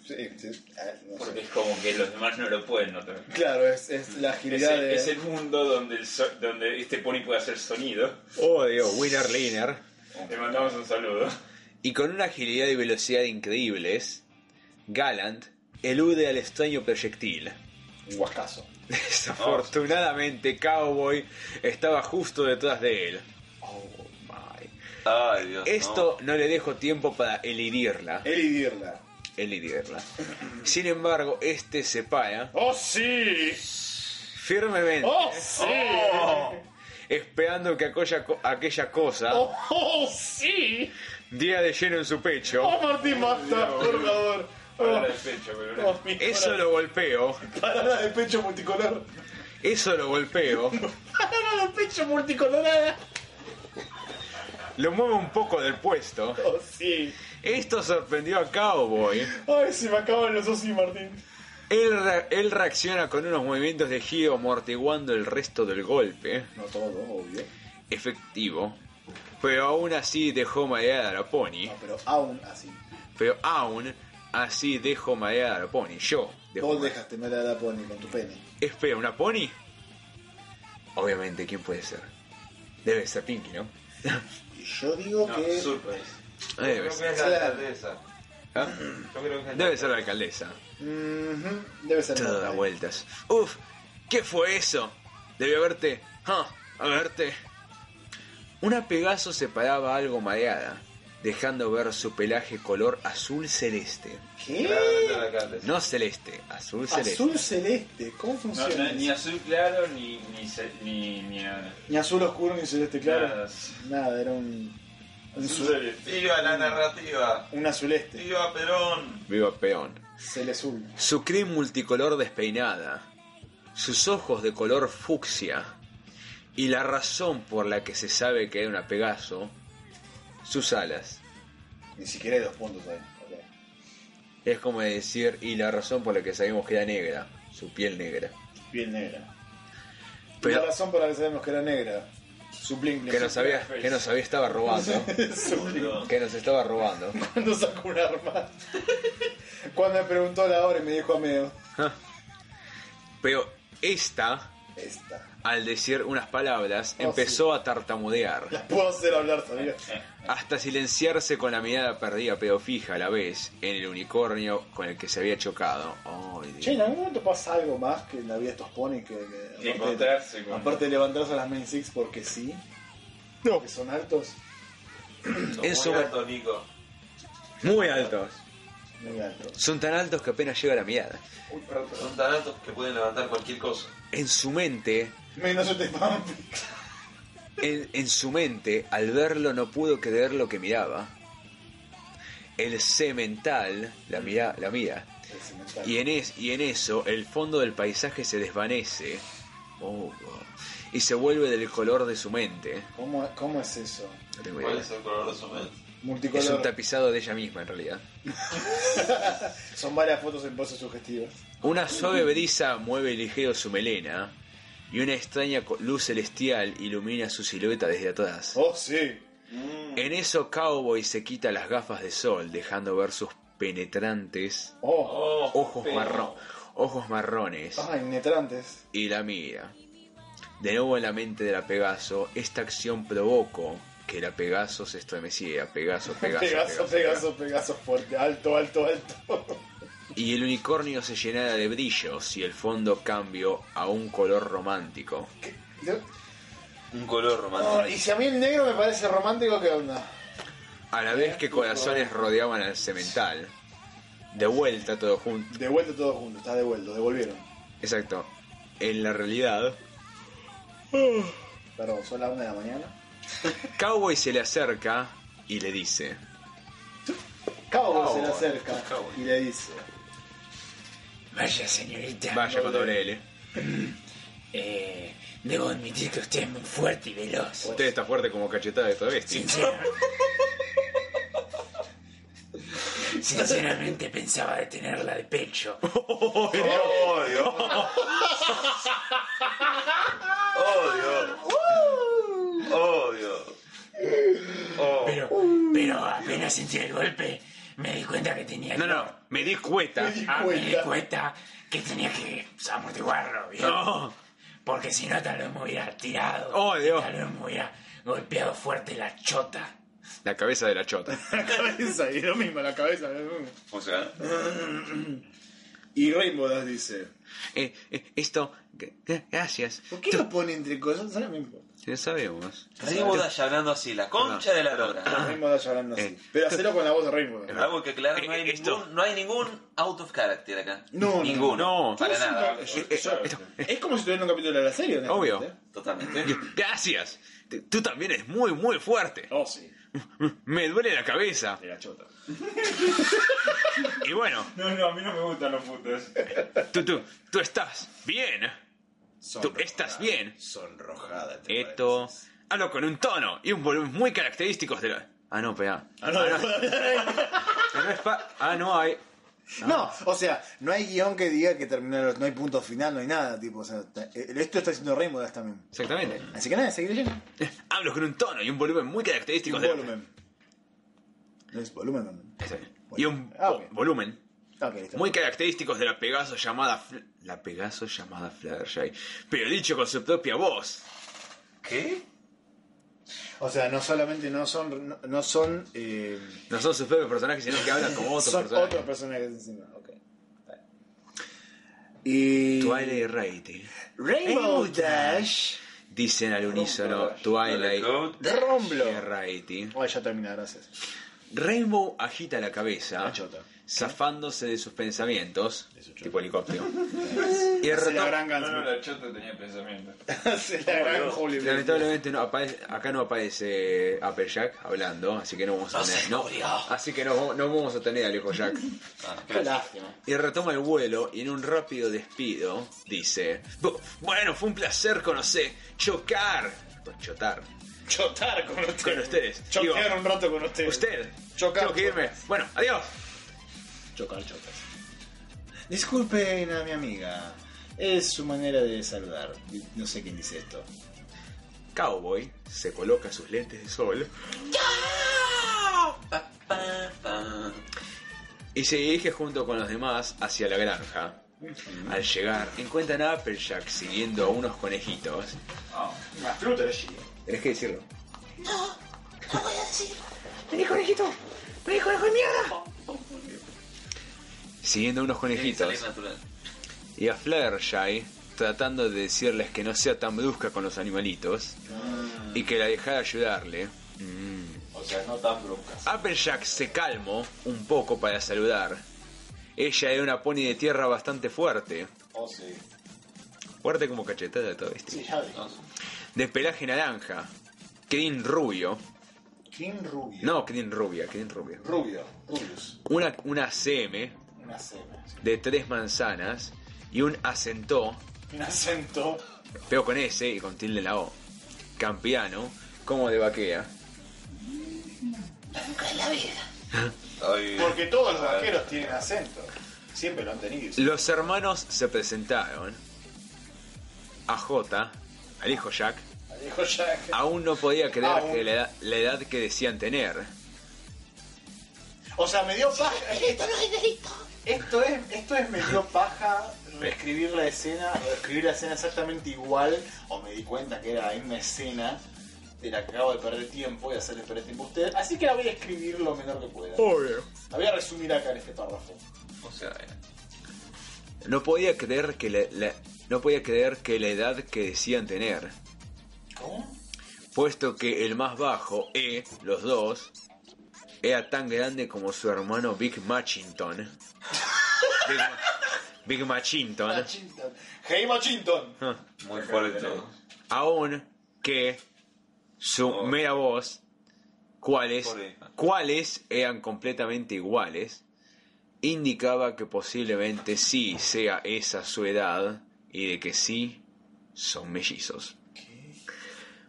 [SPEAKER 2] Sí, sí, ah, no
[SPEAKER 1] Porque
[SPEAKER 2] sé.
[SPEAKER 1] es como que los demás no lo pueden notar.
[SPEAKER 2] Claro, es, es la
[SPEAKER 1] Es
[SPEAKER 2] agilidad
[SPEAKER 1] el,
[SPEAKER 2] de...
[SPEAKER 1] es el mundo donde, el so- donde este pony puede hacer sonido.
[SPEAKER 6] Oh Dios, Winner Liner.
[SPEAKER 1] Le mandamos un saludo.
[SPEAKER 6] Y con una agilidad y velocidad increíbles, Galant elude al extraño proyectil.
[SPEAKER 2] Un guascazo.
[SPEAKER 6] Desafortunadamente, Cowboy estaba justo detrás de él. Oh my.
[SPEAKER 5] Ay, Dios.
[SPEAKER 6] Esto no le dejó tiempo para elidirla.
[SPEAKER 2] El idirla.
[SPEAKER 6] elidirla. Sin embargo, este se para
[SPEAKER 9] ¡Oh, sí!
[SPEAKER 6] firmemente,
[SPEAKER 9] ¡Oh, sí!
[SPEAKER 6] esperando que aquella, co- aquella cosa
[SPEAKER 9] ¡Oh, oh, sí!
[SPEAKER 6] diga de lleno en su pecho.
[SPEAKER 9] ¡Oh, Martín, basta! Por favor.
[SPEAKER 1] Ahora el pecho, pero
[SPEAKER 9] Oh, mi
[SPEAKER 6] Eso lo golpeo,
[SPEAKER 9] Parada de pecho multicolor.
[SPEAKER 6] eso lo golpeo,
[SPEAKER 9] Parada de pecho multicolorada.
[SPEAKER 6] lo muevo un poco del puesto.
[SPEAKER 9] ¡Oh, sí!
[SPEAKER 6] Esto sorprendió a Cowboy.
[SPEAKER 9] ¡Ay, se me acaban los dos sí, Martín!
[SPEAKER 6] Él, re- él reacciona con unos movimientos de giro amortiguando el resto del golpe
[SPEAKER 2] No todo, obvio.
[SPEAKER 6] efectivo, pero aún así dejó mareada a la Pony.
[SPEAKER 2] No, pero aún así.
[SPEAKER 6] Pero aún así dejo mareada a la Pony. Yo dejo
[SPEAKER 2] Vos
[SPEAKER 6] mareada.
[SPEAKER 2] dejaste mal a la pony con tu pene.
[SPEAKER 6] Espera, ¿una pony? Obviamente, ¿quién puede ser? Debe ser Pinky, ¿no?
[SPEAKER 2] Yo digo que...
[SPEAKER 1] surprise.
[SPEAKER 6] Debe ser,
[SPEAKER 2] es la-
[SPEAKER 6] ¿Ah?
[SPEAKER 1] Yo creo que
[SPEAKER 6] Debe ser la alcaldesa.
[SPEAKER 2] Ujú, Debe ser
[SPEAKER 6] Todo da
[SPEAKER 2] Popeye.
[SPEAKER 6] vueltas. Uf, ¿qué fue eso? Debió haberte... Ah, haberte... Una Pegaso separaba algo mareada, dejando ver su pelaje color azul celeste.
[SPEAKER 2] ¿Qué?
[SPEAKER 6] No celeste, azul celeste.
[SPEAKER 2] Azul celeste, ¿cómo
[SPEAKER 1] No,
[SPEAKER 2] funciona?
[SPEAKER 1] no, ni
[SPEAKER 2] eso?
[SPEAKER 1] azul claro, ni, ni, ce- ni, ni a-
[SPEAKER 2] Ni azul oscuro ni celeste claro.
[SPEAKER 1] Nada.
[SPEAKER 2] Nada, era un. Un,
[SPEAKER 1] azul
[SPEAKER 2] su-
[SPEAKER 1] celeste. Viva Ah, la narrativa.
[SPEAKER 2] un azuleste.
[SPEAKER 1] Viva Perón.
[SPEAKER 6] Viva peón.
[SPEAKER 2] Celezul.
[SPEAKER 6] Su crin multicolor despeinada, sus ojos de color fucsia, y la razón por la que se sabe que era una Pegaso, sus alas.
[SPEAKER 2] Ni siquiera hay dos puntos ahí. ok.
[SPEAKER 6] Es como decir, y la razón por la que sabemos que era negra, su piel negra.
[SPEAKER 2] Piel negra.
[SPEAKER 6] Pero-
[SPEAKER 2] La razón por la que sabemos que era negra. Su bling bling.
[SPEAKER 6] Que nos había, que nos había estaba robando.
[SPEAKER 2] Su bling.
[SPEAKER 6] Que nos estaba robando.
[SPEAKER 2] Cuando sacó un arma. Cuando me preguntó la hora y me dijo ameo.
[SPEAKER 6] Pero esta,
[SPEAKER 2] Esta.
[SPEAKER 6] al decir unas palabras,
[SPEAKER 2] Oh,
[SPEAKER 6] empezó a tartamudear.
[SPEAKER 2] La puedo hacer hablar todavía.
[SPEAKER 6] hasta silenciarse con la mirada perdida pero fija a la vez en el unicornio con el que se había chocado. Ay, Dios.
[SPEAKER 2] Che, ¿en algún momento pasa algo más que en la vida de estos ponis que,
[SPEAKER 1] Y
[SPEAKER 2] que aparte,
[SPEAKER 1] encontrarse con-
[SPEAKER 2] aparte de levantarse a las main six porque sí? No. Que son altos.
[SPEAKER 6] En su-
[SPEAKER 1] Nico.
[SPEAKER 6] Muy altos.
[SPEAKER 2] Muy altos.
[SPEAKER 6] Son tan altos que apenas llega la mirada.
[SPEAKER 5] Son tan altos que pueden levantar cualquier cosa.
[SPEAKER 6] En su mente,
[SPEAKER 2] Menos este pampi.
[SPEAKER 6] en, en su mente, al verlo no pudo creer lo que miraba. El cemental la mira, la mira. Y en, es, y en eso, el fondo del paisaje se desvanece. Oh, wow. Y se vuelve del color de su mente.
[SPEAKER 2] ¿Cómo, ¿Cómo es eso?
[SPEAKER 6] No tengo idea.
[SPEAKER 5] ¿Cuál es el color de su mente?
[SPEAKER 2] Multicolor.
[SPEAKER 6] Es un tapizado de ella misma en realidad.
[SPEAKER 2] Son varias fotos en poses sugestivas.
[SPEAKER 6] Una suave brisa mueve ligero su melena y una extraña co- luz celestial ilumina su silueta desde atrás.
[SPEAKER 2] Oh, sí.
[SPEAKER 6] En eso Cowboy se quita las gafas de sol, dejando ver sus penetrantes
[SPEAKER 2] Oh.
[SPEAKER 6] ojos, marro- ojos marrones
[SPEAKER 2] Ah, inetrantes.
[SPEAKER 6] y la mira. De nuevo en la mente de la Pegaso, esta acción provocó que la Pegaso se estremeciera. Pegaso, Pegaso,
[SPEAKER 2] Pegaso,
[SPEAKER 6] Pegaso,
[SPEAKER 2] Pegaso, Pegaso fuerte. Alto, alto, alto.
[SPEAKER 6] Y el unicornio se llenara de brillos y el fondo cambió a un color romántico.
[SPEAKER 2] Yo-
[SPEAKER 5] un color romántico.
[SPEAKER 2] No, y si a mí el negro me parece romántico, ¿qué onda?
[SPEAKER 3] A la vez que corazones rodeaban al cemental. De vuelta todo junto.
[SPEAKER 2] De vuelta todo junto, está de vuelta, devolvieron.
[SPEAKER 3] Exacto. En la realidad,
[SPEAKER 2] Perdón, son las una de la mañana.
[SPEAKER 3] Cowboy se le acerca y le dice:
[SPEAKER 2] Cowboy se le acerca y le dice:
[SPEAKER 4] Vaya, señorita.
[SPEAKER 3] Vaya con doble L.
[SPEAKER 4] Eh, debo admitir que usted es muy fuerte y veloz.
[SPEAKER 3] Usted está fuerte como cachetada de esta bestia.
[SPEAKER 4] Sincera- Sinceramente pensaba detenerla de pecho.
[SPEAKER 10] ¡Oh, Dios! ¡Oh, Dios! ¡Oh, Dios!
[SPEAKER 4] Pero, pero apenas sentí el golpe, me di cuenta que tenía
[SPEAKER 3] No,
[SPEAKER 4] que.
[SPEAKER 3] no, me di cuenta.
[SPEAKER 4] Ah, me di
[SPEAKER 2] Cuenta.
[SPEAKER 4] cuenta que tenía que amortiguarlo, ¿vio?
[SPEAKER 3] No.
[SPEAKER 4] Porque si no, tal vez me hubiera tirado.
[SPEAKER 3] Oh, Dios.
[SPEAKER 4] Tal vez me hubiera golpeado fuerte la chota.
[SPEAKER 3] La cabeza de la chota.
[SPEAKER 2] La cabeza, y lo mismo, la cabeza.
[SPEAKER 5] ¿Cómo se llama?
[SPEAKER 2] Y Rainbow Dash dice:
[SPEAKER 3] Eh, eh, esto, g- g- gracias.
[SPEAKER 2] ¿Por qué lo pone entre cosas? No me importa.
[SPEAKER 3] Ya sabemos.
[SPEAKER 5] Rainbow Dash hablando así, la concha de la lora.
[SPEAKER 2] Rainbow Dash hablando así.
[SPEAKER 3] Eh.
[SPEAKER 2] Pero hacelo con la voz de Rainbow Dash.
[SPEAKER 5] Algo que aclarar, no
[SPEAKER 3] Eh,
[SPEAKER 5] hay,
[SPEAKER 3] eh, esto.
[SPEAKER 5] ningún, no hay ningún out of character acá.
[SPEAKER 2] No, no,
[SPEAKER 5] ninguno.
[SPEAKER 3] no.
[SPEAKER 5] para
[SPEAKER 2] Es un
[SPEAKER 5] nada.
[SPEAKER 2] ca- Es como si tuviera un capítulo de la serie, honestamente.
[SPEAKER 3] Eh, Obvio.
[SPEAKER 5] Totalmente.
[SPEAKER 3] Gracias. T- Tú también eres muy, muy fuerte.
[SPEAKER 2] Oh, sí,
[SPEAKER 3] Me duele la cabeza.
[SPEAKER 2] de la chota.
[SPEAKER 3] Y bueno,
[SPEAKER 11] No, no, a mí no me gustan los putos.
[SPEAKER 3] tú, tú, tú estás bien. ¿eh? Tú estás bien.
[SPEAKER 2] Sonrojada. te
[SPEAKER 3] Esto. Hablo con un tono y un volumen muy característicos de la. Ah, no, pega.
[SPEAKER 2] Ah, no,
[SPEAKER 3] No es pa- Ah, no, hay.
[SPEAKER 1] No, o sea, no hay guión que diga que terminaron, no hay punto final, no hay nada, tipo, o sea, ta- eh, esto está haciendo Rainbow Dash también.
[SPEAKER 3] Exactamente.
[SPEAKER 1] Así que nada, seguir leyendo.
[SPEAKER 3] Hablo con un tono y un volumen muy característicos de la.
[SPEAKER 1] Volumen. No es volumen también.
[SPEAKER 3] Está bien. Y un
[SPEAKER 1] Ah,
[SPEAKER 3] vo-
[SPEAKER 1] ok.
[SPEAKER 3] volumen
[SPEAKER 1] Ah, ok, listo.
[SPEAKER 3] muy característicos de la Pegaso llamada. Fl- La Pegaso llamada Fluttershy. Pero dicho con su propia voz.
[SPEAKER 5] ¿Qué?
[SPEAKER 1] O sea, no solamente no son, no, no son, eh,
[SPEAKER 3] No son sus propios personajes, sino que hablan como otros
[SPEAKER 1] son
[SPEAKER 3] personajes.
[SPEAKER 1] otros personajes encima, ok. Está bien. Y
[SPEAKER 3] Twilight Rating.
[SPEAKER 1] Rainbow Dash.
[SPEAKER 3] Dicen al unísono Twilight
[SPEAKER 1] Romblo.
[SPEAKER 3] Rating.
[SPEAKER 1] Ay, ya termina, gracias.
[SPEAKER 3] Rainbow agita la cabeza,
[SPEAKER 1] La chota.
[SPEAKER 3] zafándose de sus pensamientos, tipo helicóptero. y
[SPEAKER 1] Se la
[SPEAKER 3] reto-
[SPEAKER 1] gran Guns.
[SPEAKER 2] Ah,
[SPEAKER 11] la chota tenía pensamiento.
[SPEAKER 1] Se la gran Holy
[SPEAKER 3] lamentablemente no apare- acá no aparece Applejack hablando, así que no vamos a tener, no- así que no, no vamos a tener al hijo Jack.
[SPEAKER 1] Qué lástima.
[SPEAKER 3] Y retoma el vuelo y en un rápido despido dice, "Bu- bueno, fue un placer conocer, chocar,
[SPEAKER 6] Pues
[SPEAKER 3] chotar,
[SPEAKER 2] Chotar con ustedes.
[SPEAKER 3] con ustedes.
[SPEAKER 2] Chotear
[SPEAKER 3] Digo,
[SPEAKER 2] un rato con ustedes.
[SPEAKER 3] usted,
[SPEAKER 2] Chocar.
[SPEAKER 3] tengo que irme. Bueno, adiós.
[SPEAKER 1] Chocar chotas. Disculpen a mi amiga. Es su manera de saludar. No sé quién dice esto.
[SPEAKER 3] Cowboy se coloca sus lentes de sol
[SPEAKER 5] Pa, pa, pa.
[SPEAKER 3] y se dirige junto con los demás hacia la granja. Al llegar, encuentran a Applejack siguiendo a unos conejitos. Tenés que decirlo. No, no voy a decirlo. Vení, conejito. Vení, conejo de mierda.
[SPEAKER 5] Tiene que
[SPEAKER 3] Siguiendo a unos
[SPEAKER 5] salir
[SPEAKER 3] conejitos
[SPEAKER 5] natural.
[SPEAKER 3] y a Fluttershy tratando de decirles que no sea tan brusca con los animalitos y que la dejara ayudarle. Mm.
[SPEAKER 2] O sea, no tan broncas.
[SPEAKER 3] Applejack se calmó un poco para saludar. Ella era una pony de tierra bastante fuerte.
[SPEAKER 2] Oh, sí.
[SPEAKER 3] Fuerte como cachetada de todo esto.
[SPEAKER 1] Sí, ya vi.
[SPEAKER 3] De pelaje naranja. Crin rubio.
[SPEAKER 1] King Rubio.
[SPEAKER 3] No, crin rubia, crin rubia.
[SPEAKER 1] Rubio. Rubius.
[SPEAKER 3] Una, una CM
[SPEAKER 1] Una cena.
[SPEAKER 3] de tres manzanas y un acentó,
[SPEAKER 2] Un acento.
[SPEAKER 3] pero con S y con tilde en la O. Campiano, como de vaquea.
[SPEAKER 5] Ay,
[SPEAKER 2] Porque todos los vaqueros tienen acento. Siempre lo han tenido.
[SPEAKER 3] Los hermanos se presentaron. A J, al hijo Jack,
[SPEAKER 2] Dijo Jack.
[SPEAKER 3] aún no podía creer
[SPEAKER 2] Aún.
[SPEAKER 3] que la edad, la edad que decían tener.
[SPEAKER 2] O sea, me dio paja. Esto es, esto es me dio paja reescribir la escena, o escribir la escena exactamente igual, o me di cuenta que era la misma escena de la que acabo de perder tiempo y hacerle perder tiempo a usted, así que la voy a escribir lo menor que pueda. La voy a resumir acá en este párrafo.
[SPEAKER 5] o sea,
[SPEAKER 3] No podía creer que la, la- no podía creer que la edad que decían tener.
[SPEAKER 2] ¿Cómo?
[SPEAKER 6] puesto que el más bajo, E, los dos, era tan grande como su hermano Big Machington. Big, Ma- Big Machington.
[SPEAKER 2] Machinton. Hey Machinton.
[SPEAKER 5] Muy fuerte.
[SPEAKER 6] aún que su
[SPEAKER 5] Oh.
[SPEAKER 6] mera voz, cuales,
[SPEAKER 5] Pobre.
[SPEAKER 6] cuales eran completamente iguales, indicaba que posiblemente sí sea esa su edad y de que sí son mellizos.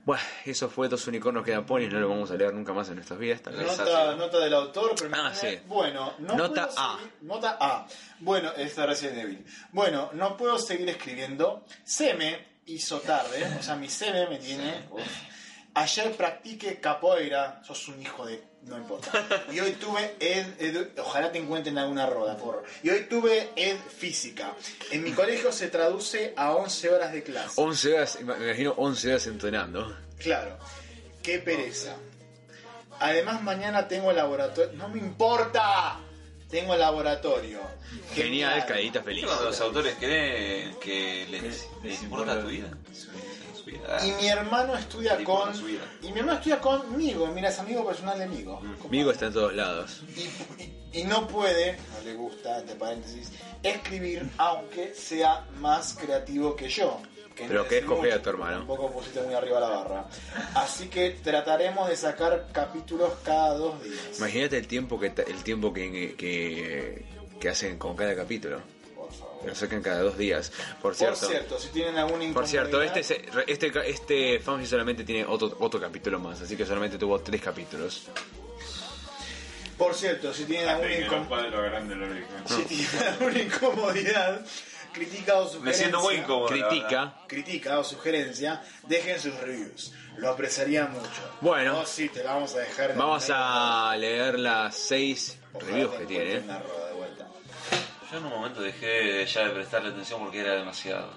[SPEAKER 6] Bueno, esos fue dos unicornios que dan ponis, no lo vamos a leer nunca más en nuestras vidas. tal vez.
[SPEAKER 2] Nota, nota del autor, pero
[SPEAKER 6] Ah, sí.
[SPEAKER 2] bueno, no
[SPEAKER 6] Nota
[SPEAKER 2] puedo
[SPEAKER 6] A.
[SPEAKER 2] seguir- nota A. Bueno, esta Resident Evil. Bueno, no puedo seguir escribiendo. Se me hizo tarde, o sea, mi seme me tiene. uf. Ayer practiqué capoeira, sos un hijo de. No importa. Y hoy tuve ed, edu- Ojalá te encuentren alguna roda, porro. Y hoy tuve ed física. En mi colegio se traduce a 11 horas de clase.
[SPEAKER 6] 11 horas, me imagino 11 horas entrenando.
[SPEAKER 2] Claro. Qué pereza. Además mañana tengo laboratorio. No me importa. Tengo laboratorio.
[SPEAKER 6] Genial, carita feliz.
[SPEAKER 5] Cuando los autores creen que les, les importa tu vida. Su vida. Ah,
[SPEAKER 2] Y mi hermano estudia
[SPEAKER 5] Tipo,
[SPEAKER 2] con.
[SPEAKER 5] no subida.
[SPEAKER 2] Y mi hermano estudia conmigo. Mira, es amigo personal de amigo.
[SPEAKER 6] Migo está en todos lados.
[SPEAKER 2] Y, y- y no puede, no le gusta, entre paréntesis, escribir aunque sea más creativo que yo. no
[SPEAKER 6] Pero que es
[SPEAKER 2] decir
[SPEAKER 6] coger a
[SPEAKER 2] mucho,
[SPEAKER 6] tu hermano.
[SPEAKER 2] Un poco pusiste muy arriba la barra. Así que trataremos de sacar capítulos cada dos días.
[SPEAKER 6] Imagínate el tiempo que ta- el tiempo que, que, que hacen con cada capítulo.
[SPEAKER 2] Por favor.
[SPEAKER 6] Lo sacan cada dos días. Por
[SPEAKER 2] Por
[SPEAKER 6] cierto,
[SPEAKER 2] cierto, si tienen alguna
[SPEAKER 6] por cierto, este,
[SPEAKER 2] incomodidad,
[SPEAKER 6] se- re- este, ca- este fanfic solamente tiene otro, otro capítulo más, así que solamente tuvo tres capítulos.
[SPEAKER 2] por cierto, si tienen alguna, incom-
[SPEAKER 4] lo grande lo origen.
[SPEAKER 2] si tienen alguna incomodidad, critica o sugerencia,
[SPEAKER 5] Me siento muy incómodo. la verdad.
[SPEAKER 6] Critica.
[SPEAKER 2] critica o sugerencia, dejen sus reviews. Lo apreciaría mucho.
[SPEAKER 6] Bueno.
[SPEAKER 2] Oh, sí, te la vamos a dejar. en
[SPEAKER 6] Vamos
[SPEAKER 2] el-
[SPEAKER 6] a leer las seis
[SPEAKER 2] Ojalá
[SPEAKER 6] reviews
[SPEAKER 2] te
[SPEAKER 6] que
[SPEAKER 2] encuentren
[SPEAKER 6] tiene. ¿eh?
[SPEAKER 2] una rueda de vuelta.
[SPEAKER 5] Yo en un momento dejé ya de prestarle atención porque era demasiado.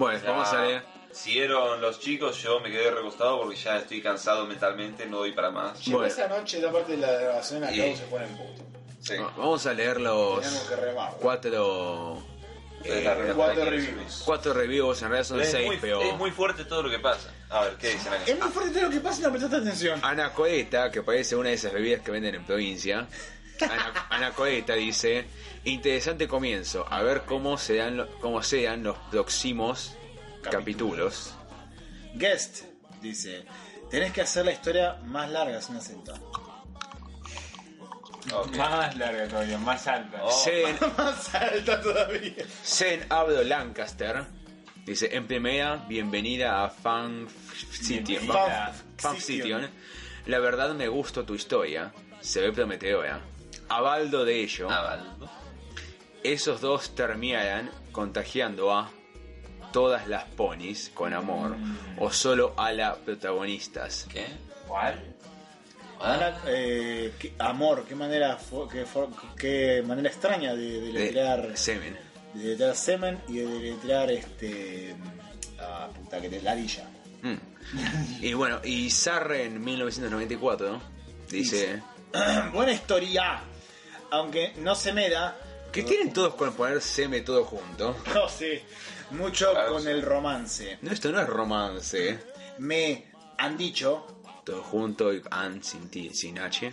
[SPEAKER 6] Bueno,
[SPEAKER 5] Ya
[SPEAKER 6] vamos a leer.
[SPEAKER 5] Siguieron los chicos, yo me quedé recostado porque ya estoy cansado mentalmente, no doy para más.
[SPEAKER 2] Llegó
[SPEAKER 6] Bueno.
[SPEAKER 2] esa noche, la parte de la grabación, acá
[SPEAKER 5] Sí.
[SPEAKER 2] se pone en punto.
[SPEAKER 5] Sí.
[SPEAKER 6] Vamos a leer los
[SPEAKER 2] Tenemos que remar.
[SPEAKER 6] cuatro.
[SPEAKER 5] Es la respuesta
[SPEAKER 2] cuatro
[SPEAKER 5] que
[SPEAKER 2] reviews.
[SPEAKER 6] Cuatro reviews, en realidad son
[SPEAKER 5] Es
[SPEAKER 6] seis,
[SPEAKER 5] muy,
[SPEAKER 6] pero.
[SPEAKER 5] es muy fuerte todo lo que pasa. A ver, ¿qué dicen acá?
[SPEAKER 2] Es muy fuerte lo que pasa y no prestaste atención.
[SPEAKER 6] Anacoeta, que parece una de esas bebidas que venden en provincia. Ana- Anacoeta dice, interesante comienzo, a ver cómo serán, lo- cómo sean los próximos capítulos.
[SPEAKER 1] Guest dice: Tenés que hacer la historia más larga sin acento.
[SPEAKER 4] Más larga todavía, más alta.
[SPEAKER 5] Oh,
[SPEAKER 6] Zen,
[SPEAKER 2] Más alta todavía.
[SPEAKER 6] Zen Abdo Lancaster dice, en primera, bienvenida a Fan Sitio.
[SPEAKER 4] Bienvenida.
[SPEAKER 6] Fan Sitio, ¿no? La verdad me gustó tu historia, se ve prometedora. Abaldo de ello.
[SPEAKER 5] Navaldo.
[SPEAKER 6] esos dos terminaran contagiando a todas las ponis con amor o solo a las protagonistas.
[SPEAKER 5] ¿Qué?
[SPEAKER 4] ¿Cuál?
[SPEAKER 5] ¿Ah?
[SPEAKER 1] Eh, qué- amor, qué manera, fo- qué, for- qué manera extraña de, de letrear,
[SPEAKER 6] De semen.
[SPEAKER 1] de letrear semen y de letrear este. Ah, puta que te ladilla.
[SPEAKER 6] Mm. Y bueno, y Sarre en 1994 ¿no? dice
[SPEAKER 1] Buena historia. Aunque no se me da.
[SPEAKER 6] que tienen todos con poner seme todo junto.
[SPEAKER 1] No sé. Mucho
[SPEAKER 5] Claro,
[SPEAKER 1] con
[SPEAKER 5] sí.
[SPEAKER 1] el romance.
[SPEAKER 6] No, esto no es romance. ¿eh?
[SPEAKER 1] Me han dicho
[SPEAKER 6] Todo junto y an sin, ti- sin H.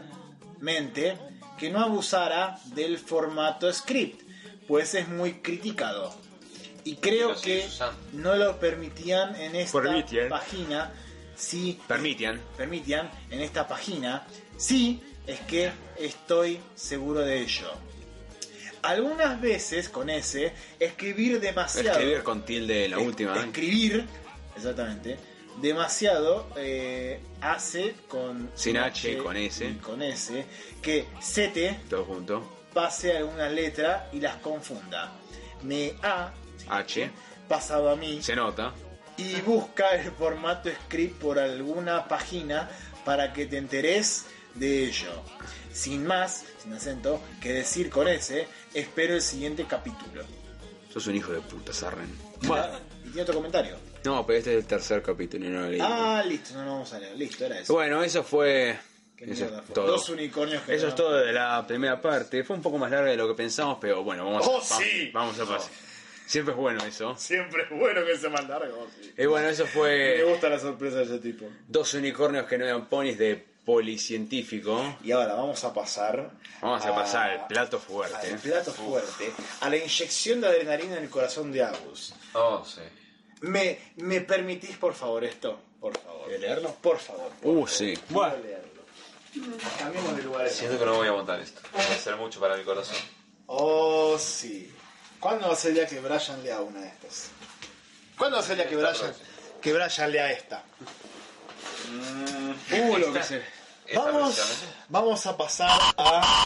[SPEAKER 1] anteriormente que no abusara del formato script, pues es muy criticado. Y creo
[SPEAKER 5] Pero sí,
[SPEAKER 1] que
[SPEAKER 5] Susana.
[SPEAKER 1] no lo permitían en esta
[SPEAKER 6] Permitían.
[SPEAKER 1] página. Si
[SPEAKER 6] Permitian.
[SPEAKER 1] permitían en esta página, sí, es que estoy seguro de ello. Algunas veces con ese, escribir demasiado.
[SPEAKER 6] Escribir con tilde en la
[SPEAKER 1] Es-
[SPEAKER 6] última. ¿eh?
[SPEAKER 1] Escribir, exactamente. Demasiado eh, hace con.
[SPEAKER 6] Sin H, con
[SPEAKER 1] y
[SPEAKER 6] S.
[SPEAKER 1] Con S. Que se te
[SPEAKER 6] ¿eh? Todo junto.
[SPEAKER 1] pase alguna letra y las confunda. Me ha
[SPEAKER 6] H.
[SPEAKER 1] pasado a mí
[SPEAKER 6] Se nota.
[SPEAKER 1] y busca el formato script por alguna página para que te enteres de ello. Sin más, sin acento, que decir con S, espero el siguiente capítulo.
[SPEAKER 6] Sos un hijo de puta, Sarren.
[SPEAKER 1] Y tiene otro comentario.
[SPEAKER 6] No, pero este es el tercer capítulo y no lo leí.
[SPEAKER 1] Ah, listo, no lo vamos a leer. Listo, era eso.
[SPEAKER 6] Bueno, eso fue.
[SPEAKER 1] Qué
[SPEAKER 6] Eso
[SPEAKER 1] mierda
[SPEAKER 6] es
[SPEAKER 1] fue.
[SPEAKER 6] todo.
[SPEAKER 1] Dos unicornios que
[SPEAKER 6] Eso es
[SPEAKER 1] eran-
[SPEAKER 6] todo de la primera parte. Fue un poco más larga de lo que pensamos, pero bueno, vamos a,
[SPEAKER 2] ¡Oh,
[SPEAKER 6] va-
[SPEAKER 2] sí!
[SPEAKER 6] vamos a pasar. Siempre es bueno eso.
[SPEAKER 2] Siempre es bueno que sea más largo. sí.
[SPEAKER 6] Y bueno, eso
[SPEAKER 2] Me
[SPEAKER 6] fue
[SPEAKER 2] gusta la sorpresa de ese tipo.
[SPEAKER 6] dos unicornios que no eran ponis de policientífico.
[SPEAKER 2] Y ahora vamos a pasar.
[SPEAKER 6] Vamos
[SPEAKER 2] Ah.
[SPEAKER 6] a pasar al plato fuerte.
[SPEAKER 2] Al plato fuerte, a la inyección de adrenalina en el corazón de Agus.
[SPEAKER 1] Oh, sí.
[SPEAKER 2] ¿Me, me permitís, por favor, esto? Por favor. leerlo? Por favor.
[SPEAKER 6] Uh, sí.
[SPEAKER 2] Bueno. leerlo. Cambiemos de lugar.
[SPEAKER 1] Siento que no voy a montar esto. Va a ser mucho para mi corazón.
[SPEAKER 2] Oh, sí. ¿Cuándo va a ser el día que Brian lea una de estas? ¿Cuándo va a ser el día que Brian, que Brian lea esta? Uh, lo que se...
[SPEAKER 1] Mm, Esta
[SPEAKER 2] Vamos,
[SPEAKER 1] precisamente.
[SPEAKER 2] vamos a pasar a...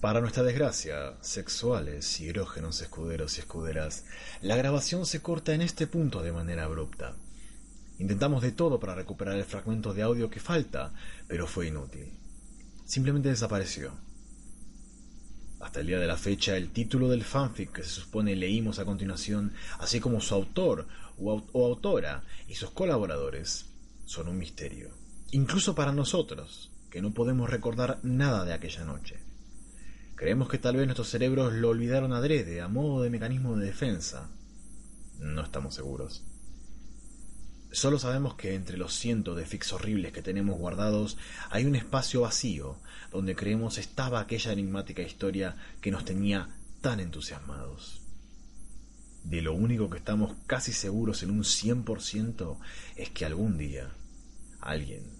[SPEAKER 3] Para nuestra desgracia, sexuales y erógenos escuderos y escuderas, la grabación se corta en este punto de manera abrupta. Intentamos de todo para recuperar el fragmento de audio que falta, pero fue inútil. Simplemente desapareció. Hasta el día de la fecha, el título del fanfic que se supone leímos a continuación, así como su autor o, au- o autora y sus colaboradores, son un misterio. Incluso para nosotros, que no podemos recordar nada de aquella noche. Creemos que tal vez nuestros cerebros lo olvidaron adrede, a modo de mecanismo de defensa. No estamos seguros. Solo sabemos que entre los cientos de fix horribles que tenemos guardados hay un espacio vacío donde creemos estaba aquella enigmática historia que nos tenía tan entusiasmados. De lo único que estamos casi seguros en un 100% es que algún día alguien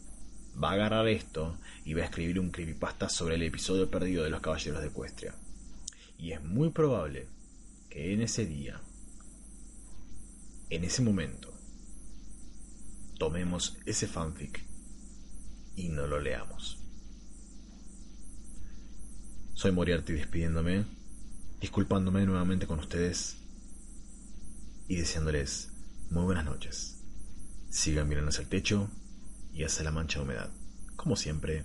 [SPEAKER 3] va a agarrar esto y va a escribir un creepypasta sobre el episodio perdido de los Caballeros de Ecuestria. Y es muy probable que en ese día, en ese momento, tomemos ese fanfic y no lo leamos. Soy Moriarty despidiéndome, disculpándome nuevamente con ustedes y deseándoles muy buenas noches. Sigan mirando hacia el techo y hacia la mancha de humedad, como siempre,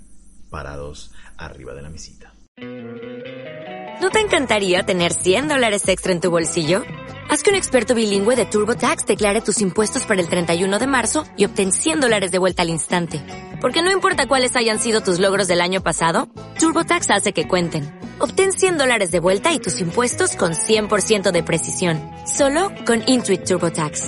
[SPEAKER 3] parados arriba de la mesita.
[SPEAKER 12] ¿No te encantaría tener 100 dólares extra en tu bolsillo? Haz que un experto bilingüe de TurboTax declare tus impuestos para el 31 de marzo y obtén 100 dólares de vuelta al instante. Porque no importa cuáles hayan sido tus logros del año pasado, TurboTax hace que cuenten. Obtén 100 dólares de vuelta y tus impuestos con 100% de precisión, solo con Intuit TurboTax.